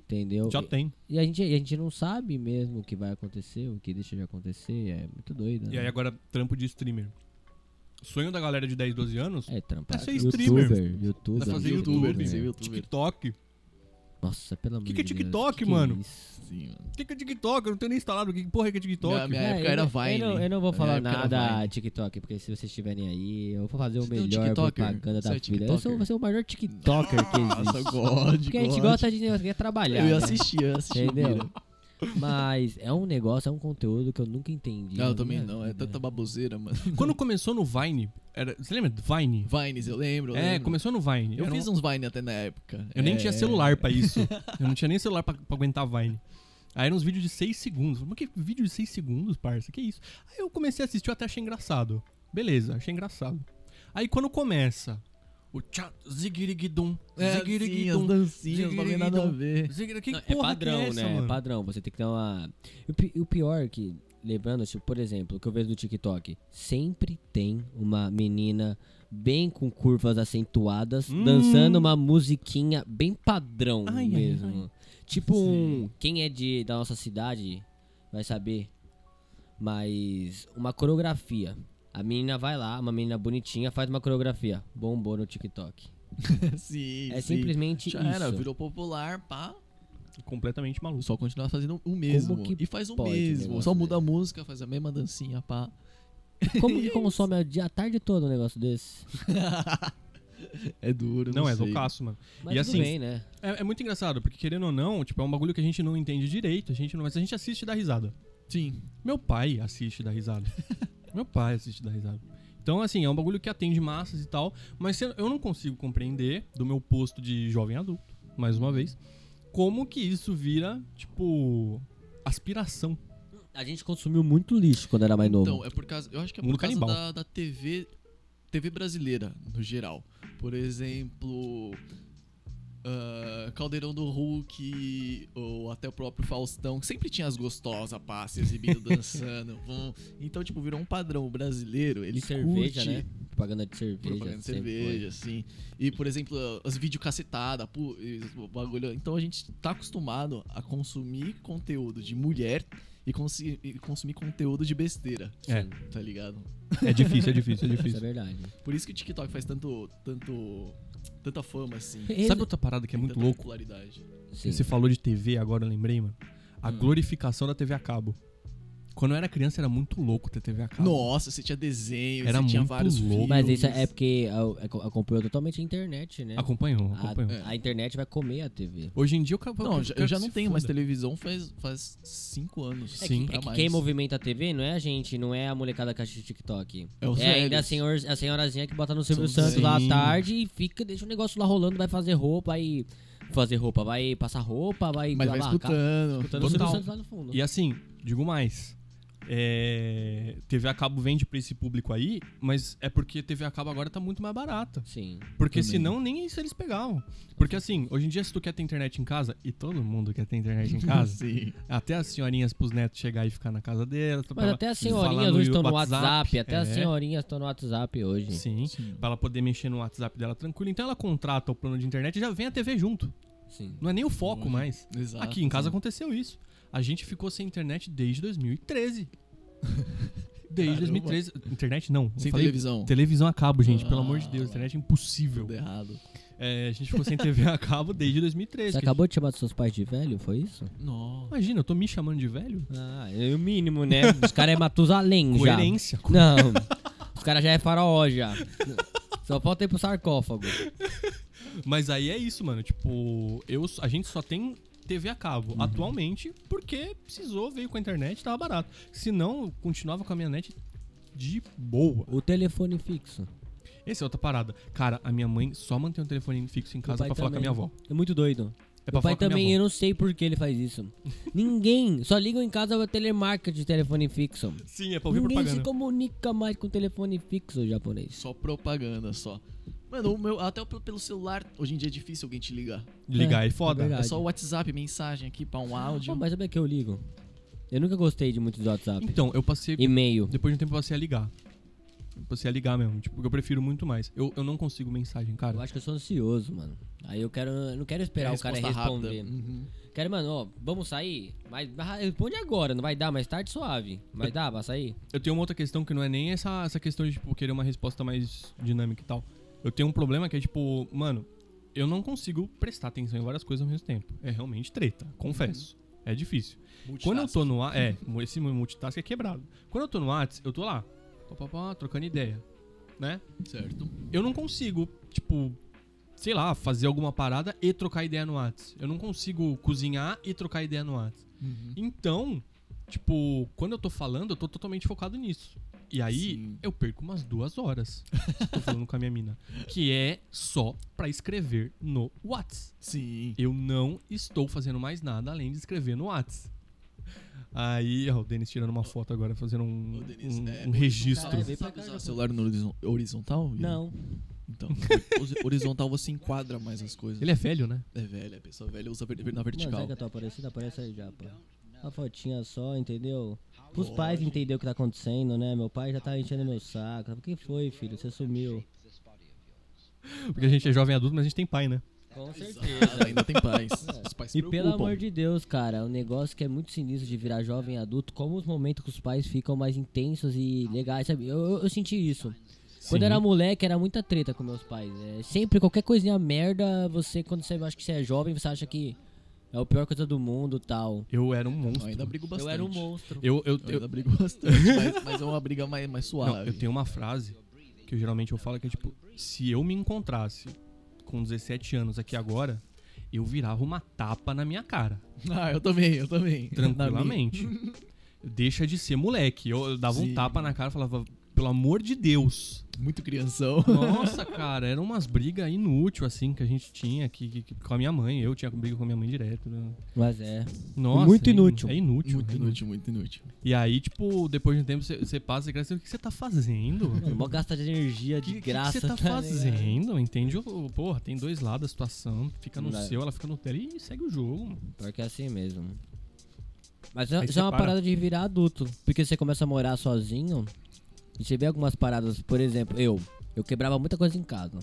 [SPEAKER 2] Entendeu?
[SPEAKER 1] Já
[SPEAKER 2] E-
[SPEAKER 1] tem.
[SPEAKER 2] E a gente, e a gente não sabe mesmo o que vai acontecer, o que deixa de acontecer. É muito doido.
[SPEAKER 1] E aí
[SPEAKER 2] né?
[SPEAKER 1] agora, trampo de streamer. Sonho da galera de 10, 12 anos
[SPEAKER 2] É, trampar.
[SPEAKER 1] É ser
[SPEAKER 2] youtuber,
[SPEAKER 1] streamer.
[SPEAKER 2] youtuber.
[SPEAKER 1] é fazer
[SPEAKER 3] youtuber,
[SPEAKER 1] youtuber,
[SPEAKER 3] ser
[SPEAKER 1] né?
[SPEAKER 3] youtuber.
[SPEAKER 1] TikTok.
[SPEAKER 2] Nossa, pelo amor
[SPEAKER 1] Que
[SPEAKER 2] de
[SPEAKER 1] que é
[SPEAKER 2] Deus.
[SPEAKER 1] TikTok,
[SPEAKER 2] que que
[SPEAKER 1] mano?
[SPEAKER 2] é isso?
[SPEAKER 3] Sim, mano.
[SPEAKER 1] O que, que é TikTok? Eu não tenho nem instalado. O que porra é que é
[SPEAKER 3] Minha,
[SPEAKER 1] TikTok?
[SPEAKER 3] minha
[SPEAKER 2] É,
[SPEAKER 3] época
[SPEAKER 2] eu,
[SPEAKER 3] era
[SPEAKER 2] não-
[SPEAKER 3] Vine. É,
[SPEAKER 2] Eu não, eu não vou
[SPEAKER 3] Na
[SPEAKER 2] falar
[SPEAKER 3] minha época era
[SPEAKER 2] nada
[SPEAKER 3] Vine.
[SPEAKER 2] TikTok, porque se vocês estiverem aí, eu vou fazer o
[SPEAKER 3] Você tem um
[SPEAKER 2] melhor
[SPEAKER 3] TikToker?
[SPEAKER 2] propaganda da
[SPEAKER 3] Você é
[SPEAKER 2] vida. Eu sou,
[SPEAKER 3] TikToker?
[SPEAKER 2] vou ser o maior TikToker que existe.
[SPEAKER 3] Nossa, God,
[SPEAKER 2] Porque a gente
[SPEAKER 3] God.
[SPEAKER 2] gosta de negócio, quer trabalhar.
[SPEAKER 3] Eu ia
[SPEAKER 2] né?
[SPEAKER 3] assistir, eu ia assistir.
[SPEAKER 2] Entendeu? Mas é um negócio, é um conteúdo que eu nunca entendi.
[SPEAKER 3] Não,
[SPEAKER 2] na
[SPEAKER 3] eu também
[SPEAKER 2] minha
[SPEAKER 3] não. É
[SPEAKER 2] vida.
[SPEAKER 3] tanta baboseira, mano.
[SPEAKER 1] Quando começou no Vine. Era... Você lembra do Vine?
[SPEAKER 3] Vines, eu lembro. eu
[SPEAKER 1] É,
[SPEAKER 3] lembro.
[SPEAKER 1] começou no Vine.
[SPEAKER 3] Eu
[SPEAKER 1] Era um-
[SPEAKER 3] fiz uns Vine até na época.
[SPEAKER 1] Eu nem
[SPEAKER 3] É.
[SPEAKER 1] tinha celular pra isso. Eu não tinha nem celular pra, pra aguentar Vine. Aí eram uns vídeos de 6 segundos. Eu falei, Mas que vídeo de 6 segundos, parça? Que isso? Aí eu comecei a assistir, eu até achei engraçado. Beleza, achei engraçado. Aí quando começa, o tchá, zigirigidum, zigirigidum,
[SPEAKER 3] É, dancinhas, não tem nada a
[SPEAKER 1] zigirigidum,
[SPEAKER 3] ver.
[SPEAKER 1] zigirigidum, que
[SPEAKER 2] Não, é
[SPEAKER 1] porra
[SPEAKER 2] padrão,
[SPEAKER 1] que é essa,
[SPEAKER 2] né? É
[SPEAKER 1] mano?
[SPEAKER 2] padrão. Você tem que ter uma. E o pi- e o pior é que, lembrando, tipo, por exemplo, o que eu vejo do TikTok, sempre tem uma menina bem com curvas acentuadas,
[SPEAKER 1] Hum.
[SPEAKER 2] dançando uma musiquinha bem padrão
[SPEAKER 1] Ai, ai,
[SPEAKER 2] mesmo. Tipo
[SPEAKER 3] Sim.
[SPEAKER 2] um. Quem é de, da nossa cidade vai saber. Mas uma coreografia. A menina vai lá, uma menina bonitinha, faz uma coreografia. Bombou no TikTok.
[SPEAKER 3] sim,
[SPEAKER 2] é
[SPEAKER 3] sim.
[SPEAKER 2] simplesmente
[SPEAKER 3] Já
[SPEAKER 2] isso.
[SPEAKER 3] era, virou popular, pá.
[SPEAKER 1] Completamente maluco.
[SPEAKER 3] O pessoal continua fazendo o mesmo.
[SPEAKER 2] que
[SPEAKER 3] E faz o
[SPEAKER 2] pode um
[SPEAKER 3] mesmo.
[SPEAKER 2] negócio
[SPEAKER 3] Só muda a
[SPEAKER 2] desse?
[SPEAKER 3] música, faz a mesma dancinha, pá.
[SPEAKER 2] Como que consome a, dia- a tarde toda um negócio desse?
[SPEAKER 3] é duro, não
[SPEAKER 1] Não, é
[SPEAKER 3] sei.
[SPEAKER 1] loucaço, mano.
[SPEAKER 2] Mas
[SPEAKER 1] E
[SPEAKER 2] tudo
[SPEAKER 1] assim,
[SPEAKER 2] bem, né?
[SPEAKER 1] É, é muito engraçado, porque querendo ou não, tipo, é um bagulho que a gente não entende direito, a gente não, mas a gente assiste e dá risada.
[SPEAKER 3] Sim.
[SPEAKER 1] Meu pai assiste e dá risada. Meu pai assiste e dá risada. Então, assim, é um bagulho que atende massas e tal, mas se- eu não consigo compreender, do meu posto de jovem adulto, mais uma vez, como que isso vira, tipo, aspiração.
[SPEAKER 2] A gente consumiu muito lixo quando era mais novo.
[SPEAKER 3] Então, é por causa. Eu acho que é
[SPEAKER 1] Mundo
[SPEAKER 3] por causa
[SPEAKER 1] canibal.
[SPEAKER 3] da, da TV. TV brasileira, no geral. Por exemplo. ah, Caldeirão do Hulk, ou até o próprio Faustão, que sempre tinha as gostosas, pá, se exibindo, dançando. vum. Então, tipo, virou um padrão O brasileiro. Ele
[SPEAKER 2] E cerveja,
[SPEAKER 3] curte
[SPEAKER 2] né? Propaganda de cerveja.
[SPEAKER 3] propaganda de
[SPEAKER 2] sempre foi.
[SPEAKER 3] cerveja, assim. E, por exemplo, as videocacetada, pu- e o bagulho. Então a gente tá acostumado a consumir conteúdo de mulher e, consi- e consumir conteúdo de besteira,
[SPEAKER 1] É.
[SPEAKER 3] tá ligado?
[SPEAKER 1] É difícil, é difícil, é
[SPEAKER 2] Isso é
[SPEAKER 1] difícil.
[SPEAKER 2] verdade.
[SPEAKER 3] Por isso que o TikTok faz tanto. tanto tanta fama, assim.
[SPEAKER 1] Sabe outra parada que é
[SPEAKER 3] Tem
[SPEAKER 1] muito
[SPEAKER 3] tanta
[SPEAKER 1] louco?
[SPEAKER 3] popularidade.
[SPEAKER 2] Sim.
[SPEAKER 1] Você falou de TV, agora eu lembrei, mano. A
[SPEAKER 3] Hum.
[SPEAKER 1] glorificação da TV a cabo. Quando eu era criança era muito louco ter TV a cabo.
[SPEAKER 3] Nossa, você tinha desenho,
[SPEAKER 1] Era
[SPEAKER 3] você tinha
[SPEAKER 1] muito
[SPEAKER 3] vários
[SPEAKER 1] louco.
[SPEAKER 3] filmes.
[SPEAKER 2] Mas isso é porque a- a- acompanhou totalmente a internet, né?
[SPEAKER 1] Acompanhou,
[SPEAKER 2] A,
[SPEAKER 3] Ah, é.
[SPEAKER 1] acompanhou.
[SPEAKER 2] a internet vai comer a TV.
[SPEAKER 1] Hoje em dia eu acabo.
[SPEAKER 3] Não, eu já- eu já não tenho mais
[SPEAKER 1] televisão.
[SPEAKER 3] televisão faz, faz cinco anos.
[SPEAKER 1] É que- Sim.
[SPEAKER 2] É
[SPEAKER 3] pra
[SPEAKER 2] que
[SPEAKER 3] mais.
[SPEAKER 2] quem movimenta a TV não é a gente, não é a molecada que assiste TikTok.
[SPEAKER 3] É os
[SPEAKER 2] ainda a,
[SPEAKER 3] velhos.
[SPEAKER 2] senhor, a senhorazinha que bota no Silvio
[SPEAKER 3] São
[SPEAKER 2] Santos lá à
[SPEAKER 1] velhos.
[SPEAKER 2] tarde e fica, deixa o negócio lá rolando, vai fazer roupa, vai fazer roupa, vai passar roupa, vai
[SPEAKER 3] Mas vai
[SPEAKER 2] lavar a casa,
[SPEAKER 3] escutando.
[SPEAKER 2] escutando o Silvio
[SPEAKER 1] Total.
[SPEAKER 2] Santos lá no fundo.
[SPEAKER 1] E assim, digo mais. É, TV a cabo vende pra esse público aí, mas é porque TV a cabo agora tá muito mais barata.
[SPEAKER 2] Sim.
[SPEAKER 1] Porque
[SPEAKER 3] Também.
[SPEAKER 1] senão nem isso eles pegavam. Porque assim, hoje em dia se tu quer ter internet em casa, e todo mundo quer ter internet em casa,
[SPEAKER 3] Sim.
[SPEAKER 1] até as senhorinhas pros netos chegar e ficar na casa delas. pra
[SPEAKER 2] Mas
[SPEAKER 1] ela
[SPEAKER 2] até as
[SPEAKER 1] falar
[SPEAKER 2] senhorinhas hoje estão no WhatsApp, até as
[SPEAKER 1] é.
[SPEAKER 2] senhorinhas estão no WhatsApp hoje.
[SPEAKER 1] Sim, pra ela poder mexer no WhatsApp dela tranquilo. Então ela contrata o plano de internet e já vem a TV junto.
[SPEAKER 2] Sim.
[SPEAKER 1] Não é nem o foco
[SPEAKER 3] Boa.
[SPEAKER 1] mais.
[SPEAKER 3] Exato.
[SPEAKER 1] Aqui em casa aconteceu isso. A gente ficou sem internet desde 2013. Desde
[SPEAKER 3] Caramba.
[SPEAKER 1] 2013. Internet não. Eu
[SPEAKER 3] Sem
[SPEAKER 1] falei
[SPEAKER 3] televisão.
[SPEAKER 1] televisão a cabo, gente. Pelo
[SPEAKER 3] Ah.
[SPEAKER 1] amor de Deus. Internet é impossível.
[SPEAKER 3] Tudo errado.
[SPEAKER 1] É, a gente ficou sem TV a cabo desde 2013.
[SPEAKER 2] Você
[SPEAKER 1] que a gente-
[SPEAKER 2] acabou de chamar dos seus pais de velho, foi isso?
[SPEAKER 3] Nossa.
[SPEAKER 1] Imagina, eu tô me chamando de velho?
[SPEAKER 2] Ah, é o mínimo, né? Os caras é Matusalém já.
[SPEAKER 1] Coerência.
[SPEAKER 2] Não. Os caras já é faraó já. Só falta ir pro sarcófago.
[SPEAKER 1] Mas aí é isso, mano. Tipo, eu, a gente só tem TV a
[SPEAKER 3] Uhum.
[SPEAKER 1] cabo atualmente porque precisou, veio com a internet, tava barato. Se não, eu continuava com a minha net de boa.
[SPEAKER 2] O telefone fixo.
[SPEAKER 1] Essa é outra parada. Cara, a minha mãe só mantém um telefone fixo em
[SPEAKER 2] Meu
[SPEAKER 1] casa
[SPEAKER 2] pai
[SPEAKER 1] pra falar com a minha
[SPEAKER 2] também.
[SPEAKER 1] avó.
[SPEAKER 2] É muito doido.
[SPEAKER 1] É pra falar
[SPEAKER 2] Meu pai
[SPEAKER 1] com a minha
[SPEAKER 2] também,
[SPEAKER 1] avó.
[SPEAKER 2] eu não sei por que ele faz isso. Ninguém. Só ligam em casa o telemarketing de telefone fixo.
[SPEAKER 1] Sim, é pra ouvir
[SPEAKER 2] Ninguém se
[SPEAKER 1] propaganda.
[SPEAKER 2] comunica mais com telefone fixo japonês.
[SPEAKER 3] Só propaganda, só. Mano, o meu, até p- pelo celular, hoje em dia é difícil alguém te ligar.
[SPEAKER 1] Ligar é,
[SPEAKER 2] É,
[SPEAKER 1] foda.
[SPEAKER 2] é verdade.
[SPEAKER 3] É só o WhatsApp, mensagem aqui pra um áudio.
[SPEAKER 2] Pô, mas sabe que eu ligo? Eu nunca gostei de muito do WhatsApp.
[SPEAKER 1] então, eu passei.
[SPEAKER 2] E-mail.
[SPEAKER 1] Depois de um tempo eu passei a ligar. Eu Passei a ligar mesmo. Tipo, porque eu prefiro muito mais. Eu, eu não consigo mensagem,
[SPEAKER 2] Eu
[SPEAKER 1] cara.
[SPEAKER 2] acho que eu sou ansioso, mano. Aí eu quero. eu não quero esperar o cara
[SPEAKER 3] Resposta rápida.
[SPEAKER 2] responder.
[SPEAKER 3] Uhum.
[SPEAKER 2] Quero, mano, ó, vamos sair? Mas ah, responde agora, não vai dar, mais tarde suave. Mas dá pra sair?
[SPEAKER 1] Eu tenho uma outra questão que não é nem essa, essa questão de, tipo, querer uma resposta mais dinâmica e tal. Eu tenho um problema que é, tipo, mano, eu não consigo prestar atenção em várias coisas ao mesmo tempo. É realmente treta, confesso. É difícil. Quando eu tô no ar, é, esse meu multitask é quebrado. Quando eu tô no Whats, eu tô lá, pá, pá, pá, trocando ideia, né?
[SPEAKER 3] Certo.
[SPEAKER 1] Eu não consigo, tipo, sei lá, fazer alguma parada e trocar ideia no Whats. Eu não consigo cozinhar e trocar ideia no Whats. Então, tipo, quando eu tô falando, eu tô totalmente focado nisso. E aí,
[SPEAKER 3] Sim.
[SPEAKER 1] eu perco umas duas horas. se eu tô falando com a minha mina. Que é só pra escrever no Whats.
[SPEAKER 3] Sim.
[SPEAKER 1] Eu não estou fazendo mais nada além de escrever no Whats. Aí, ó, o Denis tirando uma foto agora, fazendo um,
[SPEAKER 3] Ô, Denis,
[SPEAKER 1] um-
[SPEAKER 3] é,
[SPEAKER 1] um registro.
[SPEAKER 5] horizontal, Vai ver pra
[SPEAKER 3] Sabe
[SPEAKER 5] cá,
[SPEAKER 3] usar
[SPEAKER 5] já
[SPEAKER 3] o celular no horizon- horizontal? Yuri?
[SPEAKER 5] Não.
[SPEAKER 3] Então, o- horizontal você enquadra mais as coisas.
[SPEAKER 1] Ele é velho, né?
[SPEAKER 3] É velho, a pessoa velha usa ver- na
[SPEAKER 2] Mano, tá-
[SPEAKER 3] vertical.
[SPEAKER 2] será que eu tô aparecendo? Aparece aí já, pô. Uma fotinha só, entendeu? Pros pais entender o que tá acontecendo, né? Meu pai já tá enchendo meu saco. O que foi, filho? Você sumiu.
[SPEAKER 1] Porque a gente é jovem adulto, mas a gente tem pai, né?
[SPEAKER 2] Com certeza.
[SPEAKER 3] Exato, ainda tem paz. Os pais se
[SPEAKER 2] E pelo
[SPEAKER 3] preocupam.
[SPEAKER 2] amor de Deus, cara, o negócio que é muito sinistro de virar jovem adulto, como os momentos que os pais ficam mais intensos e legais, sabe? Eu, eu- eu senti isso. Quando eu era moleque, era muita treta com meus pais. É, sempre, qualquer coisinha merda, você, quando você acha que você é jovem, você acha que é a pior coisa do mundo tal.
[SPEAKER 1] Eu era um
[SPEAKER 3] Não,
[SPEAKER 1] monstro.
[SPEAKER 3] ainda brigo bastante.
[SPEAKER 5] Eu era um monstro.
[SPEAKER 1] Eu, eu,
[SPEAKER 3] Eu
[SPEAKER 1] eu,
[SPEAKER 3] ainda brigo bastante, mas, mas é uma briga mais, mais suave.
[SPEAKER 1] Não, eu tenho uma frase que eu, geralmente eu falo que é tipo, se eu me encontrasse com 17 anos aqui agora, eu virava uma tapa na minha cara,
[SPEAKER 3] Ah, eu também, eu também. Na minha-
[SPEAKER 1] tranquilamente. Deixa de ser moleque. Eu, eu dava um
[SPEAKER 3] Sim.
[SPEAKER 1] tapa na cara e falava, pelo amor de Deus.
[SPEAKER 3] Muito crianção.
[SPEAKER 1] Nossa, cara, eram umas brigas inúteis, assim, que a gente tinha que, que- que- com a minha mãe. Eu tinha briga com a minha mãe direto. né?
[SPEAKER 2] Mas é.
[SPEAKER 1] Nossa,
[SPEAKER 2] Muito
[SPEAKER 1] é in-
[SPEAKER 2] inútil.
[SPEAKER 1] É inútil.
[SPEAKER 3] Muito
[SPEAKER 1] é
[SPEAKER 3] inútil, muito inútil.
[SPEAKER 1] E aí, tipo, depois de um tempo, você- você passa e cresce, o que você tá fazendo?
[SPEAKER 2] Mano, mó gasta de energia
[SPEAKER 1] que,
[SPEAKER 2] É, de
[SPEAKER 1] que
[SPEAKER 2] graça.
[SPEAKER 1] você tá
[SPEAKER 2] ligado?
[SPEAKER 1] fazendo? Entende? o- Porra, tem dois lados da situação. Fica no
[SPEAKER 2] Não é.
[SPEAKER 1] seu, ela fica no dela e segue o jogo.
[SPEAKER 2] Pior que é assim mesmo. Mas é-
[SPEAKER 1] Aí
[SPEAKER 2] isso
[SPEAKER 1] você
[SPEAKER 2] é uma
[SPEAKER 1] para.
[SPEAKER 2] parada de virar adulto. Porque você começa a morar sozinho e você vê algumas paradas. Por exemplo, eu. Eu quebrava muita coisa em casa.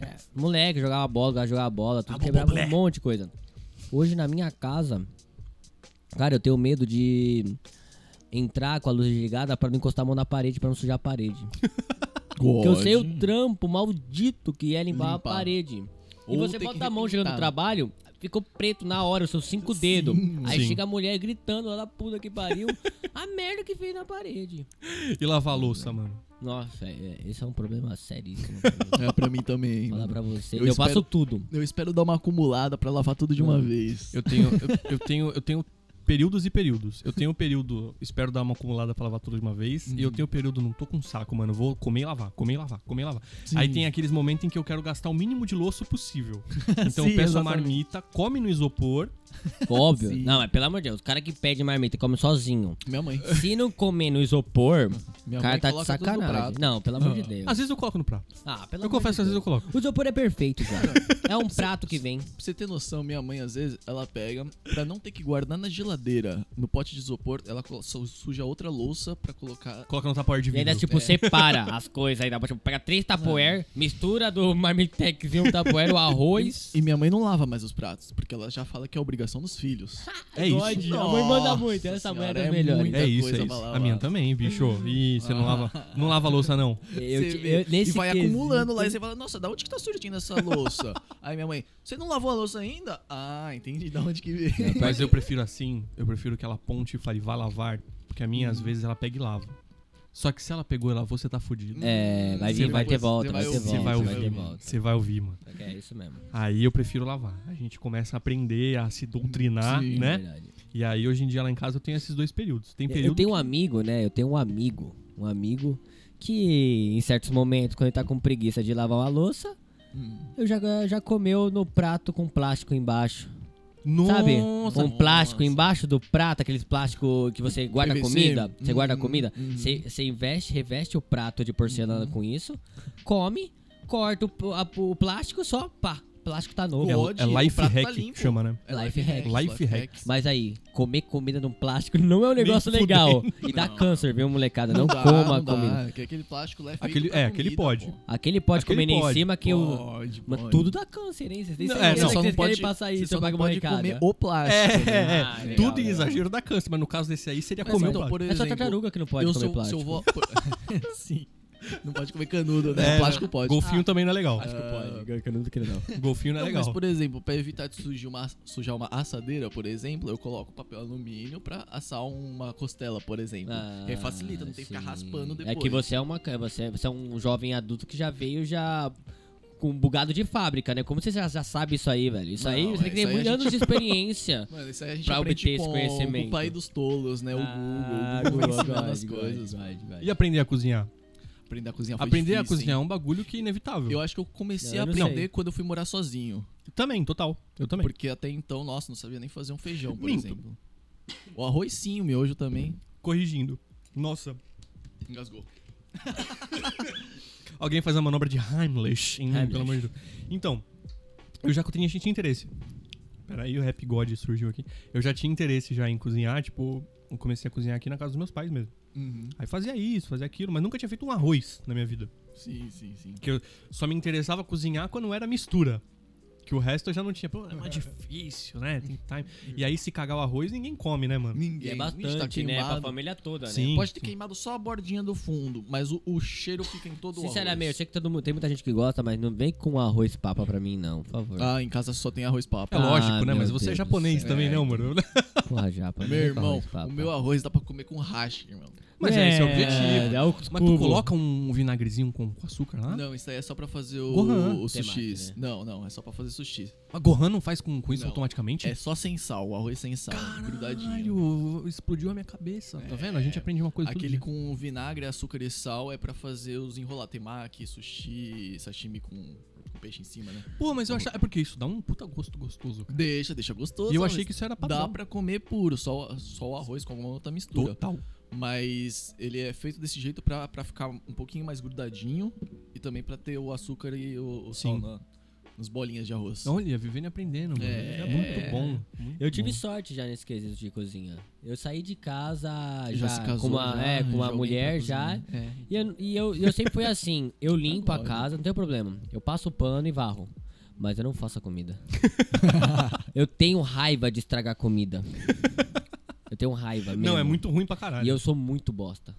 [SPEAKER 2] É, moleque, jogava bola, jogava jogar bola,
[SPEAKER 3] Ah,
[SPEAKER 2] tudo. quebrava um monte de coisa. Hoje na minha casa, cara, eu tenho medo de entrar com a luz ligada pra não encostar a mão na parede, pra não sujar a parede. Porque eu sei o trampo maldito que é limpar, a
[SPEAKER 3] Limpar.
[SPEAKER 2] parede. E
[SPEAKER 3] Ou
[SPEAKER 2] você
[SPEAKER 3] tem
[SPEAKER 2] bota
[SPEAKER 3] que
[SPEAKER 2] a mão chegando no
[SPEAKER 3] repintar.
[SPEAKER 2] trabalho, ficou preto na hora, os seus cinco dedos. Aí
[SPEAKER 1] Sim.
[SPEAKER 2] chega a mulher gritando lá da puta que pariu, a merda que fez na parede.
[SPEAKER 1] E lavar a louça, mano.
[SPEAKER 2] Nossa, é- é- esse é um problema seríssimo. pra mim.
[SPEAKER 3] É pra mim também.
[SPEAKER 2] Falar
[SPEAKER 3] mano.
[SPEAKER 2] pra você.
[SPEAKER 3] Eu
[SPEAKER 2] Eu,
[SPEAKER 3] espero-
[SPEAKER 2] faço tudo.
[SPEAKER 3] Eu espero dar uma acumulada pra lavar tudo de uma vez.
[SPEAKER 1] Eu tenho, eu, eu tenho, eu tenho períodos e períodos. Eu tenho o período, espero dar uma acumulada pra lavar tudo de uma vez. E
[SPEAKER 3] Uhum.
[SPEAKER 1] eu tenho o período, não tô com saco, mano. Vou comer e lavar, comer e lavar, comer e lavar. Aí tem aqueles momentos em que eu quero gastar o mínimo de louço possível. Então eu
[SPEAKER 3] Sim,
[SPEAKER 1] peço a
[SPEAKER 3] exatamente.
[SPEAKER 1] marmita, come no isopor.
[SPEAKER 2] Óbvio.
[SPEAKER 3] Sim.
[SPEAKER 2] Não, mas pelo amor de Deus, o cara que pede marmita e come sozinho.
[SPEAKER 3] Minha mãe.
[SPEAKER 2] Se não comer no isopor, o
[SPEAKER 3] Minha
[SPEAKER 2] cara
[SPEAKER 3] mãe
[SPEAKER 2] tá de
[SPEAKER 3] coloca tudo no
[SPEAKER 2] sacanagem.
[SPEAKER 3] prato.
[SPEAKER 2] Não, pelo amor de Deus.
[SPEAKER 1] Às vezes eu coloco no prato.
[SPEAKER 2] Ah, pelo
[SPEAKER 1] Eu
[SPEAKER 2] amor
[SPEAKER 1] confesso que às
[SPEAKER 2] de
[SPEAKER 1] vezes eu
[SPEAKER 2] Deus.
[SPEAKER 1] coloco.
[SPEAKER 2] O isopor é perfeito, cara. É um prato que vem.
[SPEAKER 3] Pra você ter noção, minha mãe, às vezes, ela pega, pra não ter que guardar na geladeira, no pote de isopor, ela colo- só suja outra louça pra colocar.
[SPEAKER 1] Coloca no tapoar de
[SPEAKER 2] E ainda,
[SPEAKER 1] vidro.
[SPEAKER 2] tipo, separa as coisas aí. dá pra, Tipo, pega três tapoer, mistura do marmitexinho do tapoer, o arroz.
[SPEAKER 3] E minha mãe não lava mais os pratos, porque ela já fala que é obrigação dos filhos.
[SPEAKER 1] É isso.
[SPEAKER 2] Pode, a mãe manda muito,
[SPEAKER 3] Nossa
[SPEAKER 2] essa mulher
[SPEAKER 3] senhora,
[SPEAKER 2] é
[SPEAKER 3] é
[SPEAKER 2] melhor.
[SPEAKER 3] muito-
[SPEAKER 1] É isso,
[SPEAKER 3] coisa
[SPEAKER 1] é
[SPEAKER 3] pra
[SPEAKER 1] isso.
[SPEAKER 3] lavar.
[SPEAKER 1] A minha também, bicho. Ih, você não lava, não lava a louça, não.
[SPEAKER 2] Eu,
[SPEAKER 3] Você
[SPEAKER 2] te-
[SPEAKER 3] vê.
[SPEAKER 2] eu, nesse
[SPEAKER 3] e vai
[SPEAKER 2] quesito-
[SPEAKER 3] acumulando lá, e você fala, nossa, da onde que tá surgindo essa louça? Aí minha mãe, você não lavou a louça ainda? Ah, entendi da onde que veio.
[SPEAKER 1] Mas eu prefiro assim, eu prefiro que ela ponte e fale, vá lavar, porque a minha
[SPEAKER 3] Hum.
[SPEAKER 1] às vezes ela pega e lava. Só que se ela pegou e lavou, você tá fudido.
[SPEAKER 2] É, vai
[SPEAKER 1] Você
[SPEAKER 2] vir, vai
[SPEAKER 1] vai-
[SPEAKER 2] ter volta,
[SPEAKER 3] você
[SPEAKER 2] vai
[SPEAKER 3] É, vai
[SPEAKER 2] ter
[SPEAKER 3] ouvir,
[SPEAKER 2] volta,
[SPEAKER 1] Você vai
[SPEAKER 2] vai
[SPEAKER 1] ouvir,
[SPEAKER 2] ter
[SPEAKER 1] mano.
[SPEAKER 2] volta.
[SPEAKER 1] Você vai ouvir, mano.
[SPEAKER 2] É isso mesmo.
[SPEAKER 1] Aí eu prefiro lavar. A gente começa a aprender, a se doutrinar,
[SPEAKER 3] Sim, é.
[SPEAKER 1] né?
[SPEAKER 2] é Verdade.
[SPEAKER 1] E aí hoje em dia lá em casa eu tenho esses dois períodos. Tem período
[SPEAKER 2] Eu tenho um amigo, né? Eu tenho um amigo. Um amigo que, em certos momentos, quando ele tá com preguiça de lavar uma louça,
[SPEAKER 3] Hum.
[SPEAKER 2] eu já, já comeu no prato com plástico embaixo.
[SPEAKER 1] que... Nossa,
[SPEAKER 2] Sabe? um plástico
[SPEAKER 3] nossa.
[SPEAKER 2] embaixo do prato, aqueles plásticos que você guarda
[SPEAKER 3] PVC.
[SPEAKER 2] comida. Você guarda
[SPEAKER 3] Uhum,
[SPEAKER 2] comida.
[SPEAKER 3] uhum.
[SPEAKER 2] Você você investe, reveste o prato de porcelana com isso, come, corta o, pl- a- o plástico só, pá, o plástico tá novo.
[SPEAKER 1] é,
[SPEAKER 3] Pode,
[SPEAKER 1] é
[SPEAKER 3] o
[SPEAKER 1] life
[SPEAKER 3] prato tá
[SPEAKER 1] hack que
[SPEAKER 3] limpo.
[SPEAKER 1] chama, né?
[SPEAKER 3] É
[SPEAKER 2] Life hack.
[SPEAKER 1] Life hack.
[SPEAKER 2] Mas aí, comer comida num plástico não é um negócio legal. E dá
[SPEAKER 3] Não.
[SPEAKER 2] câncer, viu, molecada? Não,
[SPEAKER 3] dá,
[SPEAKER 2] coma
[SPEAKER 3] não dá,
[SPEAKER 2] comida.
[SPEAKER 3] que Aquele plástico lá é feito
[SPEAKER 1] Aquele-
[SPEAKER 3] pra
[SPEAKER 1] é, aquele
[SPEAKER 3] comida,
[SPEAKER 1] pode.
[SPEAKER 3] pô.
[SPEAKER 2] Aquele pode
[SPEAKER 1] Aquele
[SPEAKER 2] comer nem em
[SPEAKER 1] pode,
[SPEAKER 2] cima que o.
[SPEAKER 3] Pode,
[SPEAKER 2] Mas
[SPEAKER 3] pode.
[SPEAKER 2] tudo dá câncer, hein? Vocês têm
[SPEAKER 1] Não, é,
[SPEAKER 2] certeza
[SPEAKER 1] não.
[SPEAKER 2] que
[SPEAKER 1] Só
[SPEAKER 2] vocês querem passar
[SPEAKER 3] você
[SPEAKER 2] isso,
[SPEAKER 3] só
[SPEAKER 2] eu
[SPEAKER 3] não
[SPEAKER 2] pago uma
[SPEAKER 3] pode
[SPEAKER 2] recada.
[SPEAKER 3] comer o plástico. né?
[SPEAKER 1] É,
[SPEAKER 2] Ah, legal.
[SPEAKER 1] tudo em exagero da câncer, mas no caso desse aí seria
[SPEAKER 3] Mas
[SPEAKER 1] comer um
[SPEAKER 3] então,
[SPEAKER 1] o
[SPEAKER 3] por
[SPEAKER 1] plástico.
[SPEAKER 2] É só
[SPEAKER 3] exemplo,
[SPEAKER 2] tartaruga que não pode
[SPEAKER 3] eu
[SPEAKER 2] comer
[SPEAKER 3] sou,
[SPEAKER 2] plástico.
[SPEAKER 3] Se eu vou, por- Sim. Não pode comer canudo,
[SPEAKER 2] É,
[SPEAKER 3] né? plástico pode.
[SPEAKER 1] Golfinho também não é legal.
[SPEAKER 2] Eu não tô querendo, não.
[SPEAKER 1] Golfinho não é
[SPEAKER 3] Ah. Não,
[SPEAKER 1] legal.
[SPEAKER 3] Então, mas, por exemplo, pra evitar de sujar uma, sujar uma assadeira, por exemplo, eu coloco papel alumínio pra assar uma costela, por exemplo. e aí facilita, Tipo, não tem que ficar
[SPEAKER 2] Ah, sim.
[SPEAKER 3] raspando depois.
[SPEAKER 2] É que você é uma ca- você, você é um jovem adulto que já veio já com um bugado de fábrica, né? Como você já, já sabe isso aí, velho? Isso aí
[SPEAKER 3] Não,
[SPEAKER 2] você tem que ter
[SPEAKER 3] isso aí a
[SPEAKER 2] muitos anos de experiência.
[SPEAKER 3] Mano, isso aí a gente
[SPEAKER 2] pra
[SPEAKER 3] aprende
[SPEAKER 2] obter esse
[SPEAKER 3] com
[SPEAKER 2] conhecimento.
[SPEAKER 3] o pai dos tolos, né? O
[SPEAKER 2] Ah,
[SPEAKER 3] Google. O Google
[SPEAKER 2] Google,
[SPEAKER 3] ensinando as
[SPEAKER 2] God,
[SPEAKER 3] coisas.
[SPEAKER 2] God,
[SPEAKER 3] mano.
[SPEAKER 2] God.
[SPEAKER 1] E aprender a cozinhar?
[SPEAKER 3] Aprender a cozinhar foi
[SPEAKER 1] Aprender a
[SPEAKER 3] É difícil, hein?
[SPEAKER 1] cozinhar é um bagulho que é inevitável.
[SPEAKER 3] Eu acho que eu comecei
[SPEAKER 2] Eu
[SPEAKER 3] a
[SPEAKER 2] não
[SPEAKER 3] aprender
[SPEAKER 2] sei.
[SPEAKER 3] quando eu fui morar sozinho.
[SPEAKER 1] Também, total. Eu também.
[SPEAKER 3] Porque até então, nossa, não sabia nem fazer um feijão, por
[SPEAKER 1] Minto.
[SPEAKER 3] exemplo. O arroz sim, o miojo também.
[SPEAKER 1] Corrigindo. Nossa.
[SPEAKER 3] Engasgou.
[SPEAKER 1] Alguém faz a manobra de Heimlich em mim,
[SPEAKER 2] Heimlich.
[SPEAKER 1] pelo amor de Deus. Então, eu já tinha, tinha interesse. Peraí, o Rap God surgiu aqui. Eu já tinha interesse já em cozinhar, tipo, eu comecei a cozinhar aqui na casa dos meus pais mesmo.
[SPEAKER 3] Uhum.
[SPEAKER 1] Aí fazia isso, fazia aquilo, mas nunca tinha feito um arroz na minha vida.
[SPEAKER 3] Sim, sim, sim.
[SPEAKER 1] Só me interessava cozinhar quando era mistura. Que o resto eu já não tinha. Pô, é mais difícil, né? Tem time. E aí, se cagar o arroz, ninguém come, né, mano?
[SPEAKER 2] E é
[SPEAKER 3] Ninguém. Ixi, tá
[SPEAKER 2] bastante, né? Pra
[SPEAKER 3] queimado.
[SPEAKER 2] família toda, né?
[SPEAKER 1] Sim.
[SPEAKER 3] Pode ter queimado só a bordinha do fundo, mas o, o cheiro fica em todo o arroz.
[SPEAKER 2] Sinceramente, eu sei que todo mundo, tem muita gente que gosta, mas não vem com arroz papa pra mim, não, por favor.
[SPEAKER 3] Ah, em casa só tem arroz papo.
[SPEAKER 1] É lógico, né?
[SPEAKER 2] Ah, meu
[SPEAKER 1] Mas você é
[SPEAKER 2] Deus
[SPEAKER 1] japonês
[SPEAKER 2] do céu.
[SPEAKER 1] também, né, mano?
[SPEAKER 2] Porra, japa. não
[SPEAKER 3] Ah, Meu
[SPEAKER 2] vem com
[SPEAKER 3] irmão,
[SPEAKER 2] arroz papa.
[SPEAKER 3] o meu arroz dá pra comer com hash, irmão.
[SPEAKER 1] Mas é, esse é o
[SPEAKER 2] É,
[SPEAKER 1] objetivo.
[SPEAKER 2] é o
[SPEAKER 1] Mas tu
[SPEAKER 2] cubo.
[SPEAKER 1] coloca um vinagrezinho com com açúcar lá?
[SPEAKER 3] Não, isso aí é só pra fazer o,
[SPEAKER 1] Gohan.
[SPEAKER 3] o
[SPEAKER 2] Temaki,
[SPEAKER 3] sushi.
[SPEAKER 2] né?
[SPEAKER 3] Não, não, é só pra fazer sushi.
[SPEAKER 1] A Gohan não faz com, com isso
[SPEAKER 3] Não.
[SPEAKER 1] automaticamente?
[SPEAKER 3] É só sem sal, o arroz sem sal, grudadinho.
[SPEAKER 1] Caralho, explodiu a minha cabeça. Tá vendo? A gente aprende uma coisa todo
[SPEAKER 3] Aquele
[SPEAKER 1] dia.
[SPEAKER 3] com vinagre, açúcar e sal é pra fazer os enrolar temaki, sushi, sashimi com, com peixe em cima, né?
[SPEAKER 1] Pô, mas eu achava... É porque isso dá um puta gosto gostoso, cara.
[SPEAKER 3] Deixa, deixa gostoso.
[SPEAKER 1] E eu
[SPEAKER 3] mas
[SPEAKER 1] achei que isso era
[SPEAKER 3] dá
[SPEAKER 1] padrão.
[SPEAKER 3] pra comer puro, só, só o arroz com alguma outra mistura.
[SPEAKER 1] Total.
[SPEAKER 3] Mas ele é feito desse jeito pra, pra ficar um pouquinho mais grudadinho e também pra ter o açúcar e o, o sal
[SPEAKER 1] Sim.
[SPEAKER 3] na, nas bolinhas de arroz.
[SPEAKER 1] Olha, vivendo e aprendendo, mano.
[SPEAKER 3] É.
[SPEAKER 1] É, muito bom. muito
[SPEAKER 2] Eu tive
[SPEAKER 1] bom.
[SPEAKER 2] sorte já nesse quesito de cozinha. Eu saí de casa já,
[SPEAKER 3] Já se casou
[SPEAKER 2] com
[SPEAKER 3] né?
[SPEAKER 2] uma,
[SPEAKER 3] já,
[SPEAKER 2] é, com uma
[SPEAKER 3] já alguém
[SPEAKER 2] mulher
[SPEAKER 3] pra
[SPEAKER 2] já.
[SPEAKER 3] cozinhar. É.
[SPEAKER 2] E, eu, e eu, eu sempre fui assim, eu limpo a
[SPEAKER 3] Agora.
[SPEAKER 2] casa, não tem problema. Eu passo o pano e varro. Mas eu não faço a comida. eu tenho raiva de estragar comida. Eu tenho raiva mesmo.
[SPEAKER 1] Não, é muito ruim pra caralho.
[SPEAKER 2] E eu sou muito bosta.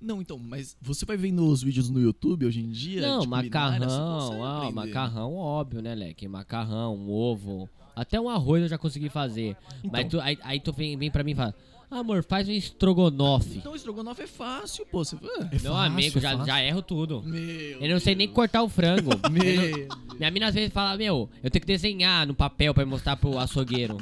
[SPEAKER 3] Não, então, mas você vai vendo os vídeos no YouTube hoje em dia?
[SPEAKER 2] não,
[SPEAKER 3] de culinária, é né? você
[SPEAKER 2] macarrão,
[SPEAKER 3] consegue
[SPEAKER 2] ah,
[SPEAKER 3] aprender.
[SPEAKER 2] macarrão, óbvio, né, Leque? Macarrão, um ovo. Até um arroz eu já consegui fazer. Mas tu, aí, aí tu vem, vem pra mim e fala: Amor, faz um estrogonofe.
[SPEAKER 3] Então, estrogonofe é fácil, pô. Você... Ah,
[SPEAKER 1] É fácil,
[SPEAKER 2] Meu amigo,
[SPEAKER 1] é
[SPEAKER 2] já,
[SPEAKER 1] fácil.
[SPEAKER 2] já erro tudo.
[SPEAKER 3] Meu
[SPEAKER 2] Eu não sei nem cortar o frango. Eu
[SPEAKER 3] Meu.
[SPEAKER 2] não- Minha mina às vezes fala, meu, eu tenho que desenhar no papel pra mostrar pro açougueiro.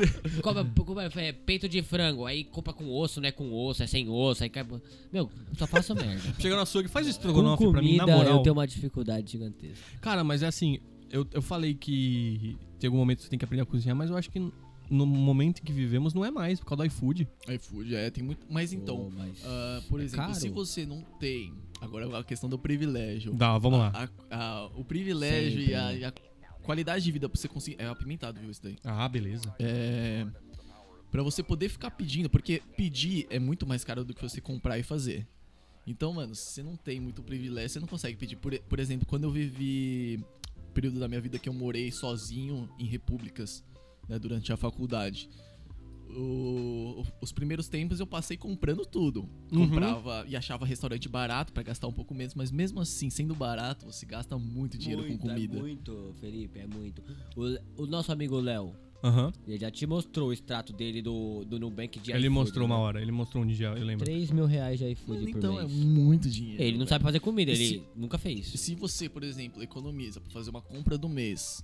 [SPEAKER 2] compra, compra, é, peito de frango, aí compra com osso, não é com osso, é sem osso, aí cai... Meu, só faço merda.
[SPEAKER 1] Chega no açougue, faz
[SPEAKER 2] Com
[SPEAKER 1] estrogonofe pra mim, na
[SPEAKER 2] comida
[SPEAKER 1] moral.
[SPEAKER 2] eu tenho uma dificuldade gigantesca.
[SPEAKER 1] Cara, mas é assim, eu, eu falei que tem algum momento que você tem que aprender a cozinhar, mas eu acho que no momento em que vivemos não é mais, por causa do iFood.
[SPEAKER 3] iFood, é, tem muito. Mas então,
[SPEAKER 2] Pô, mas-
[SPEAKER 3] ah, por
[SPEAKER 2] é
[SPEAKER 3] exemplo,
[SPEAKER 2] caro.
[SPEAKER 3] se você não tem. Agora a questão do privilégio.
[SPEAKER 1] Dá, vamos lá.
[SPEAKER 3] Então, A- a- o privilégio e a,
[SPEAKER 2] Sempre.
[SPEAKER 3] e a qualidade de vida pra você conseguir. É apimentado, viu, isso daí?
[SPEAKER 1] Ah, beleza.
[SPEAKER 3] É. Pra você poder ficar pedindo, porque pedir é muito mais caro do que você comprar e fazer. Então, mano, se você não tem muito privilégio, você não consegue pedir. Por, e- por exemplo, quando eu vivi o período da minha vida que eu morei sozinho em repúblicas, né, durante a faculdade. o- os primeiros tempos eu passei comprando tudo.
[SPEAKER 1] Uhum.
[SPEAKER 3] Comprava e achava restaurante barato pra gastar um pouco menos, mas mesmo assim, sendo barato, você gasta muito dinheiro
[SPEAKER 2] Muito,
[SPEAKER 3] com comida.
[SPEAKER 2] É muito, Felipe, é muito. O, o nosso amigo Léo,
[SPEAKER 1] Aham.
[SPEAKER 2] ele já te mostrou o extrato dele do, do Nubank de né?
[SPEAKER 1] Ele mostrou uma hora, ele mostrou um dia, eu lembro.
[SPEAKER 2] 3 mil reais de iFood
[SPEAKER 3] Mano,
[SPEAKER 2] por
[SPEAKER 3] então é
[SPEAKER 2] mês.
[SPEAKER 3] muito dinheiro.
[SPEAKER 2] Ele não
[SPEAKER 3] velho.
[SPEAKER 2] sabe fazer comida, ele
[SPEAKER 3] Esse-
[SPEAKER 2] nunca fez.
[SPEAKER 3] Se você, por exemplo, economiza pra fazer uma compra do mês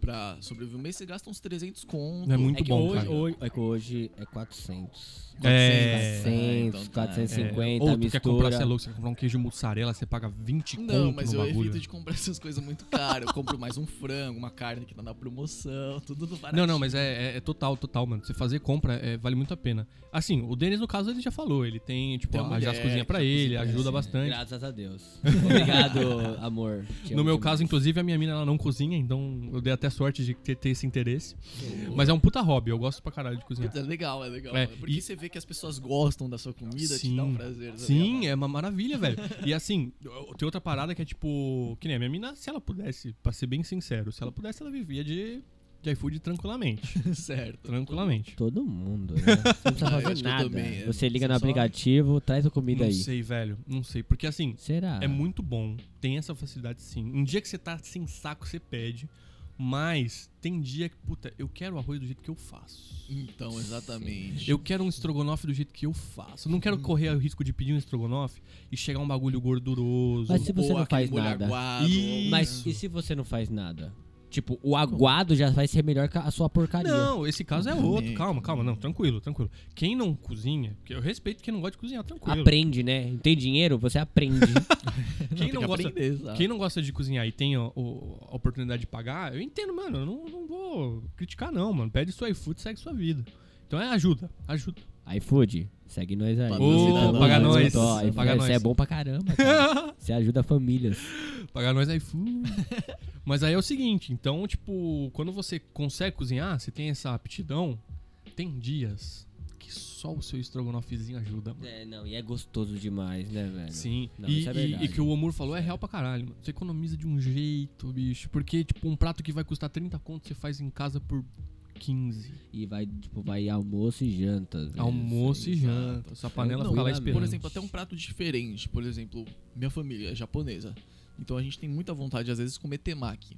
[SPEAKER 3] pra sobreviver o mês, você gasta uns 300 conto.
[SPEAKER 1] É muito
[SPEAKER 2] é que
[SPEAKER 1] bom,
[SPEAKER 2] hoje,
[SPEAKER 1] cara.
[SPEAKER 2] hoje- é que hoje é 400.
[SPEAKER 1] É.
[SPEAKER 2] 400,
[SPEAKER 3] Ah, então tá.
[SPEAKER 1] É.
[SPEAKER 2] 450,
[SPEAKER 1] Ou tu quer comprar,
[SPEAKER 2] mistura.
[SPEAKER 1] você é louco, você quer comprar um queijo mussarela, você paga 20
[SPEAKER 3] Não,
[SPEAKER 1] conto
[SPEAKER 3] mas
[SPEAKER 1] no
[SPEAKER 3] eu
[SPEAKER 1] bagulho.
[SPEAKER 3] evito de comprar essas coisas muito caras. Eu compro mais um frango, uma carne que tá na promoção, tudo no barato.
[SPEAKER 1] Não, não, mas é, é- é total, total, mano. Você fazer compra é, vale muito a pena. Assim, o Denis, no caso, ele já falou. Ele tem, tipo,
[SPEAKER 3] Tem uma
[SPEAKER 1] a Jazz
[SPEAKER 3] mulher
[SPEAKER 1] cozinha
[SPEAKER 3] que
[SPEAKER 1] pra
[SPEAKER 3] já cozinha
[SPEAKER 1] ele,
[SPEAKER 3] pra
[SPEAKER 1] ajuda
[SPEAKER 3] ele,
[SPEAKER 1] bastante.
[SPEAKER 2] Graças a Deus. Obrigado, amor. Te
[SPEAKER 1] No
[SPEAKER 2] amo
[SPEAKER 1] meu
[SPEAKER 2] demais.
[SPEAKER 1] caso, inclusive, a minha mina ela não cozinha, então eu dei até sorte de ter, ter esse interesse. Mas é um puta hobby, eu gosto pra caralho de cozinhar.
[SPEAKER 3] Puta, É legal, é legal.
[SPEAKER 1] É,
[SPEAKER 3] Porque
[SPEAKER 1] e-
[SPEAKER 3] você vê que as pessoas gostam da sua comida, te dá um prazer. tá
[SPEAKER 1] Sim,
[SPEAKER 3] ligado?
[SPEAKER 1] é uma maravilha, velho. E assim, eu- tem outra parada que é tipo. Que nem a minha mina, se ela pudesse, pra ser bem sincero, se ela pudesse, ela vivia de, de iFood tranquilamente.
[SPEAKER 3] certo.
[SPEAKER 1] Tranquilamente.
[SPEAKER 2] Todo mundo, né? Você não precisa
[SPEAKER 3] Ah, eu
[SPEAKER 2] fazer
[SPEAKER 3] acho que eu
[SPEAKER 2] nada.
[SPEAKER 3] também, é.
[SPEAKER 2] Você liga no
[SPEAKER 3] Só-
[SPEAKER 2] aplicativo, traz a comida
[SPEAKER 1] não
[SPEAKER 2] aí.
[SPEAKER 1] sei, velho. Não sei. Porque assim,
[SPEAKER 2] Será?
[SPEAKER 1] é muito bom. Tem essa facilidade sim. Um dia que você tá sem saco, você pede. Mas tem dia que, puta, eu quero arroz do jeito que eu faço.
[SPEAKER 3] Então, exatamente.
[SPEAKER 1] Eu quero um estrogonofe do jeito que eu faço. Eu não quero correr o risco de pedir um estrogonofe e chegar um bagulho gorduroso.
[SPEAKER 2] Mas se você
[SPEAKER 3] Ou
[SPEAKER 2] não
[SPEAKER 3] aquele
[SPEAKER 2] faz
[SPEAKER 3] molho
[SPEAKER 2] nada.
[SPEAKER 3] aguado,
[SPEAKER 1] Ih,
[SPEAKER 3] ou-
[SPEAKER 2] Mas e se você não faz nada? Tipo, o aguado já vai ser melhor que a sua porcaria.
[SPEAKER 1] Não, esse caso é outro.
[SPEAKER 3] Também,
[SPEAKER 1] Calma, calma, não, tranquilo, tranquilo. Quem não cozinha, que eu respeito quem não gosta de cozinhar, tranquilo.
[SPEAKER 2] Aprende, né? Não tem dinheiro, você aprende.
[SPEAKER 1] Quem
[SPEAKER 3] tem
[SPEAKER 1] não
[SPEAKER 3] que
[SPEAKER 1] gosta,
[SPEAKER 3] aprender, sabe?
[SPEAKER 1] quem não gosta de cozinhar e tem ó, o- a oportunidade de pagar, eu entendo, mano. Eu não, não vou criticar, não, mano. Pede seu iFood, segue sua vida. Então Então é ajuda, ajuda.
[SPEAKER 2] iFood, segue nós aí.
[SPEAKER 1] Ô,
[SPEAKER 3] Paga
[SPEAKER 1] paga
[SPEAKER 3] nós,
[SPEAKER 1] nós,
[SPEAKER 3] ó,
[SPEAKER 2] Ó,
[SPEAKER 1] paga
[SPEAKER 2] iFood, Você é
[SPEAKER 1] nós.
[SPEAKER 2] bom pra caramba, cara. Você ajuda famílias.
[SPEAKER 1] Pagar nós é iFood. Mas aí é o seguinte, então, tipo, quando você consegue cozinhar, você tem essa aptidão, tem dias que só o seu estrogonofezinho ajuda, mano.
[SPEAKER 2] É, não, e é gostoso demais, né, velho?
[SPEAKER 1] Sim,
[SPEAKER 2] Não,
[SPEAKER 1] e,
[SPEAKER 2] isso é
[SPEAKER 1] e-
[SPEAKER 2] verdade.
[SPEAKER 1] e que o Omur falou é real pra caralho, mano. Você economiza de um jeito, bicho. Porque, tipo, um prato que vai custar 30 conto, você faz em casa por 15.
[SPEAKER 2] E vai, tipo, vai almoço e janta. às vezes.
[SPEAKER 1] Almoço e
[SPEAKER 3] exato.
[SPEAKER 1] janta. Sua panela fica lá
[SPEAKER 2] exatamente.
[SPEAKER 1] esperando.
[SPEAKER 3] Por exemplo, até um prato diferente. Por exemplo, minha família é japonesa. Então a gente tem muita vontade, às vezes, de comer temaki.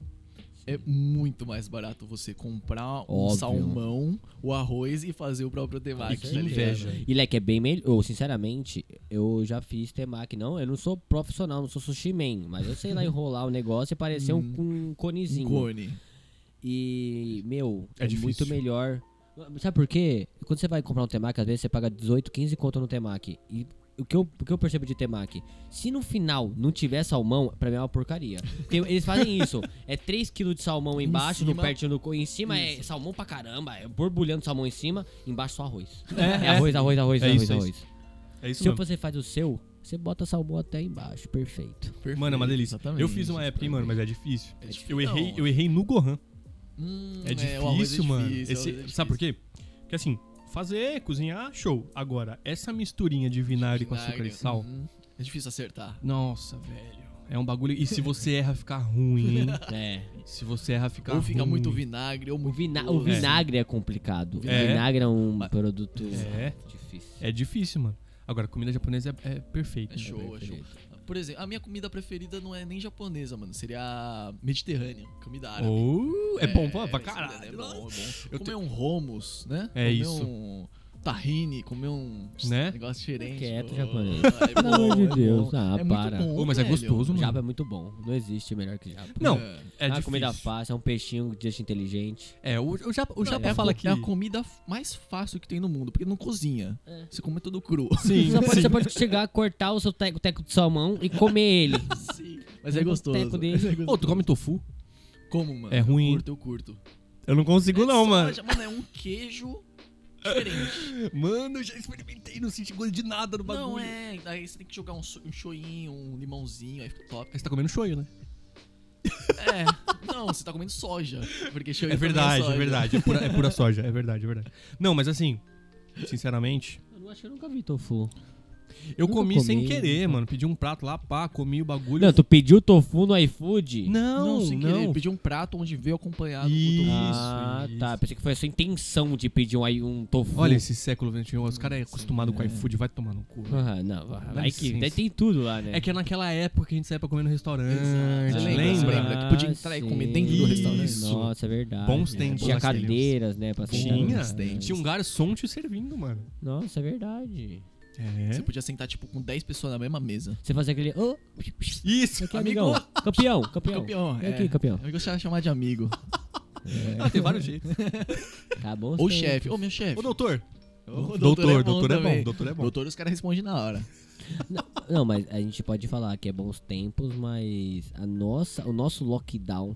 [SPEAKER 3] É muito mais barato você comprar um
[SPEAKER 2] Óbvio.
[SPEAKER 3] salmão, o arroz e fazer o próprio
[SPEAKER 1] E
[SPEAKER 3] temaki.
[SPEAKER 1] que
[SPEAKER 3] tá ligado?
[SPEAKER 1] inveja.
[SPEAKER 2] E, leque, é bem melhor. Ou, sinceramente, eu já fiz temaki. Não, eu não sou profissional, não sou sushi man. Mas eu sei lá enrolar o negócio e parecer um, um
[SPEAKER 3] Um
[SPEAKER 2] conezinho.
[SPEAKER 3] cone.
[SPEAKER 2] E, meu,
[SPEAKER 1] É
[SPEAKER 2] é,
[SPEAKER 1] difícil.
[SPEAKER 2] muito melhor. Sabe por quê? Quando você vai comprar um temaki, às vezes você paga 18, 15 conto no temaki. E o que, eu, o que eu percebo de temaki? Se no final não tiver salmão, pra mim é uma porcaria. Porque eles fazem isso. É 3 kg de salmão embaixo, no
[SPEAKER 3] cima-
[SPEAKER 2] pertinho do... co- Em cima é
[SPEAKER 3] Isso.
[SPEAKER 2] salmão pra caramba, é borbulhando salmão em cima, embaixo só arroz.
[SPEAKER 1] É,
[SPEAKER 2] É arroz, arroz, arroz,
[SPEAKER 1] É
[SPEAKER 2] arroz,
[SPEAKER 1] isso, é
[SPEAKER 2] arroz.
[SPEAKER 1] É isso
[SPEAKER 2] Se
[SPEAKER 1] mesmo.
[SPEAKER 2] você faz o seu, você bota salmão até embaixo, perfeito.
[SPEAKER 3] Perfeito,
[SPEAKER 1] Mano, é uma delícia.
[SPEAKER 3] exatamente,
[SPEAKER 1] Eu fiz uma época, hein, mano, mas é difícil.
[SPEAKER 3] É difícil.
[SPEAKER 1] Eu errei,
[SPEAKER 3] Não.
[SPEAKER 1] eu errei no Gohan.
[SPEAKER 3] Hum,
[SPEAKER 1] É difícil,
[SPEAKER 3] o arroz é
[SPEAKER 1] mano.
[SPEAKER 3] difícil, o
[SPEAKER 1] Esse-
[SPEAKER 3] arroz é
[SPEAKER 1] Sabe por quê? Porque assim, fazer, cozinhar, show. Agora, essa misturinha de vinagre, com açúcar e
[SPEAKER 3] Vinagre,
[SPEAKER 1] sal.
[SPEAKER 3] uhum. É difícil acertar.
[SPEAKER 1] Nossa, velho. É um bagulho. E se você erra, fica ruim, hein?
[SPEAKER 2] É.
[SPEAKER 1] Se você erra, fica
[SPEAKER 3] ou
[SPEAKER 1] ruim.
[SPEAKER 3] fica muito vinagre, ou
[SPEAKER 2] O,
[SPEAKER 3] muito
[SPEAKER 2] vina- o
[SPEAKER 3] doce.
[SPEAKER 2] vinagre é, complicado.
[SPEAKER 1] É.
[SPEAKER 2] O vinagre é um
[SPEAKER 3] Mas-
[SPEAKER 2] produto
[SPEAKER 1] É.
[SPEAKER 2] difícil.
[SPEAKER 1] É difícil, mano. Agora, comida japonesa é, é perfeita.
[SPEAKER 3] É show, é show. Por exemplo, a minha comida preferida não é nem japonesa, mano. Seria a mediterrânea, comida árabe.
[SPEAKER 1] Ou- é bom pra, pra
[SPEAKER 3] é,
[SPEAKER 1] caralho.
[SPEAKER 3] É bom, é bom.
[SPEAKER 1] Eu
[SPEAKER 3] comer um hummus, né?
[SPEAKER 1] É
[SPEAKER 3] comer
[SPEAKER 1] isso.
[SPEAKER 3] um tahine, comer um
[SPEAKER 1] Né?
[SPEAKER 3] negócio diferente.
[SPEAKER 2] Quieto,
[SPEAKER 3] pô.
[SPEAKER 2] japonês.
[SPEAKER 3] É
[SPEAKER 2] Pelo amor de
[SPEAKER 3] é
[SPEAKER 2] Deus,
[SPEAKER 3] bom.
[SPEAKER 2] ah,
[SPEAKER 3] é
[SPEAKER 2] para.
[SPEAKER 3] Muito bom,
[SPEAKER 1] Ô, mas é
[SPEAKER 3] velho.
[SPEAKER 1] gostoso, mano.
[SPEAKER 2] Japa é muito bom. Não existe melhor que japa.
[SPEAKER 1] Não,
[SPEAKER 3] É.
[SPEAKER 1] é
[SPEAKER 2] Ah,
[SPEAKER 1] difícil.
[SPEAKER 2] comida fácil, é um peixinho de gente inteligente.
[SPEAKER 1] É, o, o Japa, o
[SPEAKER 3] Não,
[SPEAKER 1] Japa
[SPEAKER 3] é a
[SPEAKER 1] fala
[SPEAKER 3] co-
[SPEAKER 1] que...
[SPEAKER 3] é a comida f- mais fácil que tem no mundo, porque não cozinha.
[SPEAKER 2] É.
[SPEAKER 3] Você come tudo cru.
[SPEAKER 1] Sim,
[SPEAKER 2] Você pode,
[SPEAKER 1] sim.
[SPEAKER 2] você pode chegar, cortar o seu teco, teco de salmão e comer ele.
[SPEAKER 3] Sim, mas é
[SPEAKER 2] Tem um
[SPEAKER 3] gostoso.
[SPEAKER 2] teco dele.
[SPEAKER 3] Mas é gostoso.
[SPEAKER 1] Ô, tu come tofu?
[SPEAKER 3] Como, mano?
[SPEAKER 1] É ruim, hein?
[SPEAKER 3] Eu curto, eu curto.
[SPEAKER 1] Eu não consigo
[SPEAKER 3] É só- Mano, é um queijo diferente.
[SPEAKER 1] Mano, eu já experimentei, não senti gosto de nada no um bagulho.
[SPEAKER 3] Não é, aí você tem que jogar um, so- um choinho, um limãozinho, aí fica top.
[SPEAKER 1] Aí Você tá comendo shoyu, né?
[SPEAKER 3] É, não, você tá comendo soja, porque choinho
[SPEAKER 1] É
[SPEAKER 3] também
[SPEAKER 1] verdade, é
[SPEAKER 3] soja.
[SPEAKER 1] verdade. É pura, é pura soja, é verdade, é verdade. Não, mas assim, sinceramente,
[SPEAKER 2] Eu não acho que eu nunca vi tofu.
[SPEAKER 1] eu
[SPEAKER 2] Nunca
[SPEAKER 1] comi, sem
[SPEAKER 2] comi,
[SPEAKER 1] querer, mano. Pedi um prato lá, pá, comi o bagulho.
[SPEAKER 2] Não, tu pediu tofu no iFood?
[SPEAKER 1] não,
[SPEAKER 3] Não, sem querer,
[SPEAKER 1] não.
[SPEAKER 3] ele pediu um prato onde veio acompanhado
[SPEAKER 1] Isso,
[SPEAKER 3] com tofu.
[SPEAKER 2] Ah,
[SPEAKER 1] isso.
[SPEAKER 2] tá. Pensei que foi a sua intenção de pedir um, ai- um tofu.
[SPEAKER 1] Olha esse século XXI, os caras é acostumado com iFood, vai tomar no cu.
[SPEAKER 2] Ah, não, vai que
[SPEAKER 1] licença.
[SPEAKER 2] daí tem tudo lá, né?
[SPEAKER 1] É que é naquela época que a gente saía pra comer no restaurante.
[SPEAKER 3] Exato. Você
[SPEAKER 1] Lembra?
[SPEAKER 3] lembra? Que podia entrar e comer dentro
[SPEAKER 1] do restaurante. Isso.
[SPEAKER 2] Nossa, é verdade.
[SPEAKER 1] Bons
[SPEAKER 2] né?
[SPEAKER 1] tempos
[SPEAKER 2] Tinha
[SPEAKER 1] aqueles.
[SPEAKER 2] cadeiras, né? Pra sentar.
[SPEAKER 1] Tinha.
[SPEAKER 3] Bons tempos.
[SPEAKER 1] Tinha um garçom te servindo, mano.
[SPEAKER 2] Nossa, é verdade.
[SPEAKER 1] É.
[SPEAKER 3] Você podia sentar, tipo, com 10 pessoas na mesma mesa.
[SPEAKER 2] Você fazia aquele. Ô,
[SPEAKER 1] Isso!
[SPEAKER 2] aqui,
[SPEAKER 3] Amigo.
[SPEAKER 2] amigão. Campeão, campeão.
[SPEAKER 3] Campeão,
[SPEAKER 2] Vem
[SPEAKER 3] é.
[SPEAKER 2] aqui, campeão.
[SPEAKER 3] Eu gostava de chamar de amigo.
[SPEAKER 1] Ah, tem vários jeitos.
[SPEAKER 2] Tá bom,
[SPEAKER 3] Ou
[SPEAKER 2] sim.
[SPEAKER 3] chefe. Ô, meu chefe.
[SPEAKER 1] Ô, doutor.
[SPEAKER 3] É. Ô,
[SPEAKER 1] Doutor, doutor é bom,
[SPEAKER 3] também.
[SPEAKER 1] doutor é bom.
[SPEAKER 3] Doutor, os caras respondem na hora.
[SPEAKER 2] Não, mas a gente pode falar que é bons tempos, mas a nossa, o nosso lockdown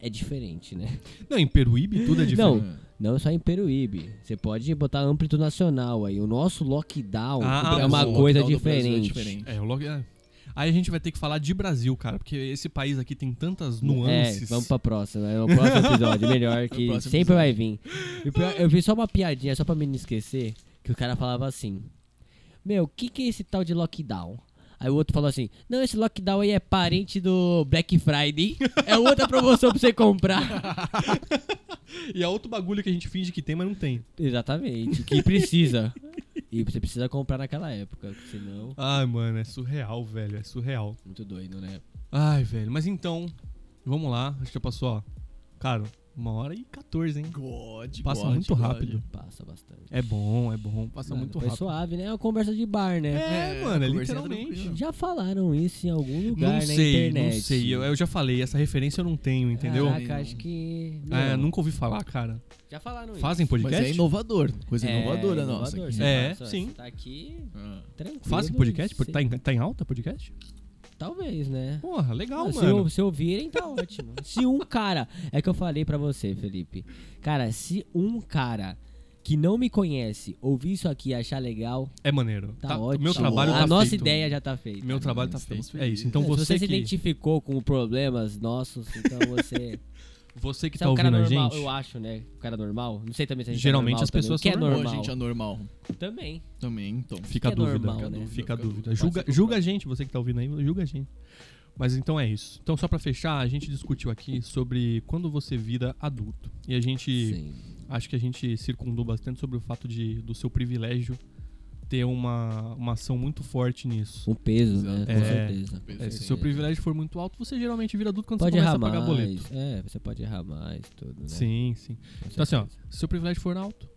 [SPEAKER 2] é diferente, né?
[SPEAKER 1] Não, em Peruíbe tudo é diferente.
[SPEAKER 2] Não, não só em Peruíbe. Você pode botar âmbito nacional aí. O nosso lockdown
[SPEAKER 1] Ah,
[SPEAKER 2] é
[SPEAKER 1] o
[SPEAKER 2] uma
[SPEAKER 1] lockdown
[SPEAKER 2] coisa
[SPEAKER 3] do Brasil
[SPEAKER 2] diferente.
[SPEAKER 3] é diferente.
[SPEAKER 1] É, o logo. é. Aí a gente vai ter que falar de Brasil, cara, porque esse país aqui tem tantas nuances.
[SPEAKER 2] É, vamos pra próxima. É o próximo episódio.
[SPEAKER 1] É
[SPEAKER 2] Melhor que
[SPEAKER 3] próximo
[SPEAKER 2] sempre
[SPEAKER 3] episódio.
[SPEAKER 2] vai vir. E o pior, eu vi só uma piadinha, só pra mim não esquecer, que o cara falava assim: Meu, o que, que é esse tal de lockdown? Aí o outro falou assim: Não, esse lockdown aí é parente do Black Friday. É outra promoção pra você comprar.
[SPEAKER 1] E é outro bagulho que a gente finge que tem, mas não tem.
[SPEAKER 2] Exatamente, que precisa. E você precisa comprar naquela época, porque senão.
[SPEAKER 1] Ai, mano, é surreal, velho, é surreal.
[SPEAKER 2] Muito doido, né?
[SPEAKER 1] Ai, velho, mas então, vamos lá, acho que já passou, ó. Cara, uma hora e 14, hein?
[SPEAKER 3] God,
[SPEAKER 1] Passa
[SPEAKER 3] God,
[SPEAKER 1] muito
[SPEAKER 3] God.
[SPEAKER 1] rápido.
[SPEAKER 2] Passa bastante.
[SPEAKER 1] É bom, é bom, passa
[SPEAKER 2] Mano,
[SPEAKER 1] muito
[SPEAKER 2] foi
[SPEAKER 1] rápido.
[SPEAKER 2] suave, né? É uma conversa de bar, né?
[SPEAKER 1] É,
[SPEAKER 3] É,
[SPEAKER 1] mano, é
[SPEAKER 3] conversinha
[SPEAKER 1] literalmente.
[SPEAKER 3] tranquila.
[SPEAKER 2] Já falaram isso em algum lugar
[SPEAKER 1] Não
[SPEAKER 2] na
[SPEAKER 1] sei,
[SPEAKER 2] internet.
[SPEAKER 1] não sei. Eu, eu já falei, essa referência eu não tenho, entendeu?
[SPEAKER 3] Ah,
[SPEAKER 2] Caraca, acho que.
[SPEAKER 1] É,
[SPEAKER 2] Ah, Não.
[SPEAKER 1] nunca ouvi falar, cara.
[SPEAKER 2] Já falaram isso.
[SPEAKER 1] Fazem
[SPEAKER 3] Mas
[SPEAKER 1] podcast?
[SPEAKER 3] é inovador. Coisa inovadora nossa.
[SPEAKER 2] inovador,
[SPEAKER 3] aqui.
[SPEAKER 2] você
[SPEAKER 1] É,
[SPEAKER 2] faz, ó,
[SPEAKER 1] sim.
[SPEAKER 2] você Tá aqui,
[SPEAKER 3] Ah.
[SPEAKER 2] tranquilo.
[SPEAKER 1] Fazem podcast?
[SPEAKER 2] sei.
[SPEAKER 1] Tá em, tá em alta podcast?
[SPEAKER 2] Talvez, né?
[SPEAKER 1] Porra, legal,
[SPEAKER 2] Ah, se,
[SPEAKER 1] mano.
[SPEAKER 2] ou- se ouvirem, tá ótimo. Se um cara. É que eu falei pra você, Felipe. Cara, se um cara que não me conhece ouvir isso aqui e achar legal,
[SPEAKER 1] É maneiro.
[SPEAKER 2] tá ótimo.
[SPEAKER 1] Meu trabalho
[SPEAKER 2] a
[SPEAKER 1] tá
[SPEAKER 2] nossa
[SPEAKER 1] feito.
[SPEAKER 2] ideia já tá feita.
[SPEAKER 1] Meu trabalho tá
[SPEAKER 3] Estamos
[SPEAKER 1] feito. É
[SPEAKER 3] felizes.
[SPEAKER 1] isso. Então
[SPEAKER 2] Se você
[SPEAKER 1] você
[SPEAKER 2] se
[SPEAKER 1] que,
[SPEAKER 2] identificou com problemas nossos, então você.
[SPEAKER 1] você que
[SPEAKER 2] Você
[SPEAKER 1] tá
[SPEAKER 2] é um cara
[SPEAKER 1] ouvindo a
[SPEAKER 2] normal,
[SPEAKER 1] gente,
[SPEAKER 2] eu acho, né? Um cara normal. Não sei também se a gente
[SPEAKER 1] Geralmente
[SPEAKER 2] é normal
[SPEAKER 1] as pessoas
[SPEAKER 2] também. O que
[SPEAKER 1] são
[SPEAKER 2] é
[SPEAKER 3] Ou
[SPEAKER 2] normal.
[SPEAKER 3] a gente é normal.
[SPEAKER 2] Também.
[SPEAKER 3] Também, então.
[SPEAKER 1] fica a
[SPEAKER 2] que é
[SPEAKER 1] dúvida.
[SPEAKER 2] normal,
[SPEAKER 1] fica a
[SPEAKER 2] né?
[SPEAKER 1] dúvida, fica a
[SPEAKER 3] Fica-
[SPEAKER 1] dúvida.
[SPEAKER 3] pode
[SPEAKER 1] Julga,
[SPEAKER 3] ser
[SPEAKER 1] julga a gente, você que tá ouvindo aí, julga a gente. Mas então é isso. Então só pra fechar, a gente discutiu aqui sobre quando você vira adulto. E a gente
[SPEAKER 2] Sim.
[SPEAKER 1] acho que a gente circundou bastante sobre o fato de do seu privilégio ter uma, uma ação muito forte nisso.
[SPEAKER 2] Um peso, né? Com
[SPEAKER 1] É.
[SPEAKER 2] certeza.
[SPEAKER 1] É, se
[SPEAKER 3] Sim.
[SPEAKER 1] o seu privilégio for muito alto, você geralmente vira adulto quando
[SPEAKER 2] Pode
[SPEAKER 1] você começa
[SPEAKER 2] errar
[SPEAKER 1] a pagar
[SPEAKER 2] mais.
[SPEAKER 1] boleto.
[SPEAKER 2] É, você pode errar mais, tudo, né?
[SPEAKER 1] Sim, sim.
[SPEAKER 2] Com
[SPEAKER 1] Então assim, ó,
[SPEAKER 2] certeza.
[SPEAKER 1] se o seu privilégio for alto,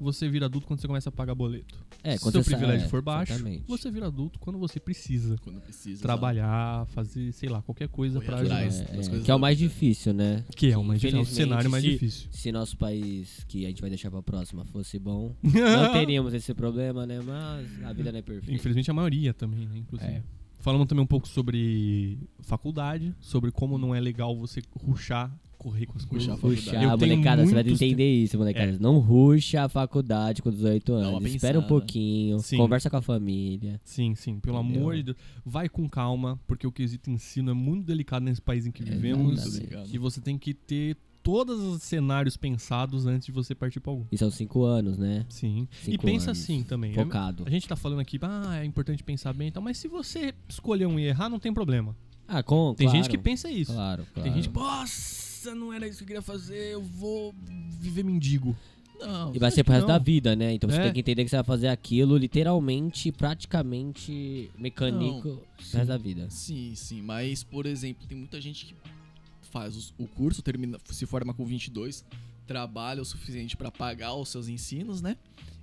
[SPEAKER 1] você vira adulto quando você começa a pagar boleto.
[SPEAKER 2] É,
[SPEAKER 1] se o
[SPEAKER 2] quando
[SPEAKER 1] seu
[SPEAKER 2] você sa-
[SPEAKER 1] privilégio
[SPEAKER 2] é,
[SPEAKER 1] for baixo,
[SPEAKER 2] exatamente.
[SPEAKER 1] você vira adulto quando você precisa
[SPEAKER 3] Quando precisa.
[SPEAKER 1] trabalhar, fazer, sei lá, qualquer coisa
[SPEAKER 3] Correr
[SPEAKER 1] pra
[SPEAKER 3] atrás.
[SPEAKER 1] ajudar.
[SPEAKER 3] Mas
[SPEAKER 2] É,
[SPEAKER 3] as
[SPEAKER 2] é,
[SPEAKER 3] coisas
[SPEAKER 2] que é o
[SPEAKER 3] da
[SPEAKER 2] mais
[SPEAKER 3] vida.
[SPEAKER 2] difícil, né?
[SPEAKER 1] Que é o mais difícil, é o
[SPEAKER 2] Infelizmente,
[SPEAKER 1] cenário mais
[SPEAKER 2] se-
[SPEAKER 1] difícil.
[SPEAKER 2] Se nosso país, que a gente vai deixar pra próxima, fosse bom, não teríamos esse problema, né? Mas a vida não é perfeita.
[SPEAKER 1] Infelizmente a maioria também, né, inclusive.
[SPEAKER 2] É.
[SPEAKER 1] Falamos também um pouco sobre faculdade, sobre como não é legal você ruxar, correr com as coisas.
[SPEAKER 3] Ruxar a
[SPEAKER 2] Ruxa,
[SPEAKER 1] Eu tenho
[SPEAKER 2] ah, molecada, você vai
[SPEAKER 1] muitos
[SPEAKER 2] entender isso, molecada.
[SPEAKER 1] É.
[SPEAKER 2] Não ruxa a faculdade com 18
[SPEAKER 3] uma
[SPEAKER 2] anos. Espera um
[SPEAKER 3] pensada.
[SPEAKER 2] pouquinho,
[SPEAKER 1] Sim.
[SPEAKER 2] conversa com a família.
[SPEAKER 1] Sim, sim, pelo
[SPEAKER 2] Entendeu?
[SPEAKER 1] amor de Deus. Vai com calma, porque o quesito ensino é muito delicado nesse país em
[SPEAKER 3] É
[SPEAKER 1] que vivemos.
[SPEAKER 2] Exatamente.
[SPEAKER 3] tá
[SPEAKER 1] E você tem que ter todos os cenários pensados antes de você partir pra algum.
[SPEAKER 2] E são 5 anos, né?
[SPEAKER 1] Sim. e
[SPEAKER 2] Cinco
[SPEAKER 1] pensa
[SPEAKER 2] anos.
[SPEAKER 1] assim também. é-
[SPEAKER 2] Focado.
[SPEAKER 1] A gente tá falando aqui, ah, é importante pensar bem e tal, mas se você escolher um e errar, não tem problema.
[SPEAKER 2] Ah, com,
[SPEAKER 1] Tem
[SPEAKER 2] claro,
[SPEAKER 1] gente que pensa isso.
[SPEAKER 2] Claro, claro.
[SPEAKER 1] Tem gente, nossa, não era isso que eu queria fazer, eu vou viver mendigo.
[SPEAKER 3] Não,
[SPEAKER 2] E vai ser pro
[SPEAKER 1] que
[SPEAKER 2] resto
[SPEAKER 1] não.
[SPEAKER 2] da vida, né? Então você
[SPEAKER 1] É.
[SPEAKER 2] tem que entender que você vai fazer aquilo literalmente, praticamente mecânico
[SPEAKER 3] Não,
[SPEAKER 2] pro resto da vida.
[SPEAKER 3] Sim, sim. Mas, por exemplo, tem muita gente que faz os- o curso, termina, se forma com 22, trabalha o suficiente pra pagar os seus ensinos, né?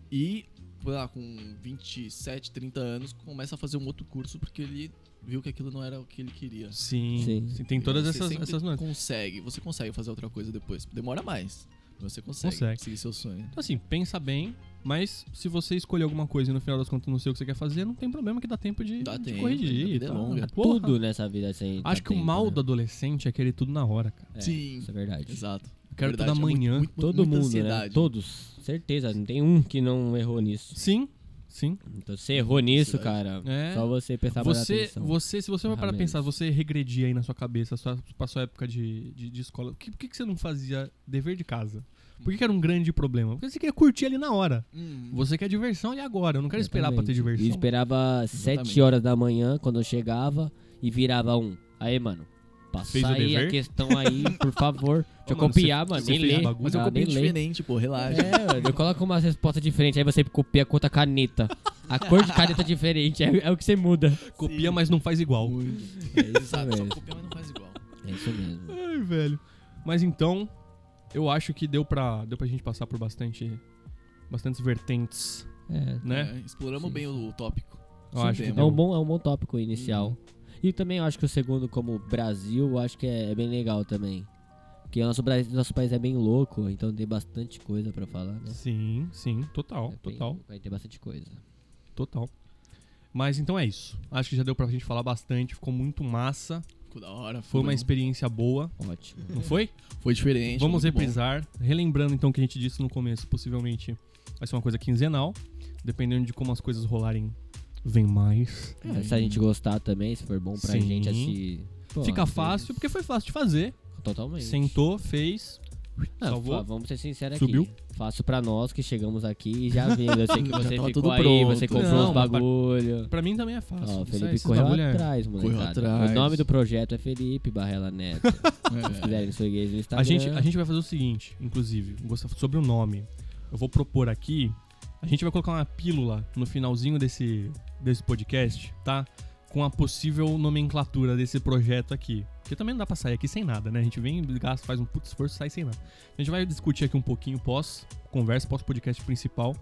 [SPEAKER 3] E, sei lá, com 27, 30 anos, começa a fazer um outro curso porque ele viu que aquilo não era o que ele queria.
[SPEAKER 1] Sim,
[SPEAKER 2] Sim.
[SPEAKER 1] sim, tem todas
[SPEAKER 3] Você
[SPEAKER 1] essas,
[SPEAKER 3] sempre
[SPEAKER 1] essas nuances.
[SPEAKER 3] consegue, você consegue fazer outra coisa depois. Demora mais. mas Você consegue,
[SPEAKER 1] Consegue.
[SPEAKER 3] seguir seu sonho.
[SPEAKER 1] Então, assim, pensa bem, mas se você escolher alguma coisa e no final das contas não sei o que você quer fazer, não tem problema que dá tempo de,
[SPEAKER 3] Dá
[SPEAKER 1] de
[SPEAKER 3] tempo,
[SPEAKER 1] corrigir.
[SPEAKER 3] a vida é
[SPEAKER 1] tá?
[SPEAKER 3] longa.
[SPEAKER 1] Porra.
[SPEAKER 2] Tudo nessa vida assim.
[SPEAKER 1] Acho que o mal do adolescente é querer tudo na hora, cara.
[SPEAKER 3] Sim,
[SPEAKER 2] Isso é verdade.
[SPEAKER 3] exato.
[SPEAKER 1] Eu quero
[SPEAKER 3] Verdade,
[SPEAKER 1] tudo
[SPEAKER 3] é muito-
[SPEAKER 1] amanhã.
[SPEAKER 3] muito- muito-
[SPEAKER 2] Todo
[SPEAKER 3] muita
[SPEAKER 2] mundo, né?
[SPEAKER 3] ansiedade.
[SPEAKER 2] Todos. Certeza, não tem um que não errou nisso.
[SPEAKER 1] Sim, sim.
[SPEAKER 2] Então você errou nisso, cara.
[SPEAKER 1] É.
[SPEAKER 2] Só você pensar mais
[SPEAKER 1] Você,
[SPEAKER 2] Tá, atenção.
[SPEAKER 1] você, se você vai parar pra pensar,
[SPEAKER 2] Ferramentas.
[SPEAKER 1] você regredir aí na sua cabeça, sua, pra sua época de, de, de escola, por que, por que que você não fazia dever de casa? Por que, que era um grande problema? Porque você queria curtir ali na hora.
[SPEAKER 3] Hum,
[SPEAKER 1] Você quer diversão e agora. Eu não quero esperar pra ter
[SPEAKER 2] Exatamente.
[SPEAKER 1] diversão.
[SPEAKER 2] E esperava sete
[SPEAKER 3] Exatamente.
[SPEAKER 2] horas da manhã quando eu chegava e virava um. Aí, mano, passa
[SPEAKER 1] Fez o
[SPEAKER 2] aí a
[SPEAKER 1] dever?
[SPEAKER 2] questão aí, por favor. Deixa eu
[SPEAKER 1] mano,
[SPEAKER 2] copiar,
[SPEAKER 1] você-
[SPEAKER 2] mano.
[SPEAKER 1] você
[SPEAKER 2] Nem
[SPEAKER 1] fez
[SPEAKER 2] ler.
[SPEAKER 1] bagulho?
[SPEAKER 3] Mas eu
[SPEAKER 2] Ah,
[SPEAKER 3] copiei
[SPEAKER 2] nem ler.
[SPEAKER 3] diferente, pô, Tipo, relaxa.
[SPEAKER 2] É, mano, eu coloco umas respostas diferentes, aí você copia com outra caneta. A cor de caneta é diferente, é, é o que você muda.
[SPEAKER 1] Copia, mas não faz igual.
[SPEAKER 2] É isso
[SPEAKER 3] Exato, só
[SPEAKER 2] mesmo.
[SPEAKER 3] copia, mas não faz igual.
[SPEAKER 2] É isso mesmo.
[SPEAKER 1] Ai, velho. Mas então, eu acho que deu pra, deu pra gente passar por bastante. Bastantes vertentes,
[SPEAKER 2] É.
[SPEAKER 1] né?
[SPEAKER 3] É, exploramos
[SPEAKER 2] Sim.
[SPEAKER 3] bem o tópico.
[SPEAKER 1] Eu
[SPEAKER 3] Sim,
[SPEAKER 1] acho que
[SPEAKER 3] tem,
[SPEAKER 2] É
[SPEAKER 1] deu.
[SPEAKER 2] um bom, é um bom tópico
[SPEAKER 1] Uhum.
[SPEAKER 2] inicial. E também eu acho que o segundo, como Brasil, eu acho que é, é bem legal também. Porque o nosso, Bra- nosso país é bem louco, então tem bastante coisa pra falar, né?
[SPEAKER 1] Sim, sim,
[SPEAKER 2] É
[SPEAKER 1] total,
[SPEAKER 2] bem
[SPEAKER 1] total,
[SPEAKER 2] louco, Aí tem bastante coisa.
[SPEAKER 1] total. Mas então é isso. Acho que já deu pra gente falar bastante, ficou muito massa.
[SPEAKER 3] Ficou da hora.
[SPEAKER 1] Foi
[SPEAKER 3] ficou
[SPEAKER 1] uma
[SPEAKER 3] bom.
[SPEAKER 1] experiência boa,
[SPEAKER 2] Ótimo.
[SPEAKER 1] não foi?
[SPEAKER 3] Foi
[SPEAKER 2] é
[SPEAKER 3] diferente.
[SPEAKER 1] Vamos
[SPEAKER 3] foi muito bom.
[SPEAKER 1] reprisar. Relembrando então o que a gente disse no começo, possivelmente vai ser uma coisa quinzenal. Dependendo de como as coisas rolarem, vem mais.
[SPEAKER 2] É, se a gente gostar também, se for bom pra
[SPEAKER 1] Sim.
[SPEAKER 2] gente, assim. pô,
[SPEAKER 1] Fica fácil, porque foi fácil de fazer.
[SPEAKER 2] Totalmente.
[SPEAKER 1] Sentou, fez,
[SPEAKER 2] Ah,
[SPEAKER 1] salvou.
[SPEAKER 2] fa- vamos ser sinceros
[SPEAKER 1] Subiu.
[SPEAKER 2] aqui. Fácil pra nós que chegamos aqui e já vimos. Eu sei que
[SPEAKER 3] Já
[SPEAKER 2] você
[SPEAKER 3] tava
[SPEAKER 2] ficou
[SPEAKER 3] tudo
[SPEAKER 2] aí,
[SPEAKER 3] pronto.
[SPEAKER 2] você comprou
[SPEAKER 1] Não,
[SPEAKER 2] os
[SPEAKER 1] mas-
[SPEAKER 2] bagulho.
[SPEAKER 1] Pra mim também é fácil.
[SPEAKER 2] Ó,
[SPEAKER 1] Isso
[SPEAKER 2] o
[SPEAKER 1] aí,
[SPEAKER 2] Felipe
[SPEAKER 1] esses
[SPEAKER 2] correu
[SPEAKER 1] bagulho é-
[SPEAKER 2] atrás, molecada.
[SPEAKER 3] atrás.
[SPEAKER 2] O nome do projeto é Felipe Barrela Neto. Se
[SPEAKER 3] É.
[SPEAKER 2] quiserem seguir eles no Instagram.
[SPEAKER 1] A gente, a gente vai fazer o seguinte, inclusive, gosta- sobre o nome. Eu vou propor aqui. A gente vai colocar uma pílula no finalzinho desse, desse podcast, tá? Com a possível nomenclatura desse projeto aqui. Porque também não dá pra sair aqui sem nada, né? A gente vem, gasta, faz um puto esforço e sai sem nada. A gente vai discutir aqui um pouquinho pós-conversa, pós-podcast principal.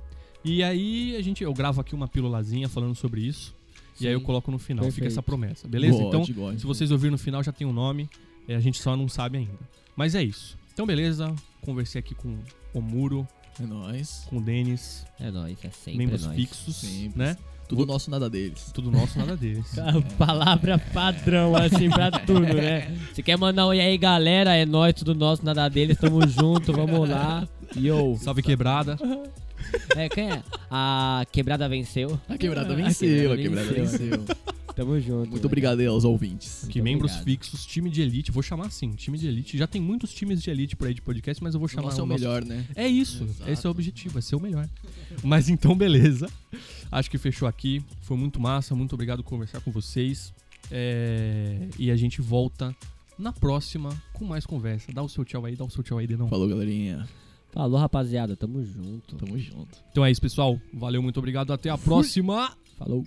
[SPEAKER 1] E aí a gente, eu gravo aqui uma pílulazinha falando sobre isso. E aí eu
[SPEAKER 2] Sim.
[SPEAKER 1] coloco no final. Fica
[SPEAKER 2] Perfeito.
[SPEAKER 1] essa promessa, beleza?
[SPEAKER 3] God,
[SPEAKER 1] então,
[SPEAKER 3] God.
[SPEAKER 1] se vocês ouviram no final, já tem o nome. É, A gente só não sabe ainda. Mas é isso. Então, beleza. Conversei aqui com o Muro,
[SPEAKER 3] É nóis.
[SPEAKER 1] com o Denis,
[SPEAKER 2] É nóis, é sempre
[SPEAKER 1] membros
[SPEAKER 2] nóis.
[SPEAKER 1] fixos,
[SPEAKER 3] Sempre.
[SPEAKER 1] né?
[SPEAKER 3] Tudo nosso, nada deles.
[SPEAKER 1] Tudo nosso, nada deles.
[SPEAKER 2] A palavra padrão, assim, pra tudo, né? Se quer mandar um e aí, galera, é nóis, tudo nosso, nada deles, tamo junto, vamos lá. Yo.
[SPEAKER 1] Salve quebrada.
[SPEAKER 2] É, quem é? A quebrada venceu.
[SPEAKER 3] A quebrada venceu, a
[SPEAKER 2] quebrada
[SPEAKER 3] quebrada venceu.
[SPEAKER 2] Tamo junto.
[SPEAKER 3] Muito obrigado aí aos ouvintes.
[SPEAKER 1] Que
[SPEAKER 2] Muito
[SPEAKER 1] membros
[SPEAKER 2] obrigado.
[SPEAKER 1] fixos, time de elite. Vou chamar assim, time de elite. Já tem muitos times de elite por aí de podcast, mas eu vou
[SPEAKER 3] O
[SPEAKER 1] chamar
[SPEAKER 3] nosso é o
[SPEAKER 1] nosso-
[SPEAKER 3] melhor, né?
[SPEAKER 1] É isso,
[SPEAKER 3] Exato.
[SPEAKER 1] esse é o objetivo, é ser o melhor. Mas então, beleza. Acho que fechou aqui. Foi muito massa, muito obrigado por conversar com vocês. É, E a gente volta na próxima com mais conversa. Dá o seu tchau aí, dá o seu tchau aí, Denão.
[SPEAKER 3] Falou, galerinha.
[SPEAKER 2] Falou, rapaziada. Tamo junto.
[SPEAKER 3] Tamo junto.
[SPEAKER 1] Então é isso, pessoal. Valeu, muito obrigado. Até a próxima.
[SPEAKER 2] Falou.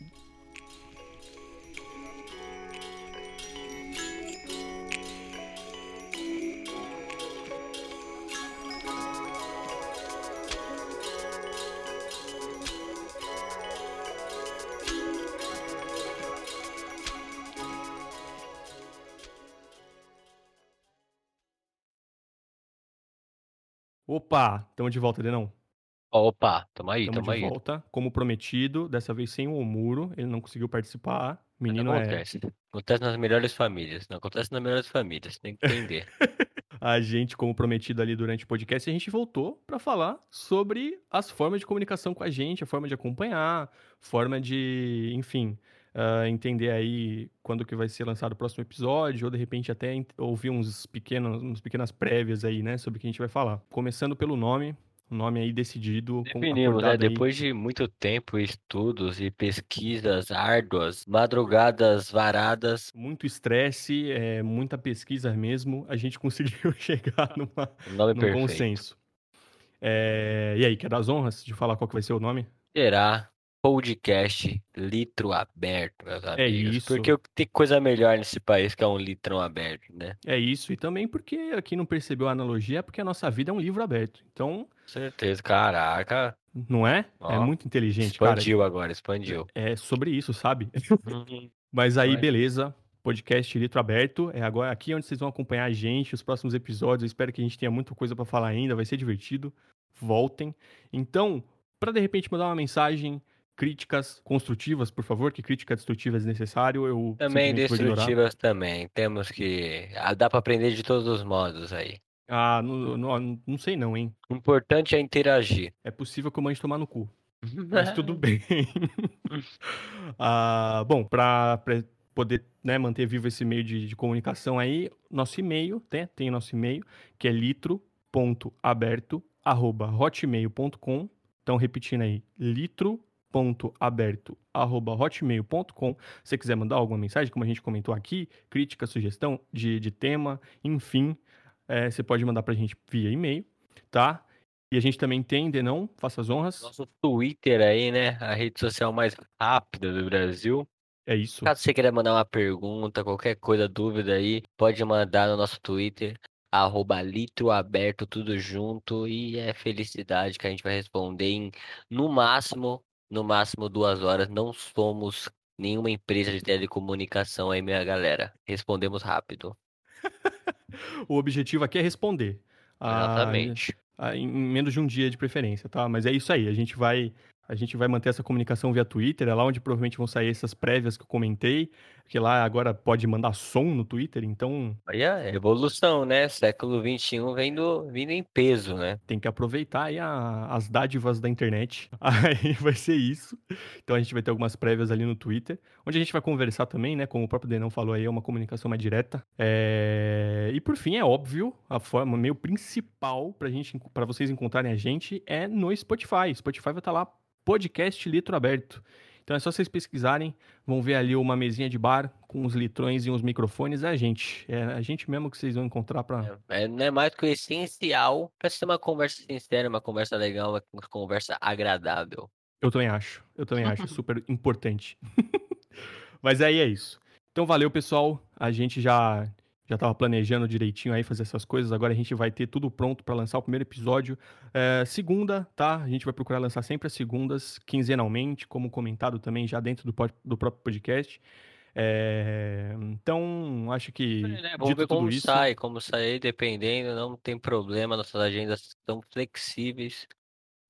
[SPEAKER 1] Opa, estamos de volta, Denão.
[SPEAKER 6] Opa, tamo aí,
[SPEAKER 1] Estamos
[SPEAKER 6] tamo
[SPEAKER 1] de
[SPEAKER 6] aí.
[SPEAKER 1] volta, como prometido, dessa vez sem o muro. Ele não conseguiu participar.
[SPEAKER 6] tá
[SPEAKER 1] Menino é.
[SPEAKER 6] acontece. Acontece nas melhores famílias. Não acontece nas melhores famílias, tem que entender.
[SPEAKER 1] A gente, como prometido ali durante o podcast, a gente voltou para falar sobre as formas de comunicação com a gente, a forma de acompanhar, forma de, enfim, ah, entender aí quando que vai ser lançado o próximo episódio, ou de repente até ent- ouvir uns pequenos, umas pequenas prévias aí, né, sobre o que a gente vai falar. Começando pelo nome, o nome aí decidido, com-
[SPEAKER 6] Definimos, né?
[SPEAKER 1] acordado aí.
[SPEAKER 6] Depois de muito tempo, estudos e pesquisas árduas, madrugadas varadas,
[SPEAKER 1] muito estresse, é, muita pesquisa mesmo, a gente conseguiu chegar numa,
[SPEAKER 6] o
[SPEAKER 1] num
[SPEAKER 6] nome Tá perfeito.
[SPEAKER 1] consenso. É, e aí, quer dar as honras de falar qual que vai ser o nome?
[SPEAKER 6] Será podcast litro aberto, meus amigos.
[SPEAKER 1] É isso.
[SPEAKER 6] Porque tem coisa melhor nesse país que é um litrão aberto, né?
[SPEAKER 1] É isso, e também porque quem não percebeu a analogia é porque a nossa vida é um livro aberto. Então,
[SPEAKER 6] Com certeza. Caraca,
[SPEAKER 1] não é? É
[SPEAKER 6] Ó,
[SPEAKER 1] muito inteligente, cara.
[SPEAKER 6] expandiu agora, expandiu.
[SPEAKER 1] É sobre isso, sabe? Hum. Mas aí,
[SPEAKER 6] Vai.
[SPEAKER 1] beleza. Podcast Litro Aberto. É agora aqui onde vocês vão acompanhar a gente, os próximos episódios. Eu espero que a gente tenha muita coisa pra falar ainda, vai ser divertido. Voltem. Então, pra de repente mandar uma mensagem, críticas construtivas, por favor, que crítica destrutiva é desnecessário. Eu
[SPEAKER 6] Também
[SPEAKER 1] simplesmente vou ignorar.
[SPEAKER 6] destrutivas também. Temos que. ah, Dá pra aprender de todos os modos aí.
[SPEAKER 1] Ah, não, não, não sei não, hein?
[SPEAKER 6] O importante é interagir.
[SPEAKER 1] É possível que eu mande tomar no cu.
[SPEAKER 6] Né?
[SPEAKER 1] Mas tudo bem. Ah, bom, para poder né, manter vivo esse meio de, de comunicação aí, nosso e-mail, né, tem o nosso e-mail, que é litro.aberto.hotmail.com. Então, repetindo aí, litro.aberto.hotmail.com. Se você quiser mandar alguma mensagem, como a gente comentou aqui, crítica, sugestão de, de tema, enfim, eh, você pode mandar pra gente via e-mail, tá? E a gente também tem, Denão, faça as honras.
[SPEAKER 6] Nosso Twitter aí, né? A rede social mais rápida do Brasil.
[SPEAKER 1] É isso.
[SPEAKER 6] Caso você queira mandar uma pergunta, qualquer coisa, dúvida aí, pode mandar no nosso Twitter, arroba litroaberto, tudo junto. E é felicidade que a gente vai responder em, no máximo, no máximo duas horas. Não somos nenhuma empresa de telecomunicação aí, minha galera. Respondemos rápido.
[SPEAKER 1] O objetivo aqui é responder. Ah,
[SPEAKER 6] Exatamente.
[SPEAKER 1] ah, em em menos de um dia de preferência, tá? Mas é isso aí, a gente vai a gente vai manter essa comunicação via Twitter, é lá onde provavelmente vão sair essas prévias que eu comentei, que lá agora pode mandar som no Twitter, então
[SPEAKER 6] Olha, a evolução, é né? Século XXI vem do- vindo em peso, né?
[SPEAKER 1] tem que aproveitar aí a- as dádivas da internet. Aí vai ser isso. Então a gente vai ter algumas prévias ali no Twitter, onde a gente vai conversar também, né? Como o próprio Denão falou aí, é uma comunicação mais direta. É, E por fim, é óbvio, a forma meio principal pra gente, para vocês encontrarem a gente é no Spotify. Spotify vai estar lá, podcast litro aberto. Então é só vocês pesquisarem, vão ver ali uma mesinha de bar com uns litrões e uns microfones. É a gente, é a gente mesmo que vocês vão encontrar pra.
[SPEAKER 6] É, não é mais que o essencial para ser uma conversa sincera, uma conversa legal, uma conversa agradável.
[SPEAKER 1] Eu também acho. Eu também acho. É super importante. Mas aí é isso. Então valeu, pessoal. A gente já já tava planejando direitinho aí fazer essas coisas. Agora a gente vai ter tudo pronto para lançar o primeiro episódio. É, segunda, tá? A gente vai procurar lançar sempre as segundas, quinzenalmente, como comentado também já dentro do, pod- do próprio podcast. É, então, acho que.
[SPEAKER 6] É, né? Vamos
[SPEAKER 1] dito
[SPEAKER 6] ver como
[SPEAKER 1] tudo isso,
[SPEAKER 6] sai, como sair, dependendo, não tem problema, nossas agendas são flexíveis.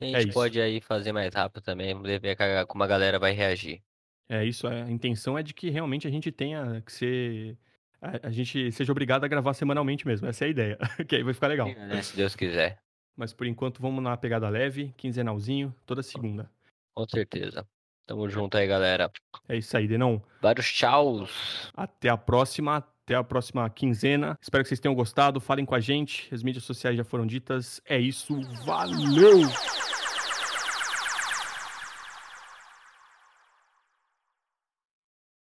[SPEAKER 6] A gente
[SPEAKER 1] É isso.
[SPEAKER 6] pode aí fazer mais rápido também, vamos ver que a- como a galera vai reagir.
[SPEAKER 1] É isso, a intenção é de que realmente a gente tenha que ser. A, a gente seja obrigado a gravar semanalmente mesmo. Essa é a ideia. que aí vai ficar legal.
[SPEAKER 6] Né, Se Deus quiser.
[SPEAKER 1] Mas por enquanto vamos na pegada leve, quinzenalzinho, toda segunda.
[SPEAKER 6] Com certeza. Tamo junto aí, galera.
[SPEAKER 1] É isso aí, Denão.
[SPEAKER 6] Vários tchauz.
[SPEAKER 1] Até a próxima, até a próxima quinzena. Espero que vocês tenham gostado. Falem com a gente. As mídias sociais já foram ditas. É isso. Valeu!